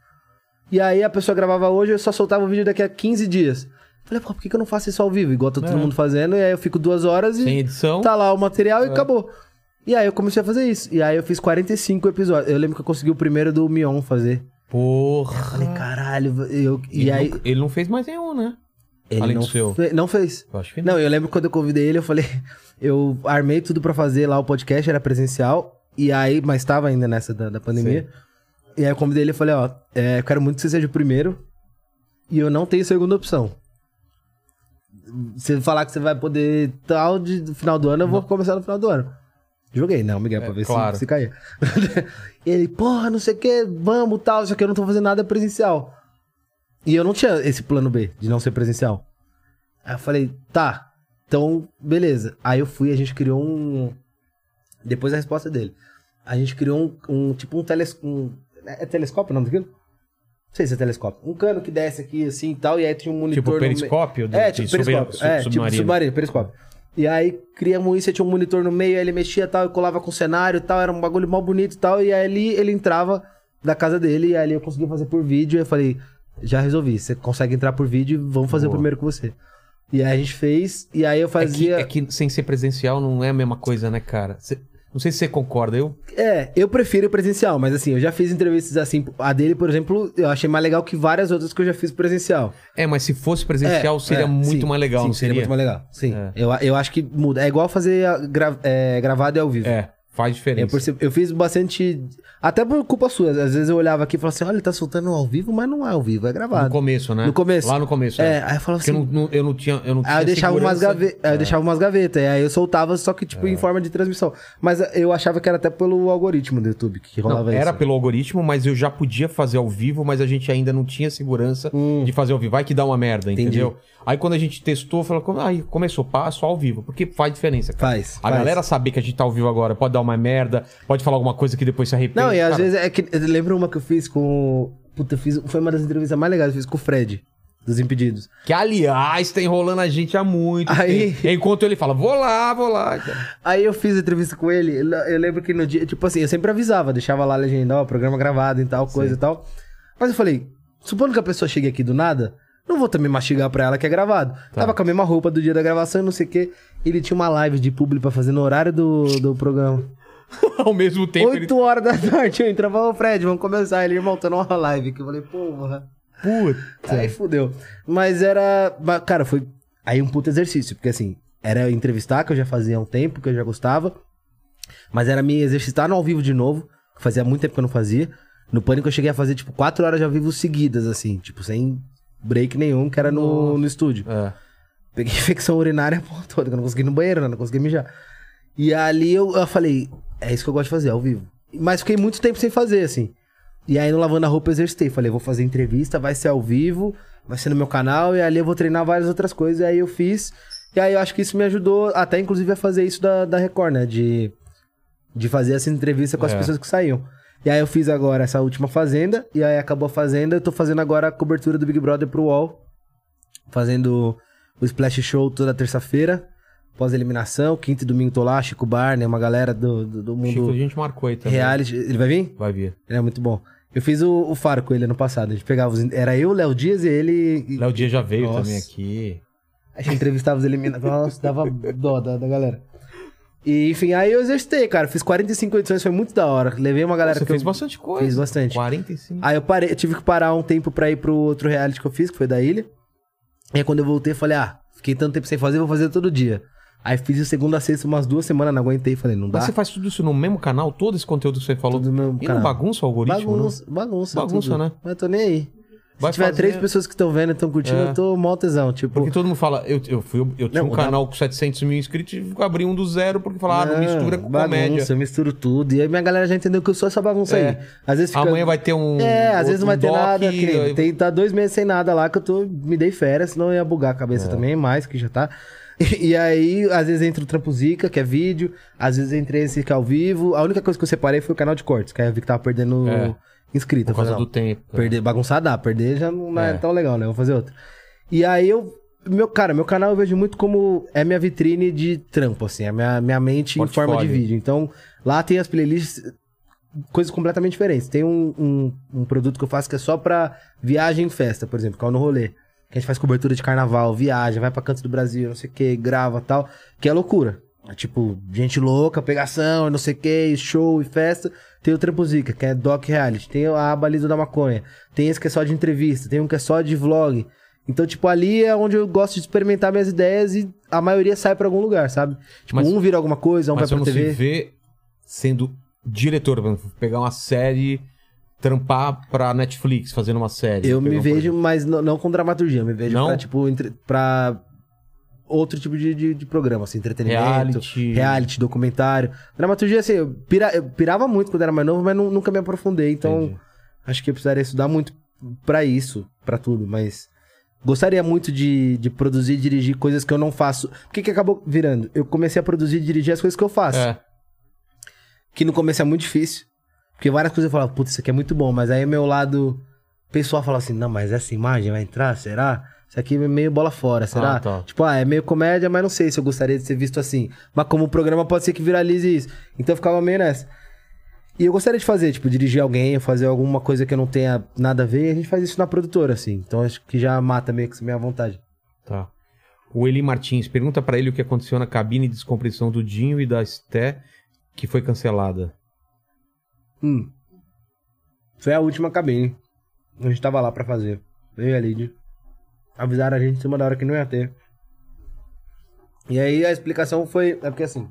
C: E aí a pessoa gravava hoje, eu só soltava o vídeo daqui a 15 dias. Falei, pô, por que que eu não faço isso ao vivo? Igual tá todo mundo fazendo, e aí eu fico duas horas e
A: Sem edição.
C: tá lá o material e acabou. E aí eu comecei a fazer isso. E aí eu fiz 45 episódios. Eu lembro que eu consegui o primeiro do Mion fazer.
A: Porra. Ah.
C: Falei, caralho, eu. E
A: ele,
C: aí.
A: não, ele não fez mais nenhum, né?
C: Ele
A: Além
C: não
A: do seu.
C: fe- não fez.
A: Eu acho que não.
C: Não, eu lembro quando eu convidei ele, eu falei, eu armei tudo pra fazer lá o podcast, era presencial, e aí, mas tava ainda nessa da, da pandemia. E aí eu convidei ele e falei, ó, é, eu quero muito que você seja o primeiro, e eu não tenho segunda opção. Você falar que você vai poder tal de, do final do ano, eu vou começar no final do ano. Joguei, não, Miguel,
A: É,
C: pra ver
A: claro.
C: se, se caía. ele, porra, não sei o que, vamos, tal, só que eu não tô fazendo nada presencial. E eu não tinha esse plano B de não ser presencial. Aí eu falei, tá, então, beleza. Aí eu fui, a gente criou um. Depois da resposta dele. A gente criou um. um- tipo um telescópio. é é telescópio o nome daquilo? Não sei se é telescópio. Um cano que desce aqui assim e tal, e aí tinha um monitor.
A: Tipo
C: no meio-
A: periscópio? do-
C: É,
A: de
C: tipo
A: sub-
C: periscópio.
A: sub-
C: é, tipo
A: submarino.
C: submarino, periscópio. E aí criamos isso, aí tinha um monitor no meio, aí ele mexia e tal, eu colava com o cenário e tal, era um bagulho mal bonito e tal, e aí ele, ele entrava da casa dele, e aí eu consegui fazer por vídeo, e eu falei, já resolvi, você consegue entrar por vídeo, vamos fazer
A: Boa.
C: o primeiro com você. E aí a gente fez, e aí eu
A: É que,
C: fazia...
A: é que sem ser presencial não é a mesma coisa, né, cara? Cê- não sei se você concorda. Eu
C: É, eu prefiro o presencial, mas assim, eu já fiz entrevistas assim. A dele, por exemplo, eu achei mais legal que várias outras que eu já fiz presencial.
A: É, mas se fosse presencial
C: É,
A: seria
C: é,
A: muito
C: sim,
A: mais legal,
C: sim,
A: não
C: seria
A: seria?
C: muito mais legal. Sim.
A: É.
C: Eu, eu acho que muda. É igual fazer a gra- é, gravado e ao vivo.
A: É, faz
C: Eu,
A: diferença.
C: perce- eu fiz bastante. Até por culpa sua. Às vezes eu olhava aqui e falava assim: olha, ele tá soltando ao vivo, mas não é ao vivo, é
A: No
C: gravado.
A: começo, né?
C: No começo.
A: Lá no começo.
C: é,
A: né?
C: aí eu falava
A: Porque
C: assim.
A: eu, não, não- eu não tinha. Eu não
C: Aí eu
A: tinha
C: Ah, deixava umas,
A: segurança. É.
C: gave... aí eu deixava umas gavetas, e aí eu soltava, só que, tipo, em forma de transmissão. Mas eu achava que era até pelo algoritmo do YouTube que
A: Não,
C: rolava isso.
A: era pelo algoritmo, mas eu já podia fazer ao vivo, mas a gente ainda não tinha segurança de fazer ao vivo. Vai que dá uma merda,
C: Hum. Entendi.
A: entendeu? Aí quando a gente testou, falou, como- aí começou, pá, só ao vivo, porque faz diferença, cara.
C: Faz.
A: A
C: faz.
A: galera saber que a gente tá ao vivo agora, pode dar uma merda, pode falar alguma coisa que depois se arrepende.
C: Não, e às
A: cara.
C: vezes é que. Eu lembro uma que eu fiz com. Puta, eu fiz. Foi uma das entrevistas mais legais, eu fiz com o Fred, dos Impedidos.
A: Que, aliás, tá enrolando a gente há muito
C: Aí-
A: tempo. Enquanto ele fala, vou lá, vou lá.
C: Aí eu fiz a entrevista com ele, eu eu lembro que no dia. Tipo assim, eu sempre avisava, deixava lá a legenda, ó, programa gravado e tal, coisa e tal. Mas eu falei, supondo que a pessoa chegue aqui do nada, não vou também mastigar pra ela que é gravado.
A: Tá.
C: Tava com a mesma roupa do dia da gravação e não sei o quê. Ele tinha uma live de público pra fazer no horário do, do programa.
A: ao mesmo tempo, ele
C: Oito horas da tarde eu entrava, ô Fred, vamos começar. Ele, irmão, tá numa live que eu falei, porra. Puta. Aí fudeu. Mas era. mas, Cara, foi. Aí um puta exercício, porque assim, era entrevistar, que eu já fazia há um tempo, que eu já gostava. Mas era me exercitar no ao vivo de novo, que fazia muito tempo que eu não fazia. No pânico eu cheguei a fazer, tipo, quatro horas de ao vivo seguidas, assim, tipo, sem break nenhum, que era no, no estúdio.
A: É.
C: Peguei infecção urinária a porra toda, que eu não consegui ir no banheiro, né? não consegui mijar. E ali eu, eu falei, é isso que eu gosto de fazer, ao vivo. Mas fiquei muito tempo sem fazer, assim. E aí, no Lavando a Roupa, eu exercitei. Falei, vou fazer entrevista, vai ser ao vivo, vai ser no meu canal, e ali eu vou treinar várias outras coisas. E aí eu fiz. E aí eu acho que isso me ajudou até, inclusive, a fazer isso da, da Record, né? De, de fazer essa entrevista com as
A: É.
C: pessoas que saíam. E aí eu fiz agora essa última Fazenda, e aí acabou a Fazenda, eu tô fazendo agora a cobertura do Big Brother pro UOL. Fazendo o Splash Show toda terça-feira, pós-eliminação. Quinta e domingo tô lá, Chico Barney, uma galera do, do, do
A: Chico, a
C: mundo
A: gente marcou aí também.
C: reality. Ele vai vir?
A: Vai vir.
C: Ele é muito bom. Eu fiz o, o Faro com ele ano passado. A gente pegava os. Era eu, Léo Dias e ele. E
A: Léo Dias já veio
C: Nossa.
A: também aqui.
C: a gente entrevistava os eliminados. Nossa, dava dó da, da galera. E enfim, aí eu exercitei, cara. Fiz 45 edições, foi muito da hora. Levei uma galera
A: Você
C: que
A: fez
C: eu
A: bastante coisa.
C: fiz bastante. Ah,
A: 45.
C: Aí eu parei, eu tive que parar um tempo pra ir pro outro reality que eu fiz, que foi da ilha. E aí quando eu voltei, eu falei, ah, fiquei tanto tempo sem fazer, vou fazer todo dia. Aí fiz o segundo a sexta umas duas semanas, não aguentei, falei, não dá.
A: Mas você faz tudo isso no mesmo canal? Todo esse conteúdo que você falou?
C: Tudo no mesmo
A: e não
C: canal.
A: bagunça o algoritmo? não?
C: bagunça, bagunça,
A: né? Bagunça, né?
C: Mas eu tô nem aí. Se
A: Vai
C: tiver
A: fazer-
C: três pessoas que estão vendo e estão curtindo,
A: É.
C: eu tô mó tesão. Tipo,
A: Porque todo mundo fala, eu, eu, fui, eu tinha
C: Não,
A: um
C: o da-
A: canal com 700 mil inscritos e abri um do zero porque falaram, ah, não mistura com
C: bagunça,
A: comédia.
C: eu misturo tudo. E aí minha galera já entendeu que eu sou essa bagunça
A: É.
C: aí. Às vezes fica...
A: Amanhã vai ter um.
C: É, às vezes não vai
A: um
C: ter
A: doc,
C: nada, querido.
A: aí-
C: Tem, tá dois meses sem nada lá que eu tô, me dei férias, senão eu ia bugar a cabeça
A: É.
C: também, mais que já tá. E, aí, às vezes entra o Trampo Zica, que é vídeo, às vezes entra esse que é ao vivo. A única coisa que eu separei foi o canal de cortes, que aí eu vi que tava perdendo
A: É.
C: inscrito.
A: Por
C: Eu falei,
A: causa
C: não,
A: do tempo.
C: Perder, bagunçar dá, perder já não é,
A: É.
C: tão legal, né? Eu Vou fazer outro. E aí eu. Meu, cara, meu canal eu vejo muito como é minha vitrine de trampo, assim, é minha, minha mente
A: Portfólio.
C: em forma de vídeo. Então, lá tem as playlists, coisas completamente diferentes. Tem um, um, um produto que eu faço que é só pra viagem e festa, por exemplo, que é o no rolê. Que a gente faz cobertura de carnaval, viaja, vai pra canto do Brasil, não sei o que, grava tal. Que é loucura. É tipo, gente louca, pegação, não sei o que, show e festa. Tem o Trampo Zica, que é Doc Reality. Tem a aba ali do da maconha. Tem esse que é só de entrevista. Tem um que é só de vlog. Então, tipo, ali é onde eu gosto de experimentar minhas ideias e a maioria sai pra algum lugar, sabe? Tipo,
A: Mas-
C: um vira alguma coisa, um
A: Mas você
C: vai
A: não
C: pra
A: se
C: TV.
A: vê sendo diretor, por exemplo, pegar uma série, trampar pra Netflix fazendo uma série.
C: Eu
A: pegar
C: me
A: um
C: vejo,
A: projeto.
C: mas não, não com dramaturgia, eu me vejo
A: Não?
C: pra, tipo, entre- pra outro tipo de, de, de programa, assim, entretenimento, reality.
A: Reality.
C: documentário. Dramaturgia, assim, eu, pira- eu pirava muito quando era mais novo, mas nu- nunca me aprofundei, então
A: Entendi.
C: acho que eu precisaria estudar muito pra isso, pra tudo, mas gostaria muito de, de produzir e dirigir coisas que eu não faço. O que que acabou virando? Eu comecei a produzir e dirigir as coisas que eu faço
A: É.
C: que no começo é muito difícil. Porque várias coisas eu falava, putz, isso aqui é muito bom. Mas aí meu lado pessoal falava assim, não, mas essa imagem vai entrar, será? Isso aqui é meio bola fora, será?
A: Ah, tá.
C: Tipo, ah, é meio comédia, mas não sei se eu gostaria de ser visto assim. Mas como o programa pode ser que viralize isso. Então eu ficava meio nessa. E eu gostaria de fazer, tipo, dirigir alguém, fazer alguma coisa que eu não tenha nada a ver. E a gente faz isso na produtora, assim. Então acho que já mata meio que essa minha vontade.
A: Tá. O Eli Martins pergunta pra ele o que aconteceu na cabine de descompressão do Dinho e da Esté, que foi cancelada.
C: Hum. Foi a última cabine. A gente tava lá pra fazer. Veio a Lid. Avisaram a gente em cima da hora que não ia ter. E aí a explicação foi. É porque assim.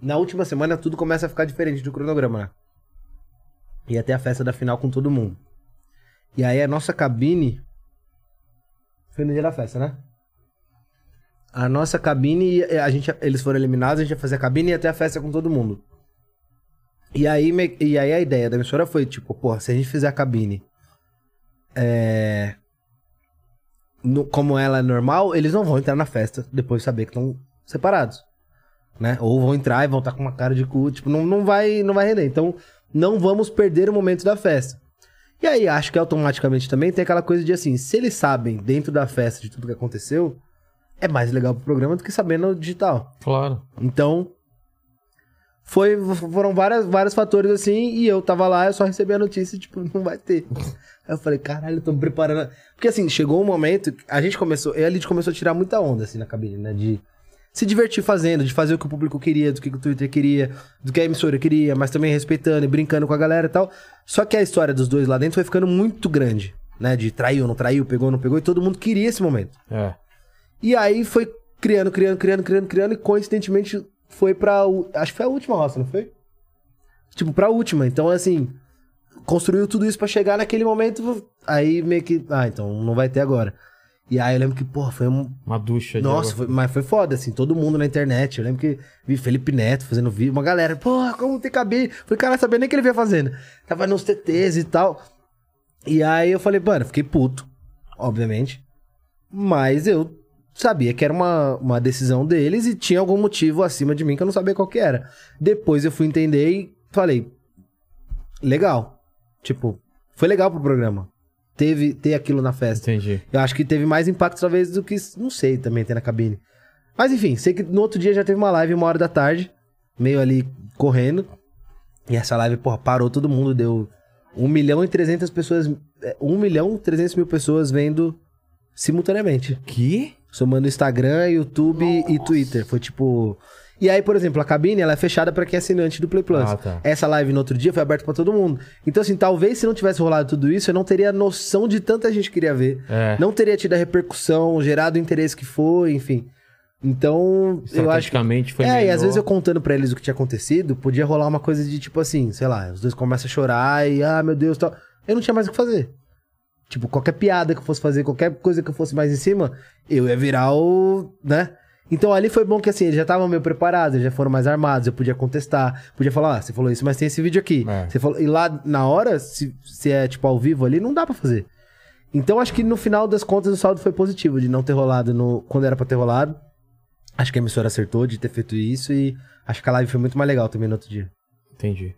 C: Na última semana tudo começa a ficar diferente do cronograma, né? Ia ter a festa da final com todo mundo. E aí a nossa cabine. Foi no dia da festa, né? A nossa cabine, a gente, eles foram eliminados, a gente ia fazer a cabine e ia ter a festa com todo mundo. E aí, me- e aí a ideia da emissora foi, tipo, porra, se a gente fizer a cabine é, no- como ela é normal, eles não vão entrar na festa depois de saber que estão separados. Né? Ou vão entrar e vão estar com uma cara de cu, tipo, não, não, vai, não vai render. Então, não vamos perder o momento da festa. E aí, acho que automaticamente também tem aquela coisa de assim, se eles sabem dentro da festa de tudo que aconteceu, é mais legal pro programa do que saber no digital.
A: Claro.
C: Então, foi, foram várias, vários fatores assim, e eu tava lá, eu só recebi a notícia, tipo, não vai ter. Aí eu falei, caralho, eu tô me preparando. Porque assim, chegou um momento, que a gente começou, eu e a Lid começou a tirar muita onda, assim, na cabine, né? De se divertir fazendo, de fazer o que o público queria, do que o Twitter queria, do que a emissora queria, mas também respeitando e brincando com a galera e tal. Só que a história dos dois lá dentro foi ficando muito grande, né? De traiu, não traiu, pegou, não pegou, e todo mundo queria esse momento.
A: É.
C: E aí foi criando, criando, criando, criando, criando, e coincidentemente foi pra. u- Acho que foi a última roça, não foi? Tipo, pra última. Então, assim, construiu tudo isso pra chegar naquele momento. Aí meio que. Ah, então não vai ter agora. E aí eu lembro que, porra, foi um.
A: Uma ducha
C: Nossa,
A: de água.
C: foi- mas foi foda, assim, todo mundo na internet. Eu lembro que vi Felipe Neto fazendo vídeo, uma galera, porra, como tem cabelo? Falei, cara, sabia nem o que ele vinha fazendo. Tava nos TTs e tal. E aí eu falei, mano, fiquei puto, obviamente. Mas eu sabia que era uma, uma decisão deles e tinha algum motivo acima de mim que eu não sabia qual que era. Depois eu fui entender e falei, legal. Tipo, foi legal pro programa. Teve, ter aquilo na festa.
A: Entendi.
C: Eu acho que teve mais impacto, talvez, do que. Não sei também ter na cabine. Mas enfim, sei que no outro dia já teve uma live, uma hora da tarde, meio ali correndo. E essa live, porra, parou todo mundo, deu 1 milhão e 300 pessoas. 1 milhão e 300 mil pessoas vendo simultaneamente.
A: Que?
C: Somando Instagram, YouTube e Twitter. Foi tipo. E aí, por exemplo, a cabine ela é fechada pra quem é assinante do Play Plus.
A: Ah, tá.
C: Essa live no outro dia foi aberta pra todo mundo. Então, assim, talvez se não tivesse rolado tudo isso, eu não teria noção de tanta gente que queria ver.
A: É.
C: Não teria tido a repercussão, gerado o interesse que foi, enfim. Então, eu acho que.
A: Estrategicamente foi
C: é,
A: melhor.
C: e às vezes eu contando pra eles o que tinha acontecido, podia rolar uma coisa de tipo assim, sei lá, os dois começam a chorar e, ah, meu Deus, tal. Eu não tinha mais o que fazer. Tipo, qualquer piada que eu fosse fazer, qualquer coisa que eu fosse mais em cima, eu ia virar o. né? Então ali foi bom que assim, eles já estavam meio preparados, eles já foram mais armados, eu podia contestar, podia falar, ah, você falou isso, mas tem esse vídeo aqui.
A: É.
C: Você falou, e lá na hora, se, se é tipo ao vivo ali, não dá pra fazer. Então acho que no final das contas o saldo foi positivo de não ter rolado no, quando era pra ter rolado. Acho que a emissora acertou de ter feito isso e acho que a live foi muito mais legal também no outro dia.
A: Entendi.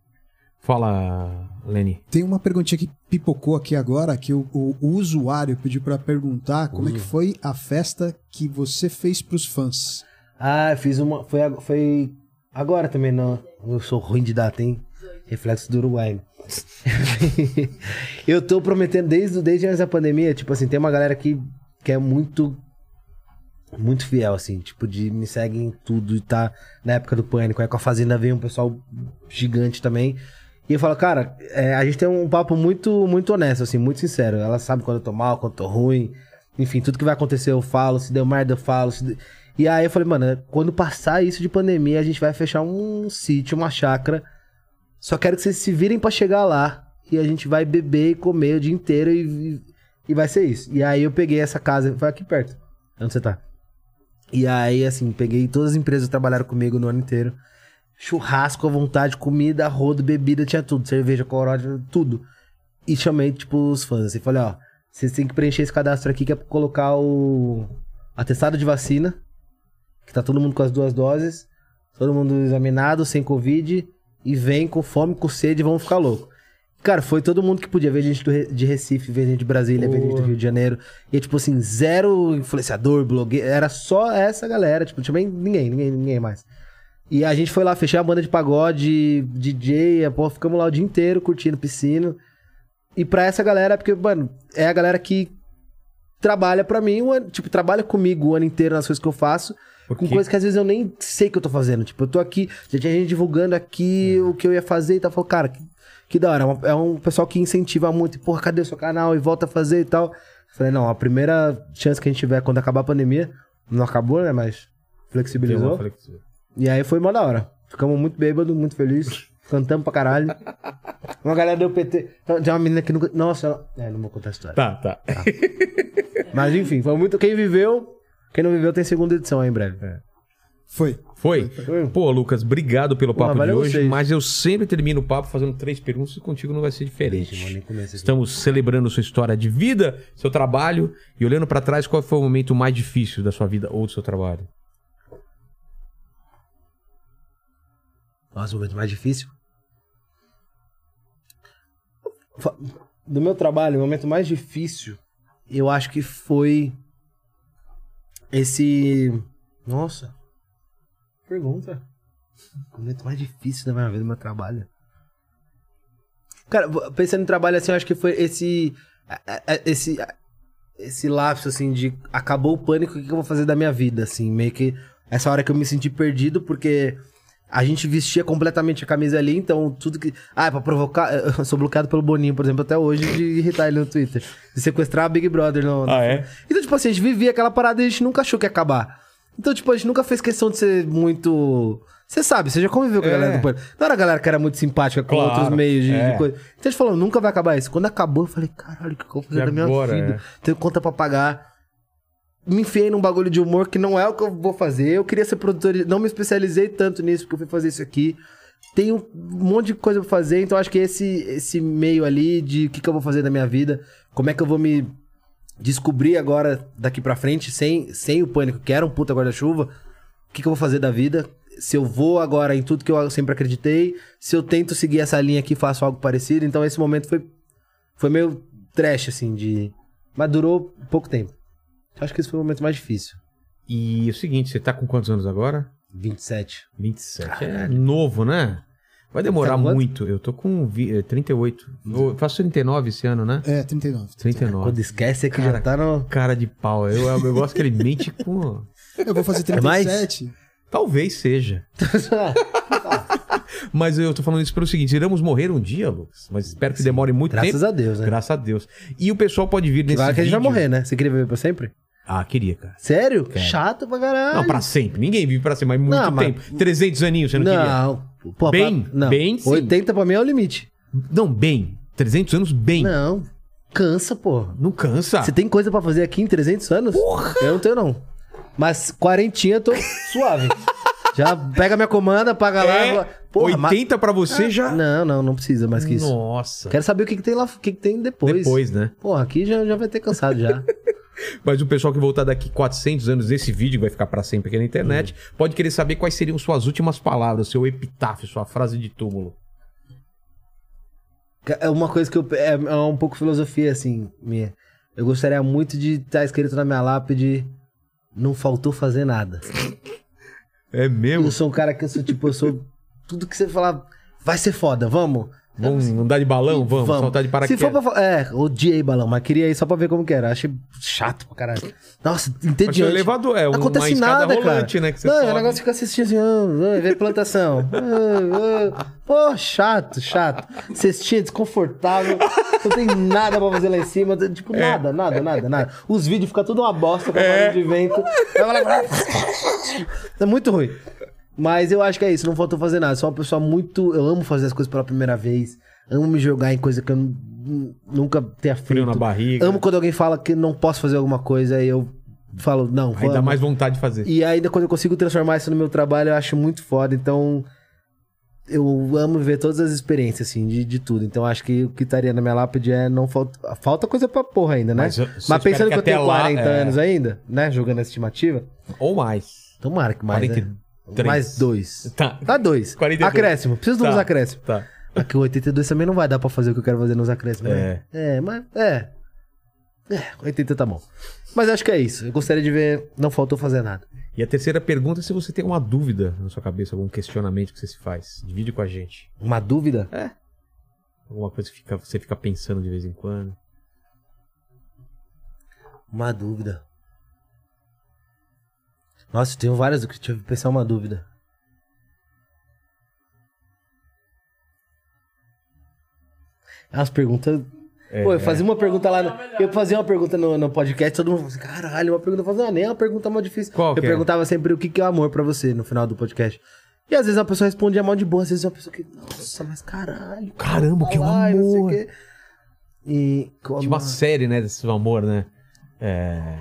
A: Fala, Lenny.
B: Tem uma perguntinha que pipocou aqui agora, que o, o- o usuário pediu pra perguntar como é que foi a festa que você fez pros fãs.
C: Ah, eu fiz uma. Foi, ag- foi agora também, não. Eu sou ruim de data, hein? Reflexo do Uruguai. eu tô prometendo desde, desde antes da pandemia, tipo assim, tem uma galera que, que é muito. Muito fiel, assim, tipo, de me segue em tudo e tá na época do pânico. Aí com a Fazenda veio um pessoal gigante também. E eu falo, cara, é, a gente tem um papo muito muito honesto, assim, muito sincero. Ela sabe quando eu tô mal, quando eu tô ruim. Enfim, tudo que vai acontecer eu falo, se deu merda eu falo. se de- E aí eu falei, mano, quando passar isso de pandemia, a gente vai fechar um sítio, uma chácara. Só quero que vocês se virem pra chegar lá. E a gente vai beber e comer o dia inteiro e, e vai ser isso. E aí eu peguei essa casa, foi aqui perto. Onde você tá? E aí, assim, peguei todas as empresas que trabalharam comigo no ano inteiro. Churrasco à vontade, comida, rodo, bebida, tinha tudo. Cerveja, corote, tudo. E chamei, tipo, os fãs, assim, falei, ó, vocês têm que preencher esse cadastro aqui que é pra colocar o atestado de vacina, que tá todo mundo com as duas doses, todo mundo examinado, sem covid, e vem com fome, com sede, vamos ficar louco. Cara, foi todo mundo que podia. Veio gente do Re- de Recife, veio gente de Brasília, veio gente do Rio de Janeiro. E, tipo assim, zero influenciador, blogueiro. Era só essa galera. Tipo, não tinha nem- ninguém, ninguém, ninguém mais. E a gente foi lá, fechei a banda de pagode, DJ, a porra, ficamos lá o dia inteiro curtindo piscina. E pra essa galera, porque, mano, é a galera que trabalha pra mim, o ano- tipo, trabalha comigo o ano inteiro nas coisas que eu faço,
A: Porque-
C: com coisas que às vezes eu nem sei que eu tô fazendo. Tipo, eu tô aqui, já tinha gente divulgando aqui o que eu ia fazer e tal. Falou, cara, que, que da hora. É um, é um pessoal que incentiva muito, e, porra, cadê o seu canal? E volta a fazer e tal. Eu Falei, não, a primeira chance que a gente tiver quando acabar a pandemia, não acabou, né? Mas
A: Deu uma
C: flexibilizou.
A: flexível.
C: E aí foi mó da hora. Ficamos muito bêbados, muito felizes. Cantamos pra caralho. Uma galera deu PT. Então, Tem uma menina que nunca. Nossa, ela... É, não vou contar a história.
A: Tá, tá.
C: Mas enfim, foi muito. Quem viveu, quem não viveu tem segunda edição aí em breve.
B: Foi.
A: Foi? Pô, Lucas, obrigado pelo
C: Porra,
A: papo de
C: valeu
A: hoje,
C: vocês.
A: mas eu sempre termino o papo fazendo três perguntas e contigo não vai ser diferente.
C: Mano, nem começa aqui.
A: Estamos celebrando sua história de vida, seu trabalho e olhando pra trás, qual foi o momento mais difícil da sua vida ou do seu trabalho?
C: Nossa, o momento mais difícil. Fa- Do meu trabalho, o momento mais difícil, eu acho que foi esse. Nossa. Pergunta. O momento mais difícil da minha vida, do meu trabalho. Cara, vo- pensando em trabalho assim, eu acho que foi esse. a- a- a- Esse. a- Esse lapso, assim, de acabou o pânico, o que que eu vou fazer da minha vida, assim? Meio que essa hora que eu me senti perdido, porque a gente vestia completamente a camisa ali, então tudo que. Ah, é pra provocar. Eu sou bloqueado pelo Boninho, por exemplo, até hoje, de irritar ele no Twitter. De sequestrar a Big Brother. No, no-
A: Ah, é?
C: Então, tipo assim, a gente vivia aquela parada e a gente nunca achou que ia acabar. Então, tipo, a gente nunca fez questão de ser muito. Você sabe, você já conviveu com a
A: É.
C: galera do pânico. Não era a galera que era muito simpática com
A: Claro,
C: outros meios de, de
A: é.
C: coisa. Então a gente falou, nunca vai acabar isso. Quando acabou, eu falei, caralho, o que eu vou fazer
A: E
C: da minha
A: agora,
C: vida?
A: é?
C: Tenho conta pra pagar. Me enfiei num bagulho de humor que não é o que eu vou fazer. Eu queria ser produtor, de- não me especializei tanto nisso, porque eu fui fazer isso aqui. Tem um monte de coisa pra fazer, então acho que esse, esse meio ali de o que, que eu vou fazer da minha vida, como é que eu vou me descobrir agora, daqui pra frente, sem, sem o pânico, que era um puta guarda-chuva, o que, que eu vou fazer da vida? Se eu vou agora em tudo que eu sempre acreditei, se eu tento seguir essa linha aqui, faço algo parecido. Então esse momento foi, foi meio trash, assim, de. Mas durou pouco tempo. Acho que esse foi o momento mais difícil.
A: E é o seguinte, você tá com quantos anos agora?
C: 27.
A: 27. É
C: Caralho.
A: novo, né? Vai demorar
C: Sabe quanto?
A: muito. Eu tô com vi- eh, 38. Eu faço 39 esse ano, né?
B: É, 39.
A: 39.
C: Quando esquece é que
A: Cara,
C: já tá no.
A: Cara de pau. Eu, eu gosto que ele mente com.
B: Eu vou fazer
C: É mais?
B: 37.
A: Talvez seja. Mas eu tô falando isso pelo seguinte: iremos morrer um dia, Lucas. Mas espero que demore muito
C: Graças
A: tempo.
C: a Deus, né?
A: Graças a Deus. E o pessoal pode vir nesse.
C: Claro que a gente vai
A: vídeo-
C: morrer, né? Você queria viver pra sempre?
A: Ah, queria, cara.
C: Sério?
A: Quero.
C: Chato pra caralho.
A: Não, pra sempre. Ninguém vive pra sempre, mas muito
C: Não, mas-
A: tempo. 300 aninhos, você não, queria?
C: Não. Pô,
A: Bem,
C: pra- não.
A: bem sim.
C: 80 pra mim é o limite.
A: Não, bem. 300 anos, bem. Não,
C: Não. Cansa, porra.
A: cansa.
C: Você tá- tem coisa pra fazer aqui em 300 anos? Porra! Eu não tenho, não. Mas quarentinha eu tô suave. Já pega minha comanda, paga lá.
A: É,
C: fala, Porra, mas- Ah,
A: 80 pra você já.
C: Não, não, não precisa mais que isso.
A: Nossa.
C: Quero saber o que, que tem lá, o que, que tem depois.
A: Depois, né?
C: Porra, aqui já, já vai ter cansado já.
A: Mas o pessoal que voltar daqui 400 anos desse vídeo, que vai ficar pra sempre aqui na internet,
C: Hum.
A: pode querer saber quais seriam suas últimas palavras, seu epitáfio, sua frase de túmulo.
C: É uma coisa que eu. É, é um pouco filosofia, assim, minha. Eu gostaria muito de estar escrito na minha lápide. Não faltou fazer nada.
A: É
C: Eu
A: mesmo?
C: sou um cara que eu sou, tipo, eu sou. Tudo que você falar vai ser foda, vamos.
A: Vamos andar de balão? Vamos, saltar de paraquedas.
C: Se for pra fa- É, odiei balão, mas queria ir só pra ver como que era. Achei chato pra caralho. Nossa, entediante.
A: Parece um elevador, é, um-
C: Acontece
A: uma escada
C: nada, cara.
A: rolante, né, que você
C: não,
A: sobe.
C: o negócio fica assistindo assim, ah, ah, ver plantação. Ah, ah. Pô, chato, chato. Cestinha desconfortável. Não tem nada pra fazer lá em cima. Tipo,
A: É.
C: nada, nada, nada, nada. Os vídeos ficam tudo uma bosta com barulho de vento. Vai lá- É muito ruim. Mas eu acho que é isso, não faltou fazer nada. Sou uma pessoa muito. Eu amo fazer as coisas pela primeira vez. Amo me jogar em coisa que eu nu- nunca tenha feito.
A: Frio na barriga.
C: Amo quando alguém fala que não posso fazer alguma coisa e eu falo, não,
A: Aí dá
C: vamos.
A: mais vontade de fazer.
C: E ainda quando eu consigo transformar isso no meu trabalho, eu acho muito foda. Então, eu amo ver todas as experiências, assim, de, de tudo. Então, acho que o que estaria na minha lápide é não falta... Falta coisa pra porra ainda, né?
A: Mas
C: Mas,
A: eu- você espera
C: pensando
A: que
C: que eu tenho
A: até lá,
C: 40
A: é.
C: anos né? ainda, né? Jogando essa estimativa.
A: Ou mais.
C: Tomara que mais, né?
A: 43.
C: Mais dois.
A: Tá.
C: Dá dois.
A: 42.
C: Acréscimo. Preciso de
A: Tá.
C: uns acréscimos.
A: Tá.
C: Aqui o 82 também não vai dar pra fazer o que eu quero fazer nos acréscimos, né? É, mas... É. É, 80 tá bom. Mas acho que é isso. Eu gostaria de ver... Não faltou fazer nada.
A: E a terceira pergunta é se você tem uma dúvida na sua cabeça, algum questionamento que você se faz. Divide com a gente.
C: Uma dúvida?
A: Alguma coisa que fica- você fica pensando de vez em quando.
C: Uma dúvida. Nossa, eu tenho várias do que deixa eu pensar uma dúvida. As É perguntas.
A: É,
C: Pô, eu fazia uma pergunta lá. No... Eu fazia uma pergunta no, no podcast, todo mundo falou assim: caralho, uma pergunta. Eu falava, ah, nem é uma pergunta mal difícil.
A: Qual que
C: eu
A: é?
C: perguntava sempre o que que é o amor pra você no final do podcast. E às vezes uma pessoa respondia mal de boa, às vezes uma pessoa que. Nossa, mas caralho.
A: Caramba, que
C: caralho, não sei o
A: amor.
C: quê." E. qual-
A: Tinha uma série, né, desse amor, né? É,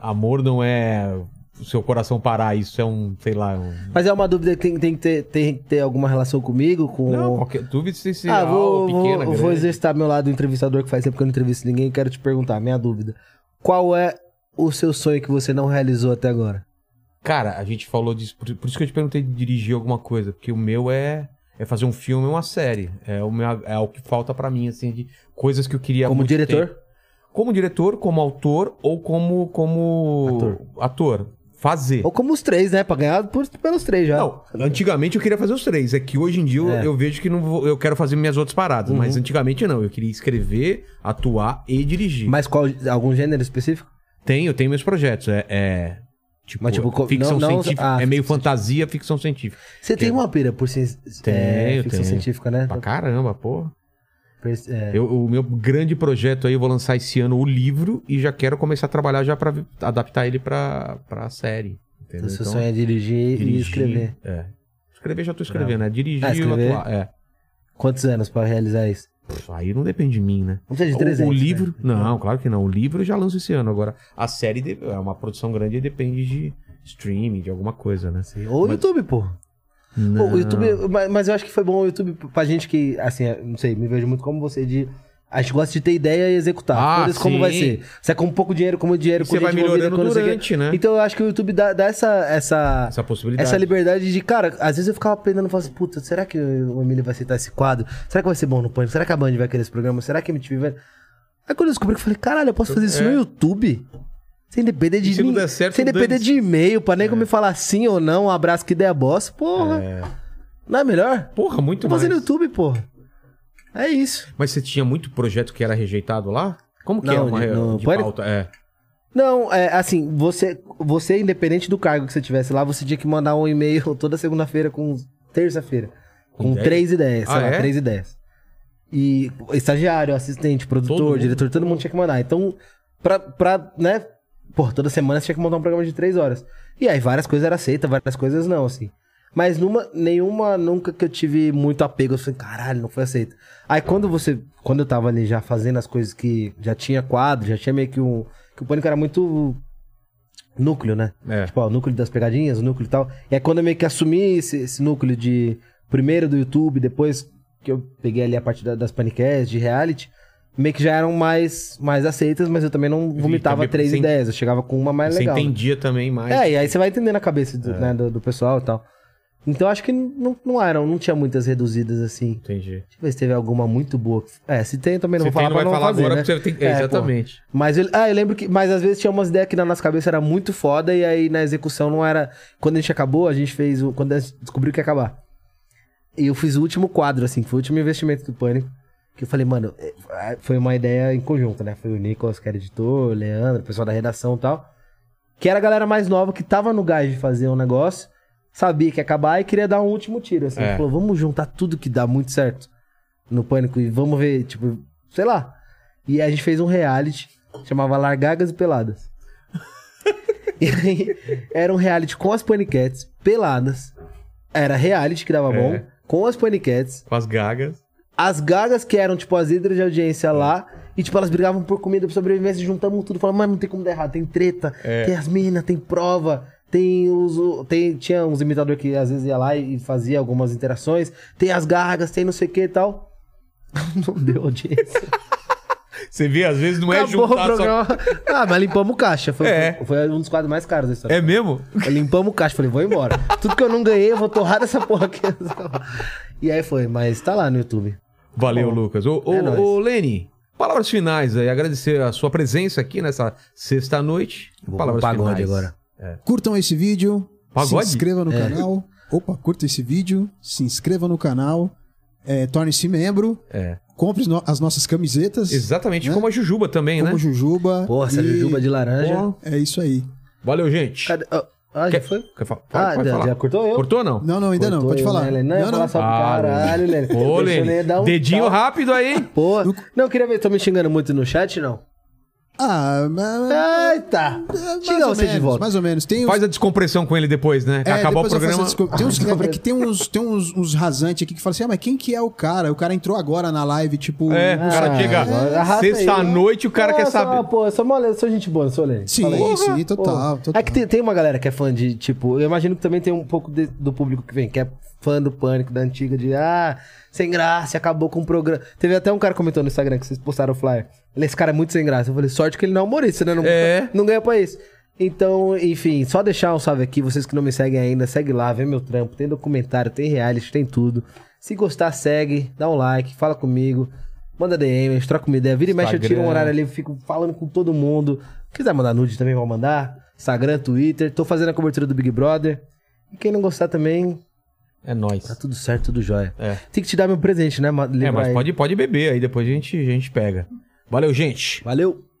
A: Amor não é o seu coração parar, isso é um, sei lá, um...
C: Mas é uma dúvida que tem, tem que ter, tem que ter alguma relação comigo, com...
A: Não, qualquer dúvida se se
C: ah,
A: real,
C: vou,
A: pequena,
C: vou,
A: grande.
C: vou exercitar meu lado entrevistador, que faz tempo que eu não entrevisto ninguém, quero te perguntar, minha dúvida. Qual é o seu sonho que você não realizou até agora?
A: Cara, a gente falou disso, por, por isso que eu te perguntei de dirigir alguma coisa, porque o meu é é fazer um filme ou uma série. É o meu é o que falta pra mim assim de coisas que eu queria há
C: Como
A: muito
C: diretor?
A: tempo. Como diretor, como autor ou como como ator, fazer.
C: Ou como os três, né? Pra ganhar por- pelos três já.
A: Não, antigamente eu queria fazer os três. É que hoje em dia eu-
C: É. Uhum.
A: eu vejo que não vou- eu quero fazer minhas outras paradas. Mas antigamente não. Eu queria escrever, atuar e dirigir.
C: Mas qual, algum gênero específico?
A: Tem, eu tenho meus projetos. É. é, Tipo,
C: Mas, tipo, co-
A: ficção
C: não- não-
A: científica.
C: ah,
A: é meio
C: ficção
A: fantasia, ficção científica.
C: Você tem
A: Tem.
C: uma pira por cien- é,
A: Tenho,
C: ficção
A: tenho.
C: científica, né?
A: Pra caramba, pô.
C: Per- é.
A: Eu- o meu grande projeto aí, eu vou lançar esse ano o livro e já quero começar a trabalhar já pra vi- adaptar ele pra, pra série. Entendeu? Então,
C: O seu sonho é dirigir, e escrever.
A: É. Escrever já tô escrevendo, né? Dirigir
C: Ah, escrever.
A: e atuar. É.
C: Quantos anos pra realizar isso?
A: Pff, Aí não depende de mim, né?
C: Não precisa de
A: O-
C: 300.
A: o,
C: né?
A: livro. Não, claro que não. O livro eu já lanço esse ano. Agora, a série de- é uma produção grande e depende de streaming, de alguma coisa, né?
C: Ou
A: Mas-
C: YouTube, pô. Pô,
A: Não.
C: o YouTube, mas, mas eu acho que foi bom o YouTube pra gente que, assim, eu não sei, me vejo muito como você de. A gente gosta de ter ideia e executar.
A: Ah,
C: Foda-se como
A: sim.
C: vai ser. Você é com pouco dinheiro, como dinheiro,
A: E
C: com
A: você vai
C: gente envolvida,
A: melhorando
C: com não sei o quê.
A: durante, né?
C: Então eu acho que o YouTube dá, dá essa, essa,
A: Essa possibilidade.
C: essa liberdade de, cara, às vezes eu ficava pensando, falava assim, puta, será que o Emílio vai aceitar esse quadro? Será que vai ser bom no Pânico? Será que a Band vai querer esse programa? Será que a MTV vai... Aí quando eu descobri que eu falei, caralho, eu posso fazer isso
A: É.
C: no YouTube? Sem depender
A: E
C: de
A: se não
C: nin-
A: der certo,
C: Sem depender
A: dane-se. É.
C: de e-mail, pra nego me falar sim ou não, um abraço que der bosta, porra. Não é melhor?
A: Porra, muito
C: Tô fazendo
A: mais.
C: YouTube, porra. É isso.
A: Mas você tinha muito projeto que era rejeitado lá? Como que
C: Não,
A: é uma
C: de-
A: re-
C: no
A: de
C: Pânico?
A: pauta? É.
C: Não, é assim, você, você, independente do cargo que você tivesse lá, você tinha que mandar um e-mail toda segunda-feira com terça-feira.
A: Com
C: Com
A: ideia?
C: três ideias, sei
A: Ah,
C: lá,
A: é?
C: três ideias. E estagiário, assistente, produtor,
A: Todo mundo.
C: diretor, todo mundo tinha que mandar. Então, pra, pra né? Pô, toda semana você tinha que montar um programa de três horas. E aí várias coisas eram aceitas, várias coisas não, assim. Mas numa, nenhuma, nunca que eu tive muito apego, eu falei, caralho, não foi aceita. Aí quando você, quando eu tava ali já fazendo as coisas que já tinha quadro, já tinha meio que um, que o Pânico era muito núcleo, né?
A: É.
C: Tipo, ó, o núcleo das pegadinhas, o núcleo e tal. E aí quando eu meio que assumi esse, esse núcleo de primeiro do YouTube, depois que eu peguei ali a parte da- das paniqués, de reality, meio que já eram mais, mais aceitas, mas eu também não vomitava
A: também
C: três
A: você en-
C: ideias, eu chegava com uma mais
A: você
C: legal. né?
A: entendia também mais. É.
C: É, e aí você vai entendendo a cabeça do, né, do, do pessoal e tal. Então acho que não, não eram, não tinha muitas reduzidas assim.
A: Entendi.
C: Deixa eu ver se teve alguma muito boa. É, se tem, eu também não
A: Você
C: vou falar
A: tem, vai
C: pra não
A: falar
C: fazer,
A: agora
C: né?
A: porque você tem.
C: É, pô.
A: Exatamente.
C: Mas eu, ah, eu lembro que. Mas às vezes tinha umas ideias que na nossa cabeça era muito foda, e aí na execução não era. Quando a gente acabou, a gente fez. o- Quando a gente descobriu que ia acabar. E eu fiz o último quadro, assim, que foi o último investimento do Pânico. Que eu falei, mano, é, foi uma ideia em conjunto, né? Foi o Nicolas, que era editor, o Leandro, o pessoal da redação e tal. Que era a galera mais nova que tava no gás de fazer um negócio, sabia que ia acabar e queria dar um último tiro, assim.
A: É.
C: Falou, vamos juntar tudo que dá muito certo no Pânico e vamos ver, tipo, sei lá. E a gente fez um reality, chamava Largagas e Peladas. e aí, era um reality com as Paniquetes, peladas. Era reality que dava
A: É.
C: bom, com as Paniquetes.
A: Com as gagas.
C: As gagas que eram, tipo, as líderes de audiência lá. E, tipo, elas brigavam por comida, por sobrevivência, juntamos tudo. Falavam, mas não tem como dar errado. Tem treta, tem as minas, tem prova. Tem os... o- Tem, tinha uns imitadores que às vezes ia lá e fazia algumas interações. Tem as gagas, tem não sei o que e tal. Não deu audiência.
A: Você vê, às vezes não é
C: Acabou o
A: juntar só-
C: programa. Ah, mas limpamos o caixa. Foi,
A: É.
C: foi um dos quadros mais caros da história.
A: É mesmo?
C: Limpamos o caixa. Falei, vou embora. Tudo que eu não ganhei, eu vou torrar dessa porra aqui. E aí foi, mas tá lá no YouTube.
A: Valeu,
C: Bom,
A: Lucas. Ô, ô,
C: é nóis.
A: ô, Leni, palavras finais aí. Agradecer a sua presença aqui nessa sexta-noite.
C: Vou
A: Palavras
C: pro pagode
A: finais.
C: agora.
B: Curtam esse vídeo,
A: Pagode?
B: se inscreva no
C: É.
B: canal. Opa, curta esse vídeo, se inscreva no canal, é, torne-se membro,
A: É.
B: compre no- as nossas camisetas,
A: Exatamente,
B: Né?
A: como a Jujuba também,
B: como
A: né?
B: Jujuba.
C: Porra, essa
B: e-
C: jujuba de laranja.
A: Pô,
B: É isso aí.
A: Valeu, gente.
C: né, Cadê? Ah, ah, já
A: Quer-
C: foi?
A: quer fa- pode-
C: Ah,
A: pode
C: já,
A: falar.
C: já cortou eu?
A: Cortou ou não?
B: Não, não, ainda não.
C: Cortou
B: Pode
C: eu,
B: falar.
C: né, Lene? Não, eu ia falar só pro
A: Ah,
C: caralho, Lene.
A: Ô,
C: Deixa eu
A: Lene,
C: ler, dá um
A: dedinho
C: tchau.
A: rápido aí.
C: Pô, não, eu queria ver, tô me xingando muito no chat, não?
B: Ah, mas.
C: Eita!
B: É, mais
C: Xingar
B: ou
C: você de
B: menos,
C: volta.
B: Mais ou menos. Tem uns-
A: Faz a descompressão com ele depois, né?
B: É,
A: Acabar o
B: depois eu faço
A: programa.
B: essa desculpa. Tem uns, é, é que tem uns, tem uns, uns rasantes aqui que falam assim, ah, mas quem que é o cara? O cara entrou agora na live, tipo...
A: É, o cara
C: Ah, agora
A: chega
C: arrasa aí, né?
A: sexta-noite, o cara quer
C: Nossa,
A: saber.
C: Pô, eu sou, mole, eu sou gente boa, eu sou Lene.
B: Sim,
C: Fala aí.
B: sim, total,
C: Pô,
B: total.
C: É que tem, tem uma galera que é fã de, tipo, eu imagino que também tem um pouco de- do público que vem, que é fã do pânico, da antiga, de ah, sem graça, acabou com o programa. Teve até um cara que comentou no Instagram que vocês postaram o flyer. Ele, esse cara é muito sem graça. Eu falei, sorte que ele não é humorista, né? Não,
A: É.
C: não ganha pra isso. Então, enfim, só deixar um salve aqui. Vocês que não me seguem ainda, segue lá, vê meu trampo. Tem documentário, tem reality, tem tudo. Se gostar, segue, dá um like, fala comigo, manda DM, a gente troca uma ideia. Vira e mexe, eu tiro um
A: Instagram.
C: horário ali, fico falando com todo mundo. Quiser mandar nude também, vou mandar. Instagram, Twitter. Tô fazendo a cobertura do Big Brother. E quem não gostar também,
A: É nóis.
C: tá tudo certo, tudo jóia.
A: É.
C: Tem que te dar meu presente, né, Ma-
A: É,
C: livrar
A: mas
C: aí.
A: pode, pode beber aí, depois a gente, a gente pega. Valeu, gente.
C: Valeu!